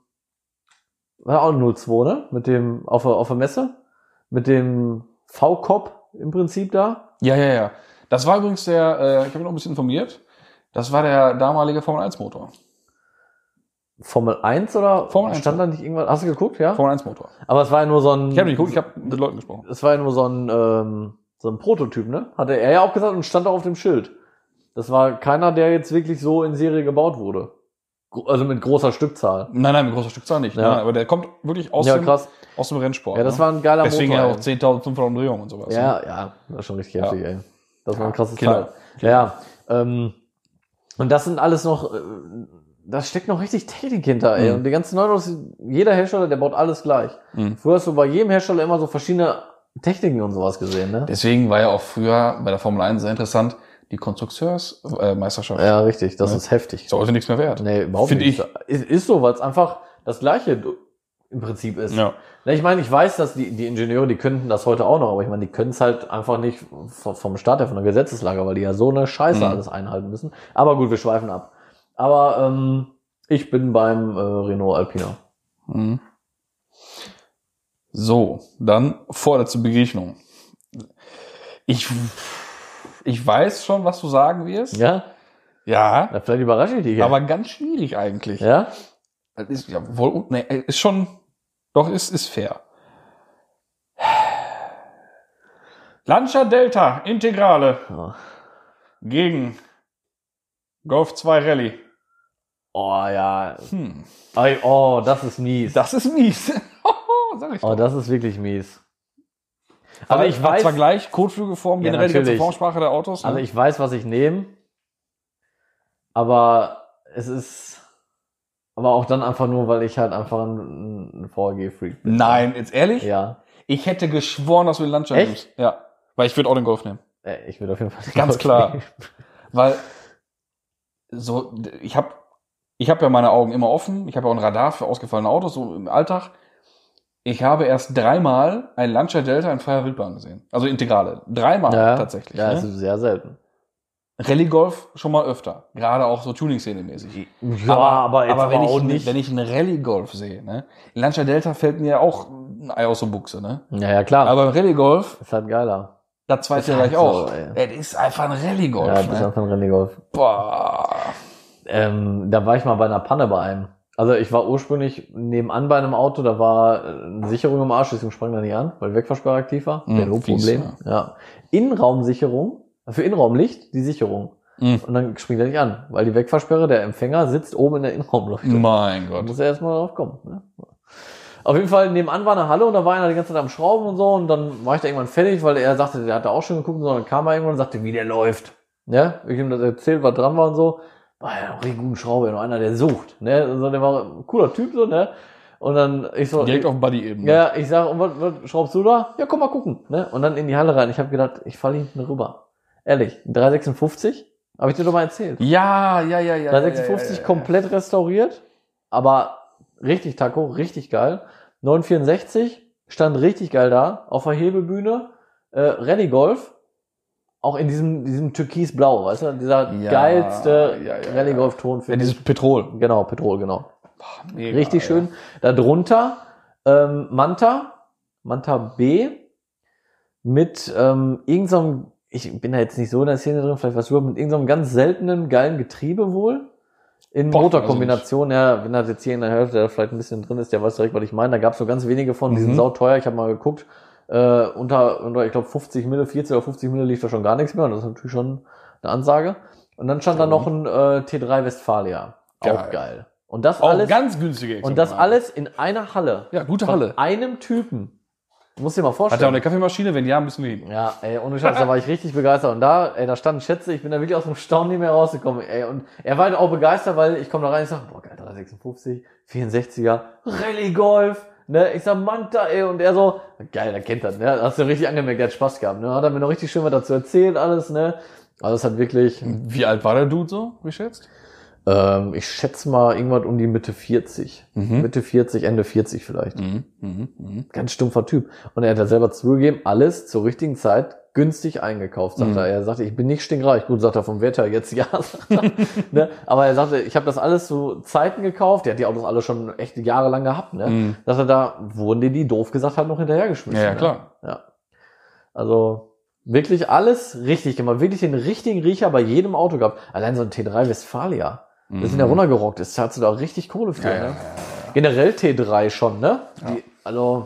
[SPEAKER 2] war auch ein 02, ne? Mit dem, auf der, auf der Messe, mit dem V-Cop im Prinzip da.
[SPEAKER 3] Ja, ja, ja. Das war übrigens der, äh, ich habe mich noch ein bisschen informiert, das war der damalige Formel-1-Motor.
[SPEAKER 2] Formel 1 oder
[SPEAKER 3] Formel 1,
[SPEAKER 2] stand da nicht irgendwas? Hast du geguckt, ja?
[SPEAKER 3] Formel-1-Motor.
[SPEAKER 2] aber es war ja nur so ein.
[SPEAKER 3] Ich habe nicht geguckt, ich habe mit Leuten gesprochen.
[SPEAKER 2] es war ja nur so ein, ähm, so ein Prototyp, ne? Hatte er ja auch gesagt und stand auch auf dem Schild. Das war keiner, der jetzt wirklich so in Serie gebaut wurde. Gro- Also mit großer Stückzahl.
[SPEAKER 3] Nein, nein, mit großer Stückzahl nicht.
[SPEAKER 2] Ja.
[SPEAKER 3] Nein, aber der kommt wirklich aus,
[SPEAKER 2] ja,
[SPEAKER 3] dem,
[SPEAKER 2] krass.
[SPEAKER 3] aus dem Rennsport.
[SPEAKER 2] Ja, das
[SPEAKER 3] ne?
[SPEAKER 2] war ein geiler
[SPEAKER 3] Deswegen ja
[SPEAKER 2] Motor.
[SPEAKER 3] auch 10.500 Umdrehungen und sowas.
[SPEAKER 2] ey.
[SPEAKER 3] ne?
[SPEAKER 2] ja, ja, das war schon richtig heftig, ey. Das war ein
[SPEAKER 3] Ja,
[SPEAKER 2] krasses
[SPEAKER 3] Killer.
[SPEAKER 2] Teil. Ja, ähm, und das sind alles noch, äh, da steckt noch richtig Technik hinter, ey.
[SPEAKER 3] Mhm.
[SPEAKER 2] Und die ganzen neuen Autos, jeder Hersteller, der baut alles gleich.
[SPEAKER 3] Mhm.
[SPEAKER 2] Früher hast du bei jedem Hersteller immer so verschiedene Techniken und sowas gesehen, ne?
[SPEAKER 3] Deswegen war ja auch früher bei der Formel 1 sehr interessant, die Konstrukteursmeisterschaft.
[SPEAKER 2] Ja, richtig, das
[SPEAKER 3] Ja.
[SPEAKER 2] ist heftig.
[SPEAKER 3] Ist heute nichts mehr wert.
[SPEAKER 2] Nee, überhaupt
[SPEAKER 3] Find
[SPEAKER 2] nicht.
[SPEAKER 3] ich.
[SPEAKER 2] Ist, ist so, weil es einfach das Gleiche du- im Prinzip ist. Na, Ich meine, ich weiß, dass die, die Ingenieure, die könnten das heute auch noch, aber ich meine, die können es halt einfach nicht vom, vom Staat her, von der Gesetzeslage, weil die ja so eine Scheiße
[SPEAKER 3] Mhm.
[SPEAKER 2] alles einhalten müssen. Aber gut, wir schweifen ab. Aber ähm, ich bin beim äh, Renault Alpina.
[SPEAKER 3] Mhm. So, dann vorletzte Begegnung. Ich, ich weiß schon, was du sagen wirst.
[SPEAKER 2] Ja?
[SPEAKER 3] Ja,
[SPEAKER 2] Na, vielleicht überrasche ich dich. ja.
[SPEAKER 3] aber ganz schwierig eigentlich.
[SPEAKER 2] ja?
[SPEAKER 3] Das Ist, ja, wohl, un- nee, ist schon, doch, ist, ist fair. Lancia Delta Integrale
[SPEAKER 2] Ja.
[SPEAKER 3] gegen Golf 2 Rallye.
[SPEAKER 2] Oh ja.
[SPEAKER 3] Hm.
[SPEAKER 2] Ei, Oh, das ist mies.
[SPEAKER 3] Das ist mies. Sag ich
[SPEAKER 2] oh,
[SPEAKER 3] doch. Also
[SPEAKER 2] das ist wirklich mies.
[SPEAKER 3] War-
[SPEAKER 2] Aber ich
[SPEAKER 3] war
[SPEAKER 2] weiß,
[SPEAKER 3] zwar gleich Kotflügelform,
[SPEAKER 2] Ja,
[SPEAKER 3] generell die ganze
[SPEAKER 2] natürlich.
[SPEAKER 3] Formsprache der Autos. Ne?
[SPEAKER 2] Also ich weiß, was ich nehme. Aber es ist, aber auch dann einfach nur, weil ich halt einfach ein, ein VRG-Freak bin.
[SPEAKER 3] Nein, jetzt ehrlich?
[SPEAKER 2] Ja.
[SPEAKER 3] Ich hätte geschworen, dass du den Landschaft
[SPEAKER 2] Echt?
[SPEAKER 3] nimmst. Ja. Weil ich würde auch den Golf nehmen.
[SPEAKER 2] Äh, Ich will auf jeden Fall.
[SPEAKER 3] Ganz klar. Weil so, ich habe ich hab ja meine Augen immer offen. Ich habe ja auch ein Radar für ausgefallene Autos, so im Alltag. Ich habe erst dreimal ein Lancia Delta in freier Wildbahn gesehen. Also Integrale. Dreimal
[SPEAKER 2] Ja,
[SPEAKER 3] tatsächlich.
[SPEAKER 2] Ja,
[SPEAKER 3] ne?
[SPEAKER 2] es ist sehr selten.
[SPEAKER 3] Rallye Golf schon mal öfter. Gerade auch so Tuning-Szene mäßig.
[SPEAKER 2] Ja,
[SPEAKER 3] wenn, ich, wenn ich einen Rallye Golf sehe, ne? Lancia Delta fällt mir auch ein Ei aus der Buchse, ne?
[SPEAKER 2] ja, ja, klar.
[SPEAKER 3] Aber im Rallye Golf,
[SPEAKER 2] ist halt geiler.
[SPEAKER 3] das zweite
[SPEAKER 2] Ist
[SPEAKER 3] gleich
[SPEAKER 2] halt
[SPEAKER 3] auch.
[SPEAKER 2] so, ey.
[SPEAKER 3] das ist einfach ein Rallye Golf,
[SPEAKER 2] ja, das ist
[SPEAKER 3] ne?
[SPEAKER 2] einfach ein Rallye-Golf.
[SPEAKER 3] Boah.
[SPEAKER 2] Ähm, da war ich mal bei einer Panne bei einem. Also ich war ursprünglich nebenan bei einem Auto, da war äh, eine Sicherung im Arsch, deswegen sprang da nicht an, weil Wegversperrer aktiv war.
[SPEAKER 3] Mhm,
[SPEAKER 2] Mhm, Problem.
[SPEAKER 3] fies,
[SPEAKER 2] Ja. Innenraumsicherung, für Innenraumlicht die Sicherung.
[SPEAKER 3] Mhm.
[SPEAKER 2] Und dann springt er nicht an, weil die Wegversperre, der Empfänger, sitzt oben in der Innenraumleuchte.
[SPEAKER 3] Mein
[SPEAKER 2] Da
[SPEAKER 3] Gott.
[SPEAKER 2] muss er erstmal drauf kommen. Ne? Auf jeden Fall, nebenan war eine Halle und da war einer die ganze Zeit am Schrauben und so und dann war ich da irgendwann fertig, weil er sagte, der hat da auch schon geguckt und so, dann kam er irgendwann und sagte, wie der läuft. Ja, ich ihm das erzählt, was dran war und so. War ja noch richtig guten Schrauber, noch einer, der sucht. Ne? Also, der war ein cooler Typ so, ne? Und dann, ich so,
[SPEAKER 3] Direkt auf ne? dem Buddy-Ebene.
[SPEAKER 2] ja, ich sage, und was, was schraubst du da? Ja, komm mal gucken. Ne? Und dann in die Halle rein. Ich habe gedacht, ich falle hinten rüber. Ehrlich, ein 356? Habe ich dir doch mal erzählt.
[SPEAKER 3] Ja, ja, ja, ja.
[SPEAKER 2] 356
[SPEAKER 3] ja, ja, ja, ja.
[SPEAKER 2] komplett restauriert, aber richtig Taco, richtig geil. 964 stand richtig geil da auf der Hebebühne. Äh, Rallye Golf, auch in diesem, diesem türkisblau, weißt du? Dieser
[SPEAKER 3] Ja,
[SPEAKER 2] geilste
[SPEAKER 3] ja, ja,
[SPEAKER 2] Rallye
[SPEAKER 3] ja.
[SPEAKER 2] Golf Ton für
[SPEAKER 3] Ja, dieses Petrol.
[SPEAKER 2] Genau, Petrol, genau.
[SPEAKER 3] Boah, mega,
[SPEAKER 2] richtig
[SPEAKER 3] ey.
[SPEAKER 2] schön. Darunter ähm, Manta, Manta B mit ähm, irgendeinem, ich bin da jetzt nicht so in der Szene drin, vielleicht was du, aber mit irgendeinem ganz seltenen, geilen Getriebe wohl. In
[SPEAKER 3] Boah,
[SPEAKER 2] Motorkombination, ja, wenn das jetzt hier in der Hälfte da vielleicht ein bisschen drin ist, der weiß direkt, was ich meine. Da gab es so ganz wenige von, die
[SPEAKER 3] Mhm.
[SPEAKER 2] sind sauteuer, ich habe mal geguckt. Äh, unter, unter, ich glaube, 50 Mille, 40 oder 50 Mille lief da schon gar nichts mehr. Und das ist natürlich schon eine Ansage. Und dann stand da
[SPEAKER 3] Mhm.
[SPEAKER 2] noch ein äh, T3 Westfalia.
[SPEAKER 3] Geil.
[SPEAKER 2] Auch geil. Und das
[SPEAKER 3] Auch
[SPEAKER 2] alles.
[SPEAKER 3] ganz günstige
[SPEAKER 2] Und das
[SPEAKER 3] Exemplare.
[SPEAKER 2] alles in einer Halle.
[SPEAKER 3] Ja, gute
[SPEAKER 2] Von
[SPEAKER 3] Halle.
[SPEAKER 2] einem Typen. Muss dir
[SPEAKER 3] Hat
[SPEAKER 2] mal
[SPEAKER 3] er auch
[SPEAKER 2] vorstellen.
[SPEAKER 3] eine Kaffeemaschine? Wenn ja, müssen wir hin.
[SPEAKER 2] ja, ey, ohne Scheiß, da war ich richtig begeistert. Und da, ey, da standen Schätze, ich bin da wirklich aus dem Staunen nicht mehr rausgekommen, ey. Und er war halt auch begeistert, weil ich komme da rein, ich sag, boah, geil, 356, 64er, Rallye Golf, ne, ich sag, Manta, ey, und er so, geil, der kennt das, ne, hast du richtig angemerkt, der hat Spaß gehabt, ne, hat er mir noch richtig schön was dazu erzählt, alles, ne. Also es hat wirklich,
[SPEAKER 3] Wie alt war der Dude so, geschätzt?
[SPEAKER 2] ähm, ich schätze mal irgendwas um die Mitte 40.
[SPEAKER 3] Mhm.
[SPEAKER 2] Mitte 40, Ende 40 vielleicht.
[SPEAKER 3] Mhm. Mhm. Mhm.
[SPEAKER 2] ganz stumpfer Typ. Und er hat ja selber zugegeben, alles zur richtigen Zeit günstig eingekauft, sagt
[SPEAKER 3] Mhm.
[SPEAKER 2] er. Er sagte, ich bin nicht stinkreich. Gut, sagt er vom Wetter jetzt ja. Sagt er. ne? Aber er sagte, ich habe das alles zu Zeiten gekauft. Der hat die Autos alle schon echt jahrelang gehabt. Ne?
[SPEAKER 3] Mhm.
[SPEAKER 2] Dass er da wurden dir die doof gesagt hat noch hinterhergeschmissen.
[SPEAKER 3] Ja, ja,
[SPEAKER 2] ne?
[SPEAKER 3] klar.
[SPEAKER 2] Also wirklich alles richtig gemacht. Wirklich den richtigen Riecher bei jedem Auto gehabt. Allein so ein T3 Westfalia. Das sind ja runtergerockt. Das zahlst du da auch richtig Kohle für.
[SPEAKER 3] Mhm. Ja,
[SPEAKER 2] ne?
[SPEAKER 3] ja, ja.
[SPEAKER 2] Generell T3 schon, ne?
[SPEAKER 3] Ja.
[SPEAKER 2] Die, also,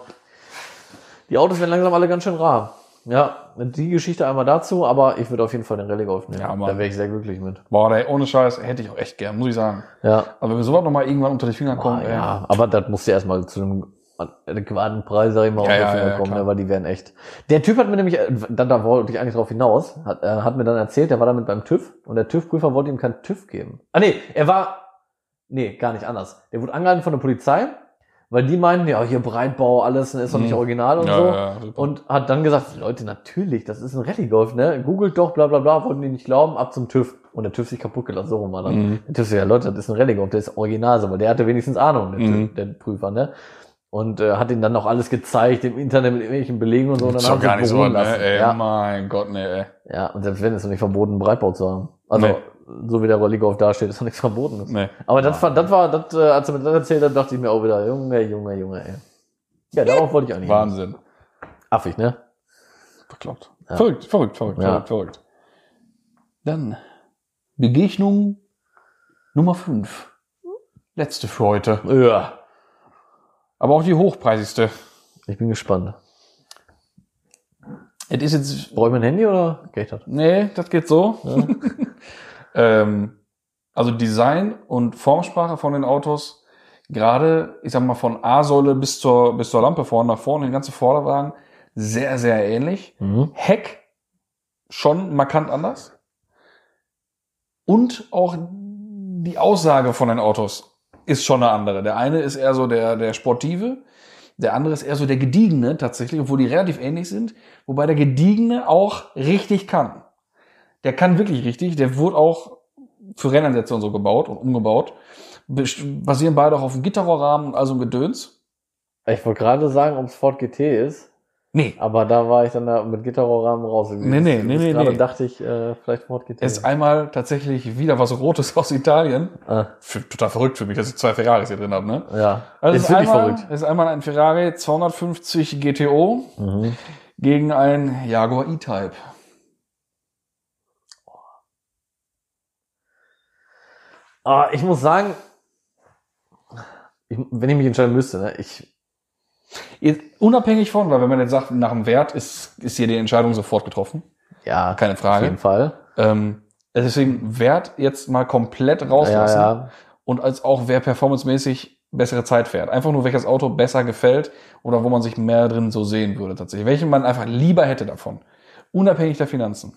[SPEAKER 2] die Autos werden langsam alle ganz schön rar. Ja, die Geschichte einmal dazu, aber ich würde auf jeden Fall den Rallye Golf nehmen.
[SPEAKER 3] Ja, Mann.
[SPEAKER 2] da wäre ich sehr glücklich mit.
[SPEAKER 3] Boah, ey, ohne Scheiß, hätte ich auch echt gern, muss ich sagen.
[SPEAKER 2] Ja,
[SPEAKER 3] Aber wenn wir sowas nochmal irgendwann unter die Finger kommen,
[SPEAKER 2] ah,
[SPEAKER 3] ey.
[SPEAKER 2] ja. aber das muss ja erstmal zu einem adäquaten Preis, sag ich mal,
[SPEAKER 3] Ja,
[SPEAKER 2] auf
[SPEAKER 3] ja,
[SPEAKER 2] den Finger
[SPEAKER 3] ja,
[SPEAKER 2] kommen,
[SPEAKER 3] klar.
[SPEAKER 2] ne, weil die werden echt. Der Typ hat mir nämlich, äh, dann da wollte ich eigentlich drauf hinaus, hat, äh, hat mir dann erzählt, der war damit beim TÜV und der TÜV-Prüfer wollte ihm keinen TÜV geben. Ah, nee, er war Nee, gar nicht anders. Der wurde angehalten von der Polizei, weil die meinten, ja, hier Breitbau, alles, ne, ist doch nicht
[SPEAKER 3] Mhm.
[SPEAKER 2] original und
[SPEAKER 3] Ja,
[SPEAKER 2] so.
[SPEAKER 3] ja, ja, super.
[SPEAKER 2] Und hat dann gesagt, Leute, natürlich, das ist ein Rallye-Golf, ne? Googelt doch, bla bla bla, wollten die nicht glauben, ab zum TÜV. Und der TÜV sich kaputt gelassen, so rum war das.
[SPEAKER 3] Mhm.
[SPEAKER 2] Der TÜV sagt, ja, Leute, das ist ein Rallye-Golf, der ist original, so, aber der hatte wenigstens Ahnung, der,
[SPEAKER 3] Mhm.
[SPEAKER 2] TÜV, der Prüfer, ne? Und äh, hat ihnen dann auch alles gezeigt, im Internet mit irgendwelchen Belegen und so. Und dann
[SPEAKER 3] ist doch
[SPEAKER 2] haben sie
[SPEAKER 3] gar
[SPEAKER 2] es
[SPEAKER 3] nicht so,
[SPEAKER 2] beruhen
[SPEAKER 3] ne?
[SPEAKER 2] lassen.
[SPEAKER 3] Ey,
[SPEAKER 2] ja,
[SPEAKER 3] mein Gott, ne, ey.
[SPEAKER 2] ja, und selbst wenn, ist noch nicht verboten, Breitbau zu haben. Also,
[SPEAKER 3] Nee.
[SPEAKER 2] so wie der Rallye-Golf dasteht, ist noch nichts verboten.
[SPEAKER 3] Nee.
[SPEAKER 2] Aber das, war, das war, das, äh, als er mir das erzählt hat, dachte ich mir auch wieder, Junge, Junge, Junge, ey. Ja, darauf wollte ich auch nicht. hin.
[SPEAKER 3] Wahnsinn.
[SPEAKER 2] Affig, ne?
[SPEAKER 3] Bekloppt.
[SPEAKER 2] Ja.
[SPEAKER 3] Verrückt, verrückt, verrückt,
[SPEAKER 2] Ja.
[SPEAKER 3] verrückt, verrückt. Dann Begegnung Nummer 5. Letzte für heute.
[SPEAKER 2] Ja.
[SPEAKER 3] Aber auch die hochpreisigste.
[SPEAKER 2] Ich bin gespannt.
[SPEAKER 3] Es ist jetzt.
[SPEAKER 2] Brauche ich mein Handy oder geht das?
[SPEAKER 3] Nee, das geht so. ähm, also Design und Formsprache von den Autos, gerade, ich sag mal, von A-Säule bis zur, bis zur Lampe vorne nach vorne, den ganzen Vorderwagen, sehr, sehr ähnlich.
[SPEAKER 2] Mhm.
[SPEAKER 3] Heck schon markant anders. Und auch die Aussage von den Autos ist schon eine andere. Der eine ist eher so der, der sportive, der andere ist eher so der gediegene tatsächlich, obwohl die relativ ähnlich sind, wobei der gediegene auch richtig kann. Der kann wirklich richtig, der wurde auch für Rennansätze und so gebaut und umgebaut. Best- Basieren beide auch auf dem Gitterrohrrahmen, also im Gedöns.
[SPEAKER 2] Ich wollte gerade sagen, ob es Ford GT ist,
[SPEAKER 3] Nee,
[SPEAKER 2] aber da war ich dann da mit Gitterrohrrahmen raus.
[SPEAKER 3] Nee, nee, nee, nee,
[SPEAKER 2] Gerade
[SPEAKER 3] nee.
[SPEAKER 2] dachte ich, äh, vielleicht Ford GT.
[SPEAKER 3] es ist einmal tatsächlich wieder was Rotes aus Italien.
[SPEAKER 2] ah,
[SPEAKER 3] F- Total verrückt für mich, dass ich zwei Ferraris hier drin habe, ne?
[SPEAKER 2] ja,
[SPEAKER 3] Also es
[SPEAKER 2] ist
[SPEAKER 3] ist
[SPEAKER 2] wirklich
[SPEAKER 3] einmal,
[SPEAKER 2] verrückt.
[SPEAKER 3] es ist einmal ein Ferrari 250 GTO
[SPEAKER 2] Mhm.
[SPEAKER 3] gegen ein Jaguar E-Type.
[SPEAKER 2] Ah, ich muss sagen, ich, wenn ich mich entscheiden müsste, ne, ich,
[SPEAKER 3] Jetzt, unabhängig von, weil wenn man jetzt sagt, nach dem Wert ist, ist hier die Entscheidung sofort getroffen.
[SPEAKER 2] ja,
[SPEAKER 3] Keine
[SPEAKER 2] auf jeden
[SPEAKER 3] Frage.
[SPEAKER 2] Fall.
[SPEAKER 3] Ähm, deswegen Wert jetzt mal komplett
[SPEAKER 2] Ja,
[SPEAKER 3] rauslassen
[SPEAKER 2] ja,
[SPEAKER 3] und als auch wer performancemäßig bessere Zeit fährt. Einfach nur, welches Auto besser gefällt oder wo man sich mehr drin so sehen würde tatsächlich. Welchen man einfach lieber hätte davon. Unabhängig der Finanzen.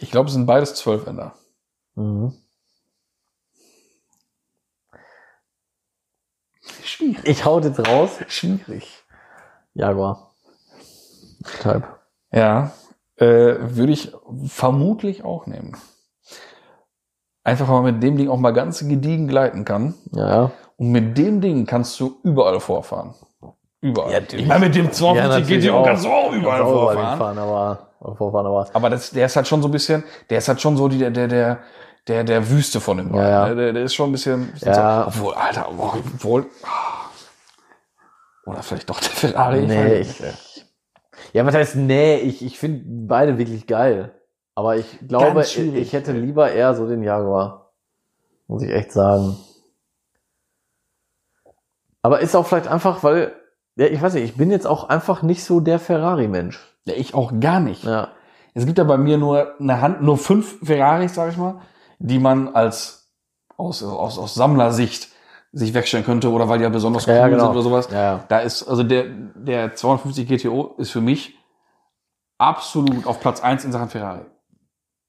[SPEAKER 3] Ich glaube, es sind beides Zwölfender.
[SPEAKER 2] mhm.
[SPEAKER 3] Schwierig.
[SPEAKER 2] Ich hau jetzt raus.
[SPEAKER 3] Schwierig.
[SPEAKER 2] Jaguar. Type.
[SPEAKER 3] Ja, äh, würde ich vermutlich auch nehmen. Einfach weil man mit dem Ding auch mal ganz gediegen gleiten kann.
[SPEAKER 2] Ja, ja.
[SPEAKER 3] Und mit dem Ding kannst du überall vorfahren. Überall.
[SPEAKER 2] Ja, natürlich.
[SPEAKER 3] meine, mit dem 250
[SPEAKER 2] natürlich
[SPEAKER 3] GTO
[SPEAKER 2] auch.
[SPEAKER 3] kannst du auch überall
[SPEAKER 2] Sauber bei
[SPEAKER 3] vorfahren.
[SPEAKER 2] den Fahren, aber, vorfahren, aber
[SPEAKER 3] Aber das, der ist halt schon so ein bisschen, der ist halt schon so die, der, der, der, der, der Wüste von dem
[SPEAKER 2] Ja,
[SPEAKER 3] Wagen.
[SPEAKER 2] ja.
[SPEAKER 3] ne? Der, der ist schon ein bisschen, bisschen
[SPEAKER 2] Ja.
[SPEAKER 3] so, obwohl, Alter, obwohl, ah. oder vielleicht doch der Ferrari.
[SPEAKER 2] Nee,
[SPEAKER 3] weiß nicht,
[SPEAKER 2] ich-
[SPEAKER 3] ey.
[SPEAKER 2] Ja, was heißt, nee, ich, ich finde beide wirklich geil. Aber ich glaube, ich,
[SPEAKER 3] schwierig.
[SPEAKER 2] ich hätte lieber eher so den Jaguar. Muss ich echt sagen. Aber ist auch vielleicht einfach, weil, ja, ich weiß nicht, ich bin jetzt auch einfach nicht so der Ferrari-Mensch.
[SPEAKER 3] Ja, ich auch gar nicht.
[SPEAKER 2] Ja.
[SPEAKER 3] Es gibt ja bei mir nur eine Hand, nur fünf Ferraris, sag ich mal, die man als aus, aus, aus Sammlersicht sich wegstellen könnte oder weil die ja besonders cool
[SPEAKER 2] Ja, ja, genau.
[SPEAKER 3] sind oder sowas.
[SPEAKER 2] Ja, ja.
[SPEAKER 3] Da ist, also der, der 250 GTO ist für mich absolut auf Platz eins in Sachen Ferrari.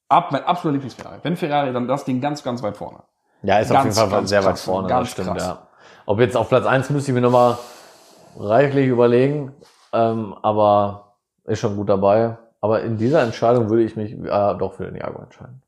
[SPEAKER 3] Ab, mein absoluter Lieblingsferrari. Wenn Ferrari, dann das Ding ganz, ganz weit vorne.
[SPEAKER 2] Ja, ist auf
[SPEAKER 3] Ganz,
[SPEAKER 2] jeden Fall
[SPEAKER 3] ganz
[SPEAKER 2] sehr weit
[SPEAKER 3] krass,
[SPEAKER 2] vorne,
[SPEAKER 3] ganz
[SPEAKER 2] das stimmt,
[SPEAKER 3] krass.
[SPEAKER 2] ja. Ob jetzt auf Platz eins müsste ich mir nochmal reichlich überlegen, ähm, aber ist schon gut dabei. Aber in dieser Entscheidung würde ich mich äh, doch für den Jaguar entscheiden.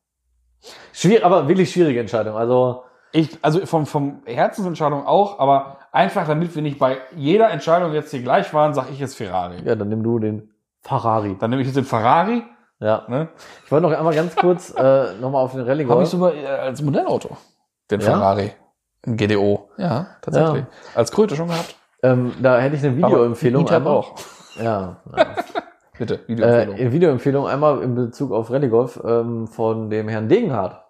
[SPEAKER 2] Schwierig, aber wirklich schwierige Entscheidung. Also,
[SPEAKER 3] Ich, also vom, vom Herzensentscheidung auch, aber einfach damit wir nicht bei jeder Entscheidung jetzt hier gleich waren, sage ich jetzt Ferrari.
[SPEAKER 2] ja, dann nimm du den Ferrari.
[SPEAKER 3] Dann nehme ich jetzt den Ferrari,
[SPEAKER 2] Ja.
[SPEAKER 3] ne?
[SPEAKER 2] Ich wollte noch einmal ganz kurz äh, nochmal auf den Rallye
[SPEAKER 3] Habe ich sogar äh, als Modellauto. Den
[SPEAKER 2] Ja?
[SPEAKER 3] Ferrari. Ein GDO. Ja, tatsächlich.
[SPEAKER 2] Ja.
[SPEAKER 3] Als Kröte schon gehabt.
[SPEAKER 2] ähm, Da hätte ich eine Videoempfehlung.
[SPEAKER 3] Aber E-Type
[SPEAKER 2] einmal.
[SPEAKER 3] auch.
[SPEAKER 2] Ja, ja.
[SPEAKER 3] Bitte,
[SPEAKER 2] äh,
[SPEAKER 3] Videoempfehlung.
[SPEAKER 2] eine Videoempfehlung einmal in Bezug auf Rallye-Golf ähm, von dem Herrn Degenhardt.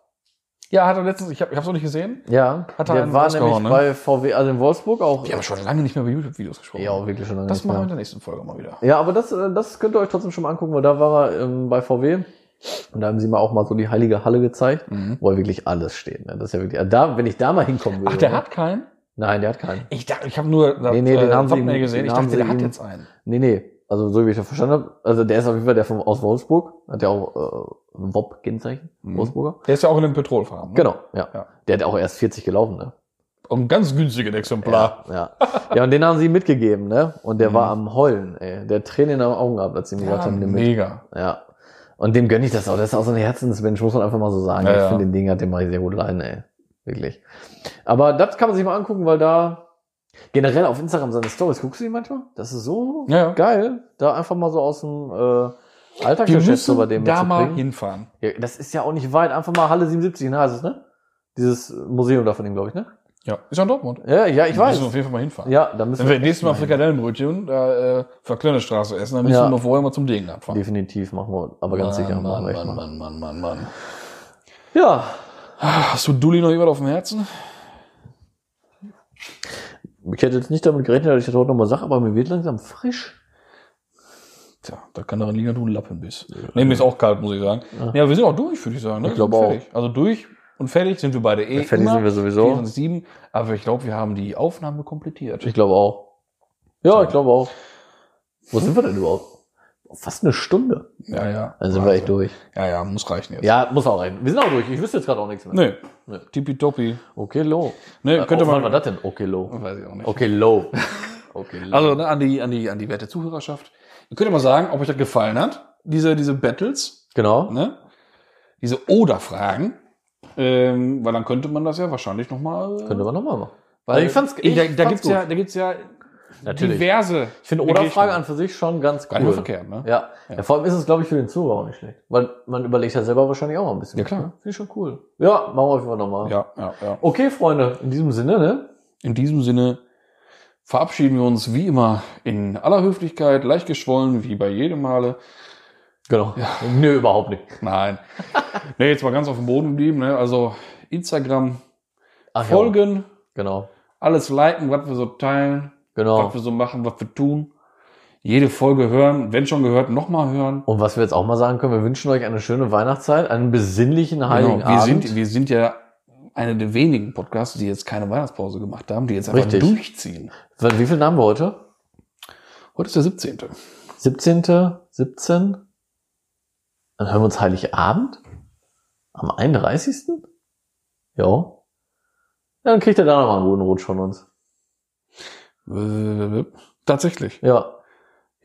[SPEAKER 3] ja, hat er letztens, ich habe ich hab's noch nicht gesehen.
[SPEAKER 2] Ja,
[SPEAKER 3] Hat er
[SPEAKER 2] der
[SPEAKER 3] einen
[SPEAKER 2] war
[SPEAKER 3] rausgehauen,
[SPEAKER 2] nämlich
[SPEAKER 3] ne?
[SPEAKER 2] bei VW, also in Wolfsburg auch.
[SPEAKER 3] Wir haben schon lange nicht mehr über YouTube-Videos gesprochen.
[SPEAKER 2] Ja, auch wirklich schon lange
[SPEAKER 3] das
[SPEAKER 2] nicht
[SPEAKER 3] machen wir
[SPEAKER 2] mehr.
[SPEAKER 3] in der nächsten Folge mal wieder.
[SPEAKER 2] Ja, aber das, äh, das könnt ihr euch trotzdem schon mal angucken, weil da war er ähm, bei VW und da haben sie mal auch mal so die heilige Halle gezeigt, wo er wirklich alles steht. Ne? Das ist ja wirklich, da, wenn ich da mal hinkommen würde.
[SPEAKER 3] Ach, der
[SPEAKER 2] ne?
[SPEAKER 3] hat keinen?
[SPEAKER 2] Nein, der hat keinen.
[SPEAKER 3] Ich dachte, ich habe nur das, äh,
[SPEAKER 2] Nee, nee, den haben sie
[SPEAKER 3] Thumbnail
[SPEAKER 2] ihm-
[SPEAKER 3] gesehen.
[SPEAKER 2] den
[SPEAKER 3] Ich
[SPEAKER 2] haben
[SPEAKER 3] dachte,
[SPEAKER 2] sie
[SPEAKER 3] der hat
[SPEAKER 2] ihm-
[SPEAKER 3] jetzt einen.
[SPEAKER 2] Nee, nee. Also so wie ich das verstanden habe. Also der ist auf jeden Fall der vom, aus Wolfsburg, hat ja auch äh, ein WOP-Kennzeichen,
[SPEAKER 3] Mhm.
[SPEAKER 2] Wolfsburger.
[SPEAKER 3] Der ist ja auch in den Petrolfarben. Ne?
[SPEAKER 2] Genau, ja.
[SPEAKER 3] Ja.
[SPEAKER 2] Der hat auch erst 40 gelaufen, ne?
[SPEAKER 3] Und ein ganz günstiges Exemplar.
[SPEAKER 2] Ja, ja. ja, und den haben sie ihm mitgegeben, ne? Und der
[SPEAKER 3] Mhm.
[SPEAKER 2] war am Heulen, ey. Der hat Tränen in den Augen gehabt, als sie ihm gesagt haben, nimm mit.
[SPEAKER 3] Ah, mega.
[SPEAKER 2] Ja. Und dem gönne ich das auch. Das ist auch so ein Herzensmensch, muss man einfach mal so sagen.
[SPEAKER 3] Ja,
[SPEAKER 2] ich
[SPEAKER 3] ja.
[SPEAKER 2] finde den Ding hat den mache ich sehr gut rein, ey. Wirklich. Aber das kann man sich mal angucken, weil da generell auf Instagram seine Stories, guckst du die manchmal? Das ist so
[SPEAKER 3] Ja, ja.
[SPEAKER 2] geil, da einfach mal so aus dem äh,
[SPEAKER 3] Wir
[SPEAKER 2] Alltagsgeschäft so bei dem
[SPEAKER 3] müssen da mal
[SPEAKER 2] mitzukriegen.
[SPEAKER 3] hinfahren.
[SPEAKER 2] Ja, das ist ja auch nicht weit, einfach mal Halle 77 in Hases, ne? Dieses Museum da von dem, glaube ich, ne?
[SPEAKER 3] Ja, ist ja in Dortmund.
[SPEAKER 2] Ja, ja, ich
[SPEAKER 3] Wir
[SPEAKER 2] weiß.
[SPEAKER 3] Müssen auf jeden Fall mal hinfahren.
[SPEAKER 2] Ja, da müssen
[SPEAKER 3] Wenn wir nächstes Mal
[SPEAKER 2] echt
[SPEAKER 3] Frikadellenbrötchen da, äh, auf der Klönnestraße essen, dann müssen
[SPEAKER 2] Ja.
[SPEAKER 3] wir vorher mal zum Degen abfahren.
[SPEAKER 2] Definitiv machen wir, aber ganz sicher
[SPEAKER 3] Mann,
[SPEAKER 2] machen wir echt
[SPEAKER 3] Mann,
[SPEAKER 2] mal.
[SPEAKER 3] Mann, Mann, Mann, Mann. Ah,
[SPEAKER 2] Ja,
[SPEAKER 3] Hast du Dulli noch jemand auf dem Herzen?
[SPEAKER 2] ich hätte jetzt nicht damit gerechnet, dass ich das heute nochmal sage, aber mir wird langsam frisch.
[SPEAKER 3] Tja, da kann daran liegen, dass du ein Lappen bist. Nee, mir ist auch kalt, muss ich sagen. Ja, aber wir sind auch durch, würde ich sagen. Ne?
[SPEAKER 2] Ich
[SPEAKER 3] Wir sind
[SPEAKER 2] glaube auch.
[SPEAKER 3] fertig. Also durch und fertig sind wir beide eh.
[SPEAKER 2] Fertig
[SPEAKER 3] immer.
[SPEAKER 2] sind wir sowieso.
[SPEAKER 3] 7, aber ich glaube, wir haben die Aufnahme komplettiert.
[SPEAKER 2] Ich glaube auch. Ja, ich glaube auch. Wo sind wir denn überhaupt? fast eine Stunde.
[SPEAKER 3] Ja, ja. Also,
[SPEAKER 2] Dann sind wir echt durch.
[SPEAKER 3] Ja, ja, muss reichen jetzt.
[SPEAKER 2] Ja, muss auch rein. Wir sind auch durch. Ich wüsste jetzt gerade auch nichts mehr.
[SPEAKER 3] Nee.
[SPEAKER 2] Nee.
[SPEAKER 3] Tippitoppi.
[SPEAKER 2] Okay, low.
[SPEAKER 3] Nee, könnte
[SPEAKER 2] oh,
[SPEAKER 3] man-
[SPEAKER 2] Was war das denn? Okay, low.
[SPEAKER 3] Weiß ich auch nicht.
[SPEAKER 2] Okay, low. Okay, low.
[SPEAKER 3] Also ne, an die, an die, an die werte Zuhörerschaft. Ihr könnt ja mal sagen, ob euch das gefallen hat, diese, diese Battles,
[SPEAKER 2] genau.
[SPEAKER 3] ne? Diese Oder-Fragen. Ähm, weil dann könnte man das ja wahrscheinlich äh, nochmal.
[SPEAKER 2] Könnte man nochmal machen. Also
[SPEAKER 3] Weil
[SPEAKER 2] ich fand's-
[SPEAKER 3] ich da,
[SPEAKER 2] ich
[SPEAKER 3] da
[SPEAKER 2] fand's
[SPEAKER 3] gibt's
[SPEAKER 2] gut.
[SPEAKER 3] ja, da gibt's ja
[SPEAKER 2] Natürlich.
[SPEAKER 3] diverse.
[SPEAKER 2] Ich finde Oder-Frage an für sich schon ganz
[SPEAKER 3] Gar
[SPEAKER 2] cool.
[SPEAKER 3] nicht mal verkehrt, ne?
[SPEAKER 2] Ja.
[SPEAKER 3] Ja.
[SPEAKER 2] Ja. vor allem ist es, glaube ich, für den Zuhörer auch nicht schlecht. Weil man überlegt ja selber wahrscheinlich auch mal ein bisschen.
[SPEAKER 3] Ja, klar.
[SPEAKER 2] Ne? Finde ich schon cool. Ja, machen wir auf jeden Fall nochmal.
[SPEAKER 3] Ja, ja, ja.
[SPEAKER 2] Okay, Freunde, in diesem Sinne, ne?
[SPEAKER 3] In diesem Sinne verabschieden wir uns wie immer in aller Höflichkeit, leicht geschwollen, wie bei jedem Male.
[SPEAKER 2] Genau. Nö, überhaupt nicht.
[SPEAKER 3] Nein. nee, jetzt mal ganz auf dem Boden geblieben, ne? Also Instagram
[SPEAKER 2] Ach, Ja.
[SPEAKER 3] folgen,
[SPEAKER 2] Genau.
[SPEAKER 3] alles liken, was wir so teilen,
[SPEAKER 2] Genau.
[SPEAKER 3] was wir so machen, was wir tun. Jede Folge hören, wenn schon gehört, nochmal hören.
[SPEAKER 2] Und was wir jetzt auch mal sagen können, wir wünschen euch eine schöne Weihnachtszeit, einen besinnlichen heiligen
[SPEAKER 3] Genau, wir,
[SPEAKER 2] Abend.
[SPEAKER 3] sind, wir sind ja einer der wenigen Podcasts, die jetzt keine Weihnachtspause gemacht haben, die jetzt einfach
[SPEAKER 2] Richtig.
[SPEAKER 3] durchziehen.
[SPEAKER 2] Weil, wie viel haben wir heute?
[SPEAKER 3] Heute ist der 17.
[SPEAKER 2] 17. 17. Dann hören wir uns Heiligabend? Am 31.? Ja. Dann kriegt ihr da nochmal einen guten Rutsch von uns.
[SPEAKER 3] Äh, Tatsächlich.
[SPEAKER 2] Ja.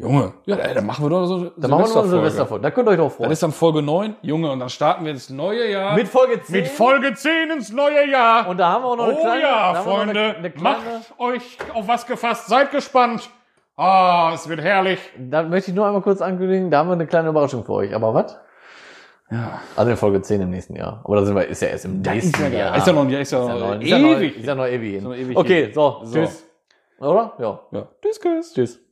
[SPEAKER 3] Junge, ja, ey, dann machen wir doch so
[SPEAKER 2] Dann machen wir noch eine Silvesterfolge. Da könnt ihr euch drauf
[SPEAKER 3] Das
[SPEAKER 2] freuen.
[SPEAKER 3] ist dann Folge 9, Junge, und dann starten wir ins neue Jahr.
[SPEAKER 2] Folge 10.
[SPEAKER 3] mit Folge 10 ins neue Jahr.
[SPEAKER 2] Und da haben wir auch noch eine
[SPEAKER 3] oh
[SPEAKER 2] kleine.
[SPEAKER 3] ja,
[SPEAKER 2] da haben wir noch
[SPEAKER 3] Freunde,
[SPEAKER 2] Eine, eine kleine,
[SPEAKER 3] macht euch auf was gefasst, seid gespannt. Ah, es wird herrlich.
[SPEAKER 2] da möchte ich nur einmal kurz ankündigen, da haben wir eine kleine Überraschung für euch. Aber was?
[SPEAKER 3] Ja,
[SPEAKER 2] Also in Folge 10 im nächsten Jahr. Aber da sind wir, ist ja erst im nächsten Jahr.
[SPEAKER 3] Ist ja noch, ist ja
[SPEAKER 2] Ist ja
[SPEAKER 3] noch
[SPEAKER 2] noch- ist ja noch-
[SPEAKER 3] ewig.
[SPEAKER 2] Ist ja noch ewig. hin.
[SPEAKER 3] Ist ja noch ewig
[SPEAKER 2] Okay, so,
[SPEAKER 3] So.
[SPEAKER 2] Tschüss. Oder? Ja.
[SPEAKER 3] Ja. Tschüss, tschüss.
[SPEAKER 2] Tschüss.